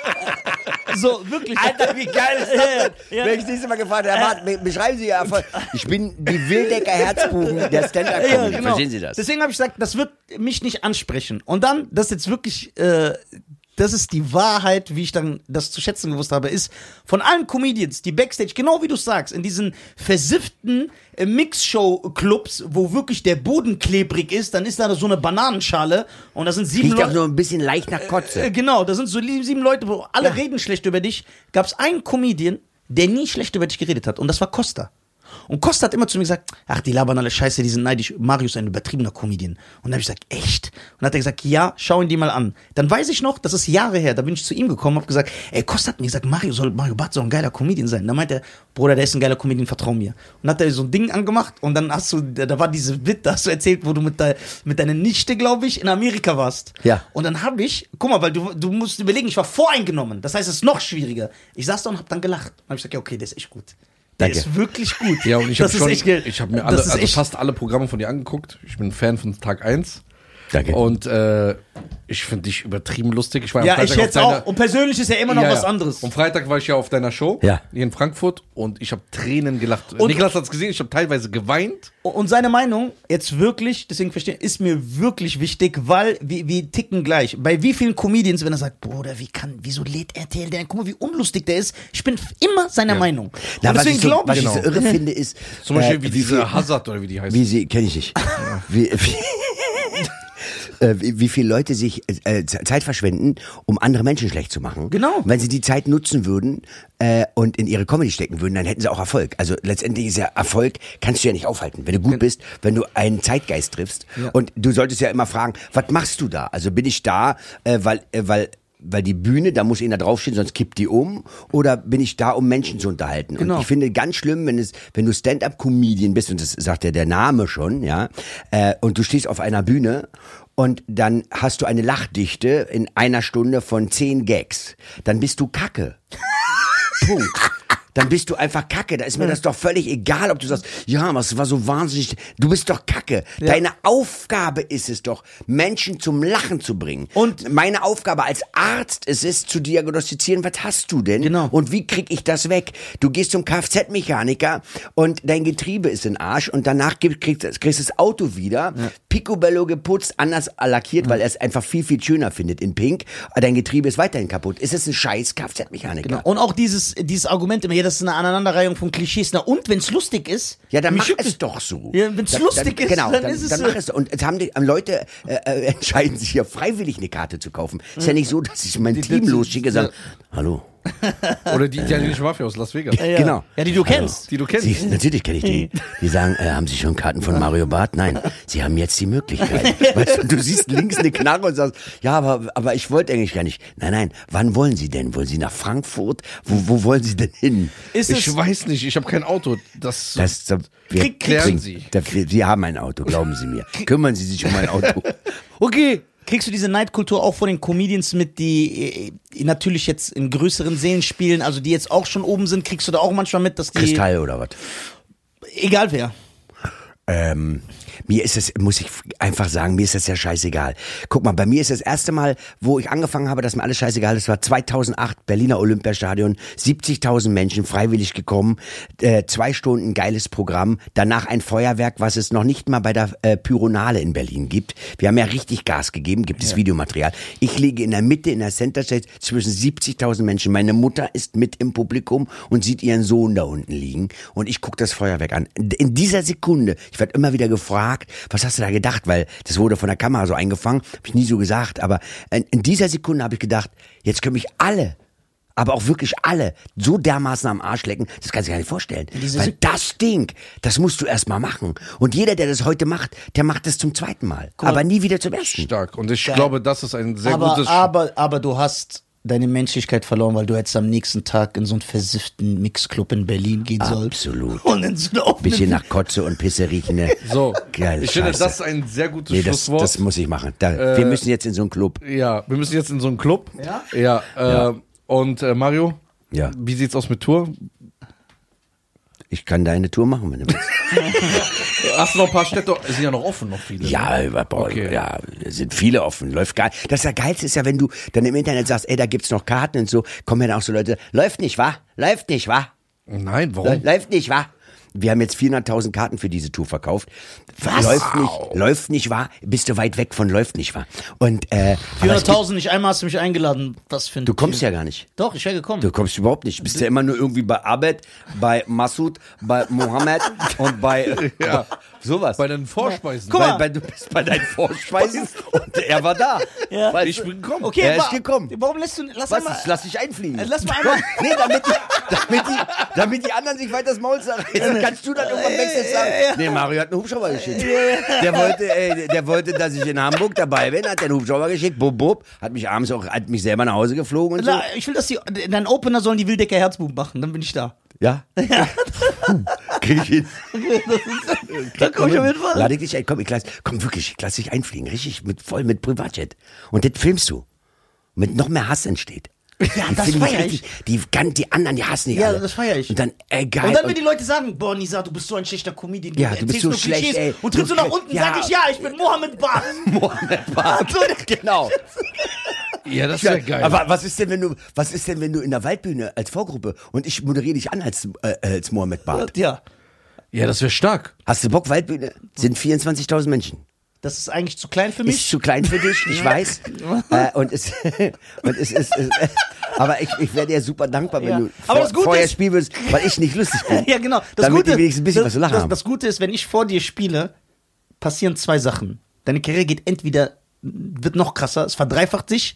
B: so, wirklich.
C: Alter, wie geil ist das denn? Wenn ich das nächste Mal gefragt habe, warte, be- beschreiben Sie Ihr Erfolg. Ich bin die Wildecker Herzbuben der Stand-Up-Comedy.
B: Ja, genau.
C: Verstehen Sie das?
B: Deswegen habe ich gesagt, das wird mich nicht ansprechen. Und dann, das ist jetzt wirklich, äh, das ist die Wahrheit, wie ich dann das zu schätzen gewusst habe, ist von allen Comedians, die Backstage, genau wie du sagst, in diesen versifften äh, Mixshow-Clubs, wo wirklich der Boden klebrig ist, dann ist da so eine Bananenschale und da sind sieben
C: Riecht auch
B: Leute.
C: nur ein bisschen leicht nach
B: genau. Äh,
C: Kotze.
B: Genau, da sind so lie- sieben Leute, wo alle reden schlecht über dich. Gab es einen Comedian, der nie schlecht über dich geredet hat. Und das war Costa. Und Costa hat immer zu mir gesagt, ach, die labern alle scheiße, die sind neidisch. Marius ist ein übertriebener Comedian. Und dann habe ich gesagt, echt? Und dann hat er gesagt, ja, schau ihn dir mal an. Dann weiß ich noch, das ist Jahre her, da bin ich zu ihm gekommen, habe gesagt, ey, Costa hat mir gesagt, Mario soll, Mario Barth soll ein geiler Comedian sein. Dann meint er, Bruder, der ist ein geiler Comedian, vertrau mir. Und hat er so ein Ding angemacht und dann hast du, da da war diese Bit, da hast du erzählt, wo du mit, de, mit deiner Nichte, glaube ich, in Amerika warst.
C: Ja.
B: Und dann habe ich, guck mal, weil du, du musst überlegen, ich war voreingenommen. Das heißt, es ist noch schwieriger. Ich saß da und habe dann gelacht. Dann habe ich gesagt, ja, okay, der ist echt gut. Der
C: Danke.
B: ist wirklich gut.
A: Ja, und ich habe
B: Das ist
A: schon,
B: echt geil.
A: ich habe mir alle,
B: Das ist
A: also
B: echt-
A: fast alle Programme von dir angeguckt. Ich bin Fan von Tag 1.
C: Danke.
A: Und äh, ich finde dich übertrieben lustig. Ich war am
B: Ja, ich
A: Freitag
B: jetzt
A: auf deiner,
B: auch. Und persönlich ist ja immer noch
A: Ja, ja.
B: was anderes.
A: Am Freitag war ich ja auf deiner Show
C: Ja.
A: hier in Frankfurt und ich habe Tränen gelacht. Niklas hat's gesehen, ich habe teilweise geweint.
B: Und seine Meinung, jetzt wirklich, deswegen verstehe ist mir wirklich wichtig, weil wir, wir ticken gleich. Bei wie vielen Comedians, wenn er sagt, Bruder, wie kann, wieso lädt RTL denn? Guck mal, wie unlustig der ist. Ich bin f- immer seiner Meinung. Und
C: Na, was
B: deswegen
C: ich so,
B: glaube
C: was
B: ich.
A: genau.
B: genau.
C: ich so irre finde, ist. äh,
A: Zum Beispiel wie
C: viel-
A: Äh, diese Hazard oder wie die heißt.
C: Wie sie, kenne ich nicht. Wie, wie, äh, wie, wie viele Leute sich äh, Z- Zeit verschwenden, um andere Menschen schlecht zu machen.
B: Genau.
C: Wenn sie die Zeit nutzen würden äh, und in ihre Comedy stecken würden, dann hätten sie auch Erfolg. Also letztendlich ist ja Erfolg, kannst du ja nicht aufhalten. Wenn du gut bist, wenn du einen Zeitgeist triffst. Und du solltest ja immer fragen, was machst du da? Also bin ich da, äh, weil, äh, weil weil die Bühne, da muss einer draufstehen, sonst kippt die um. Oder bin ich da, um Menschen zu unterhalten?
B: Genau.
C: Und ich finde ganz schlimm, wenn es, wenn du Stand-up-Comedian bist und das sagt ja der Name schon, ja, äh, und du stehst auf einer Bühne und dann hast du eine Lachdichte in einer Stunde von zehn Gags, dann bist du Kacke. Punkt. Dann bist du einfach Kacke. Da ist mir das doch völlig egal, ob du sagst, ja, was war so wahnsinnig. Du bist doch Kacke. Deine Aufgabe ist es doch, Menschen zum Lachen zu bringen.
B: Und-
C: meine Aufgabe als Arzt ist es, zu diagnostizieren, was hast du denn?
B: Genau.
C: Und wie krieg ich das weg? Du gehst zum Kfz-Mechaniker und dein Getriebe ist in Arsch und danach gibt- kriegst, kriegst das Auto wieder, picobello geputzt, anders lackiert, weil er es einfach viel, viel schöner findet in pink. Aber Dein Getriebe ist weiterhin kaputt. Ist es ein scheiß Kfz-Mechaniker?
B: Genau. Und auch dieses, dieses Argument immer, ja, das ist eine Aneinanderreihung von Klischees. Na, und wenn es lustig ist,
C: Ja, dann
B: mich
C: mach
B: juckt
C: es doch so.
B: Ja, wenn's
C: Dann-
B: lustig
C: dann,
B: ist,
C: genau,
B: dann
C: dann
B: ist es
C: dann
B: so.
C: mach es. Und jetzt haben die ähm, Leute äh, äh, entscheiden sich ja freiwillig eine Karte zu kaufen. Ist ja nicht so, dass ich mein Team
B: das-
C: losschicke und sage, hallo.
A: Oder die italienische Mafia aus Las Vegas.
B: Ja.
C: Genau.
B: Ja, die du kennst.
A: Die du kennst.
C: Sie, natürlich kenne ich die. Die sagen, äh, haben Sie schon Karten von Mario Barth? Nein, Sie haben jetzt die Möglichkeit. Weißt du, du siehst links eine Knarre und sagst, ja, aber, aber ich wollte eigentlich gar nicht. Nein, nein, wann wollen Sie denn? Wollen Sie nach Frankfurt? Wo, wo wollen Sie denn hin?
B: ist es.
A: Ich weiß nicht, ich habe kein Auto. Das,
C: Das, das, wir,
A: Krieg- klären
C: bringen-
A: Sie.
C: Da, wir, Sie haben ein Auto, glauben Sie mir. Kümmern Sie sich um ein Auto.
B: Okay. Kriegst du diese Neidkultur auch von den Comedians mit, die äh, natürlich jetzt in größeren Seelen spielen, also die jetzt auch schon oben sind, kriegst du da auch manchmal mit, dass die.
C: Kristall oder was?
B: Egal wer.
C: Ähm, Mir ist es, muss ich einfach sagen, mir ist das ja scheißegal. Guck mal, bei mir ist das erste Mal, wo ich angefangen habe, dass mir alles scheißegal ist, war 2008 Berliner Olympiastadion, 70.000 Menschen freiwillig gekommen, äh, zwei Stunden geiles Programm, danach ein Feuerwerk, was es noch nicht mal bei der äh, Pyronale in Berlin gibt. Wir haben ja richtig Gas gegeben, gibt es Videomaterial. Ich liege in der Mitte, in der Center Stage zwischen 70.000 Menschen. Meine Mutter ist mit im Publikum und sieht ihren Sohn da unten liegen und ich gucke das Feuerwerk an. In dieser Sekunde, ich werde immer wieder gefragt, was hast du da gedacht, weil das wurde von der Kamera so eingefangen, habe ich nie so gesagt, aber in, in dieser Sekunde habe ich gedacht, jetzt können mich alle aber auch wirklich alle so dermaßen am Arsch lecken, das kannst du dir gar nicht vorstellen.
B: Diese
C: Weil
B: Sek-
C: das Ding, das musst du erstmal machen. Und jeder, der das heute macht, der macht das zum zweiten Mal. Aber nie wieder zum ersten.
A: Stark. Und ich glaube, das ist ein sehr
B: aber,
A: gutes.
B: aber, aber du hast deine Menschlichkeit verloren, weil du hättest am nächsten Tag in so einen versifften Mixclub in Berlin gehen sollen.
C: Absolut.
B: Und in so eine offene
C: Bisschen nach Kotze und Pisse riechende.
A: so,
C: Geile
A: ich finde,
C: Scheiße.
A: das ist ein sehr gutes
C: Nee, das,
A: Schlusswort. Äh.
C: das muss ich machen. Da, wir müssen jetzt in so einen Club.
A: ja, wir müssen jetzt in so einen Club.
B: Ja?
A: Ja. Äh, Und äh, Mario,
C: Ja.
A: wie sieht's aus mit Tour?
C: Ich kann da eine Tour machen, wenn du willst.
A: Hast du noch ein paar Städte? Es sind ja noch offen, noch viele.
C: Ja,
A: ne?
C: über- boah,
A: Okay.
C: ja, sind viele offen, läuft geil. Das ist ja geilste ist ja, wenn du dann im Internet sagst, ey, da gibt's noch Karten und so, kommen ja dann auch so Leute, läuft nicht, wa? Läuft nicht, wa?
A: Nein,
C: Lä-
A: warum?
C: Läuft nicht, wa? Wir haben jetzt 400.000 Karten für diese Tour verkauft. Was? Läuft nicht, läuft nicht, wa? Bist du weit weg von läuft nicht, wa? Und äh, aber es gibt-
B: 400.000, nicht einmal hast du mich eingeladen. Was für ein
C: du kommst ja gar nicht.
B: Doch, ich wäre gekommen.
C: Du kommst überhaupt nicht. Du bist ja immer nur irgendwie bei Abed, bei Massoud, bei Mohammed und bei
A: Ja.
C: sowas.
A: Bei den Vorspeisen.
B: Guck
C: weil,
B: mal.
C: weil du bist bei deinen Vorspeisen und er war da.
B: Ja.
C: Weißt
A: Ich
C: du?
A: bin gekommen.
B: okay,
C: er ist
B: aber-
C: gekommen.
B: Warum lässt du. Lass
C: Was
B: einmal,
C: ist? Lass dich einfliegen.
B: Äh, lass mal einmal-
C: nee, damit die, damit, die, damit die anderen sich weiter das Maul zerreißen, kannst du dann irgendwann wechseln sagen. Nee, Mario hat einen Hubschrauber geschickt. Der wollte, ey, der wollte, dass ich in Hamburg dabei bin, hat den Hubschrauber geschickt, bub, bub, hat mich abends auch, hat mich selber nach Hause geflogen und so.
B: Na, ich will, dass die. Dein Opener sollen die Wildecker Herzbuben machen, dann bin ich da.
C: Ja? Krieg ich hin. Äh,
B: Dann komm ich auf jeden Fall.
C: Lade ich dich ein, komm, ich lass, komm wirklich, ich lass dich einfliegen, richtig, mit, voll mit Privatjet. Und das filmst du. Mit noch mehr Hass entsteht. Ja,
B: das feier ich.
C: Die, kann- die anderen, die hassen nicht
B: Ja,
C: alle.
B: das feier ich.
C: Und dann, äh, egal.
B: Und dann, wenn die Leute sagen, boah, Nisa, du bist so ein schlechter Comedian,
C: Ja, du
B: erzählst
C: bist so
B: nur
C: schlecht,
B: Klischees
C: ey.
B: Und trittst du
C: Du
B: nach
C: schlecht-
B: unten,
C: Ja.
B: sag ich, ja, ich bin Mohammed Bach.
C: Mohammed Bart. genau.
A: Ja, das wäre geil.
C: Aber was ist denn, wenn du, was ist denn, wenn du in der Waldbühne als Vorgruppe und ich moderiere dich an als, äh, als Mohammed Bart?
B: ja,
A: ja, das wäre stark.
C: Hast du Bock, Waldbühne? Sind 24.000 Menschen.
B: das ist eigentlich zu klein für
C: Ist
B: mich.
C: zu klein für dich, ich weiß. äh, und es, und es ist, es, aber ich, ich wäre dir super dankbar, wenn
B: Ja.
C: du
B: Aber
C: vor-
B: das Gute
C: vorher
B: ist-
C: spielen würdest, weil ich nicht lustig bin.
B: ja, genau. Das
C: Damit
B: Gute,
C: die wenigstens ein bisschen
B: das,
C: was zu lachen
B: das,
C: haben.
B: das Gute ist, wenn ich vor dir spiele, passieren zwei Sachen. Deine Karriere geht entweder, wird noch krasser, es verdreifacht sich,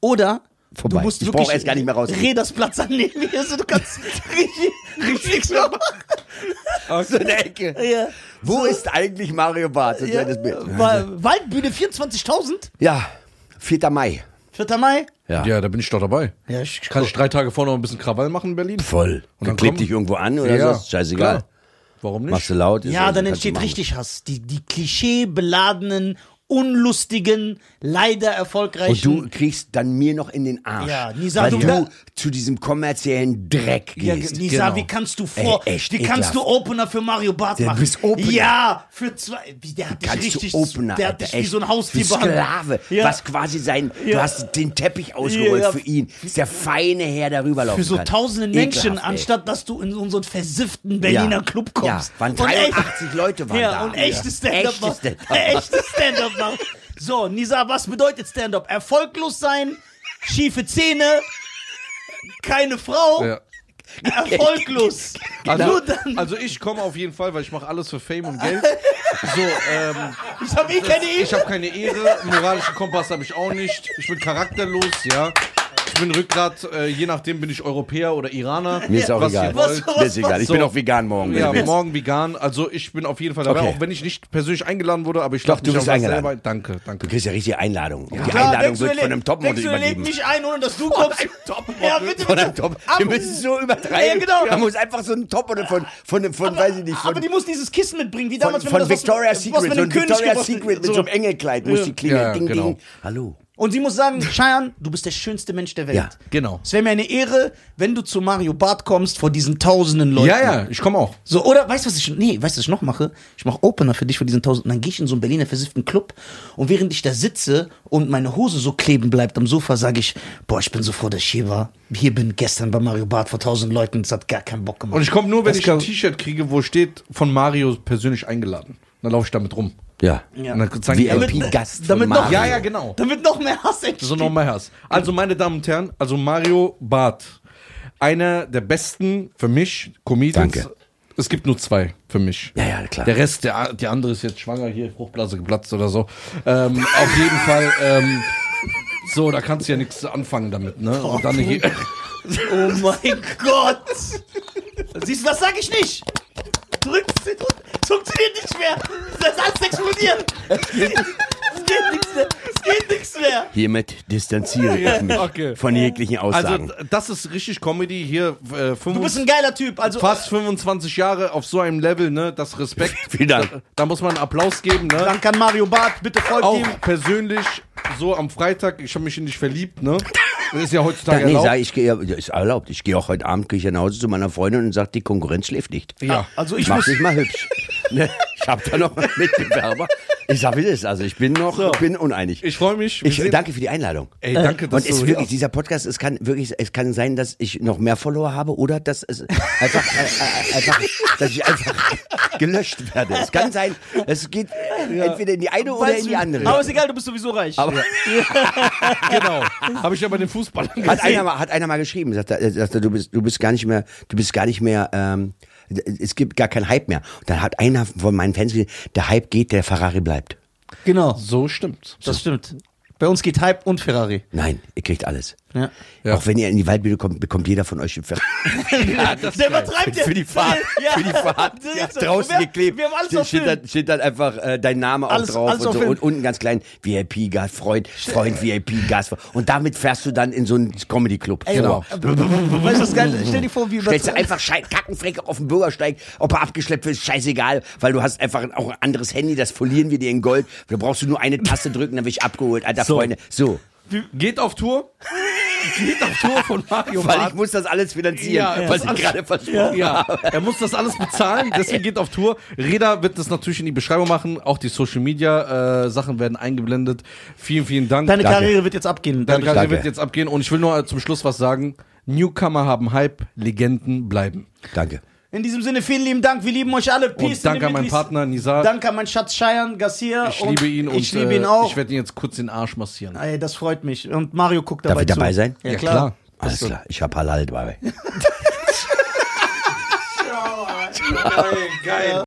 B: oder
C: Vorbei.
B: du musst
C: Ich
B: wirklich
C: brauch erst gar nicht mehr rausgehen.
B: Redersplatz annehmen. Also du kannst richtig, richtig nichts mehr machen.
C: Aus so einer Ecke.
B: Ja.
C: Wo ist eigentlich Mario Barth? Das
B: Ja. äh,
C: wäre das Bild.
B: Wa- Waldbühne 24.000,
C: Ja, 4. Mai.
B: 4. Mai.
C: Ja.
A: Ja, da bin ich doch dabei.
B: Ja, ich-
A: Kann ich drei Tage vorher noch ein bisschen Krawall machen in Berlin?
C: Voll.
A: Und
C: Und dann
A: dann
C: klebt
A: komm-
C: dich irgendwo an oder
A: Ja,
C: so. ist Scheißegal.
A: klar. Warum nicht?
C: Machst du laut. ist
B: Ja,
C: also-
B: dann
C: kannst du
B: entsteht
C: machen.
B: richtig Hass. Die, die klischeebeladenen, unlustigen, leider
C: Und
B: erfolgreichen.
C: du kriegst dann mir noch in den Arsch.
B: Ja, Nisa,
C: weil
B: du-
C: du
B: Ja.
C: zu diesem kommerziellen Dreck
B: ja,
C: gehst.
B: Nisa,
A: genau.
B: wie kannst du vor,
C: Ey, echt
B: wie kannst
C: ekelhaft.
B: du Opener für Mario Barth
C: Der
B: machen?
C: bist Opener.
B: Ja, für zwei, wie, der hat dich
C: kannst
B: richtig,
C: du Opener,
B: der hat
C: Alter,
B: dich wie
C: echt.
B: so ein
C: Wie
B: Haustier
C: Sklave,
B: Ja.
C: was quasi sein, du
B: Ja.
C: hast den Teppich ausgerollt
B: Ja, ja.
C: für ihn, dass der feine Herr darüber laufen
B: Für so
C: kann.
B: tausenden Menschen,
C: Ekelhaft, ey.
B: anstatt dass du in unseren versifften Berliner
C: Ja.
B: Club kommst.
C: Ja, waren
B: Und echt-
C: 83 Leute waren
B: ja,
C: da.
B: und echtes
C: Ja.
B: Stand-up
C: Echtes
B: machen.
C: Stand-up.
B: Echtes Stand-up machen. So, Nisa, was bedeutet Stand-up? Erfolglos sein, schiefe Zähne, keine Frau,
A: Ja.
B: erfolglos.
A: Also,
C: Genau.
B: Nur dann.
A: also ich komme auf jeden Fall, weil ich mache alles für Fame und Geld. So, ähm,
B: Ich hab eh keine Ehe.
A: ich habe keine Ehre, moralischen Kompass habe ich auch nicht. Ich bin charakterlos, ja. Ich bin Rückgrat, äh, je nachdem bin ich Europäer oder Iraner.
C: Mir ist auch
A: was ihr
C: egal.
A: wollt.
B: Was-
C: Mir ist egal. Ich
A: So.
C: bin auch vegan morgen. wenn
A: Ja,
C: du willst.
A: morgen vegan. Also ich bin auf jeden Fall dabei,
C: Okay.
A: auch wenn ich nicht persönlich eingeladen wurde, aber ich
C: Doch,
A: lach
C: du
A: mich
C: bist
A: auch
C: eingeladen.
A: Selber. Danke, danke.
C: Du kriegst ja richtig Einladung. Und die
B: Klar,
C: Einladung
B: denkst du, er
C: wird von
B: lebt-
C: einem Topmodel
B: denkst du, er lebt
C: übergeben.
B: nicht ein, ohne dass du kommst. Ja, bitte,
C: Von einem
B: bitte.
C: Top. Wir
B: Aber-
C: müssen es so übertreiben.
B: Ja, genau.
C: Man muss einfach so einen Topmodel von, von, von, von weiß ich nicht, von,
B: aber die muss dieses Kissen mitbringen, wie
C: von,
B: damals,
C: von
B: wenn man das was-
C: Victoria's
B: was
C: Secret.
B: mit
C: So
B: dem
C: ein
B: König
C: Victoria's
B: gemacht-
C: Secret mit so einem Engelkleid muss die klingeln.
A: Ja,
C: ding,
A: genau.
C: ding. Hallo.
B: Und sie muss sagen, Cheyenne, du bist der schönste Mensch der Welt.
C: Ja.
A: Genau.
B: Es wäre mir eine Ehre, wenn du zu Mario Barth kommst vor diesen tausenden Leuten.
A: Ja, ja, ich komme auch.
B: So, oder weißt du, was ich. Nee, weißt du, was ich noch mache? Ich mache Opener für dich vor diesen tausenden. Dann gehe ich in so einen Berliner versifften Club und während ich da sitze und meine Hose so kleben bleibt am Sofa, sage ich, boah, ich bin so froh, dass ich hier war. Hier bin gestern bei Mario Barth vor tausend Leuten. Das hat gar keinen Bock gemacht.
A: Und ich komme nur, wenn
B: Das
A: ich ein
B: kann-
A: T-Shirt kriege, wo steht, von Mario persönlich eingeladen. Dann laufe ich damit rum.
C: Ja.
B: Ja.
A: Und dann zeigen die
C: Wie
A: alle-
C: VIP-Gast. von
B: Damit noch-
C: Mario.
A: Ja, ja, genau.
B: Damit noch mehr Hass entsteht.
A: So nochmal Hass. Also, meine Damen und Herren, also Mario Barth. Einer der besten für mich Comedians.
C: Danke.
A: Es gibt nur zwei für mich.
C: Ja, ja, klar.
A: Der Rest, der, die andere ist jetzt schwanger, hier Fruchtblase geplatzt oder so. Ähm, auf jeden Fall, ähm, so, da kannst du ja nichts anfangen damit, ne? Und dann hier,
B: Oh mein Gott! Siehst du, das sag ich nicht! Drückst du, es funktioniert nicht mehr! Das alles explodiert! Es geht nichts mehr! Es geht nichts mehr!
C: Hiermit distanziere ich mich
A: Okay.
C: von jeglichen
A: also,
C: Aussagen.
A: das ist richtig Comedy hier. Äh,
B: Du bist ein geiler Typ, also.
A: fast 25 Jahre auf so einem Level, ne? Das Respekt.
C: Vielen Dank.
A: Da muss man einen Applaus geben, ne?
B: Dank an Mario Barth, bitte folgt
A: Auch
B: ihm.
A: persönlich, so am Freitag, ich habe mich in dich verliebt, ne? Das ist ja heutzutage
C: Ja, nee,
A: erlaubt.
C: sag, ich gehe, ja, ist erlaubt. Ich gehe auch heute Abend gehe ich ja nach Hause zu meiner Freundin und sage, die Konkurrenz schläft nicht.
A: ja.
B: Also ich
C: Mach
B: muss.
C: dich mal hübsch. ne? Ich habe da noch einen Mitbewerber. Ich sag, wie das ist. Also ich bin noch, bin uneinig.
A: Ich freue mich. Wir
C: Ich,
A: sehen-
C: danke für die Einladung.
A: Ey, danke, dass
C: Und es
A: du
C: ist
A: hier
C: wirklich, dieser Podcast, es kann wirklich, es kann sein, dass ich noch mehr Follower habe oder dass es einfach, äh, äh, einfach dass ich einfach gelöscht werde. Es kann sein, es geht entweder in die eine oder in die
B: Aber
C: andere.
B: ist egal, du bist sowieso reich.
C: Aber
A: Genau. Habe ich ja bei den Fußballern
C: hat
A: gesehen.
C: einer mal, hat einer mal geschrieben, sagt, er, äh, sagt er, du bist, du bist gar nicht mehr, du bist gar nicht mehr, ähm, es gibt gar keinen Hype mehr. Und dann hat einer von meinen Fans gesagt, der Hype geht, der Ferrari bleibt.
B: genau,
A: So stimmt.
B: das stimmt. Bei uns geht Hype und Ferrari.
C: Nein, ihr kriegt alles.
B: Ja.
A: Ja.
C: Auch wenn ihr in die Waldbühne kommt, bekommt jeder von euch einen Ferrari.
B: Der übertreibt ja.
C: Für die Fahrt,
B: Ja.
C: für die Fahrt.
B: Ja.
C: Draußen
B: wir,
C: geklebt.
B: Wir haben alles
C: Steht-
B: auf
C: steht,
B: Film.
C: dann, steht dann einfach äh, dein Name
B: Alles-
C: auch drauf
B: alles auf
C: und so.
B: Film.
C: Und unten ganz klein, VIP, Gast, Freund, Freund, VIP, Gast. Und damit fährst du dann in so einen Comedy-Club.
A: Genau.
B: Weißt du, was geil ist? Stell dir vor, wie
C: Stellst du
B: übertreiben-
C: einfach Schei Kackenflecke auf den Bürgersteig, ob er abgeschleppt wird, ist scheißegal, weil du hast einfach auch ein anderes Handy, das folieren wir dir in Gold. Da brauchst du nur eine Taste drücken, dann bin ich abgeholt, alter Freunde. So.
A: Geht auf Tour. Geht auf Tour von Mario
C: Weil ich
A: Barth.
C: muss das alles finanzieren,
A: Ja, ja.
C: was ich gerade versprochen
A: Ja, er muss das alles bezahlen, deswegen geht auf Tour. Reda wird das natürlich in die Beschreibung machen. Auch die Social Media äh, Sachen werden eingeblendet. Vielen, vielen Dank.
B: Deine
A: Danke.
B: Karriere wird jetzt
A: Deine
B: abgehen. dadurch.
A: Karriere
C: Danke.
A: wird jetzt abgehen. Und ich will nur zum Schluss was sagen. Newcomer haben Hype, Legenden bleiben.
C: Danke.
B: In diesem Sinne, vielen lieben Dank. Wir lieben euch alle.
A: Und
B: Peace.
A: danke an
B: in the
A: meinen
B: Middle East.
A: Partner Nizar.
B: Danke an meinen Schatz Cheyenne Garcia.
A: ich liebe ihn und
B: ich liebe ihn
A: äh,
B: auch.
A: ich werde ihn jetzt kurz den Arsch massieren.
B: Ey, das freut mich. Und Mario guckt dabei
C: Darf ich dabei
B: zu.
C: sein?
B: Ja,
A: Ja,
B: klar.
A: klar.
C: Alles klar, ich hab Halal dabei.
A: Geil.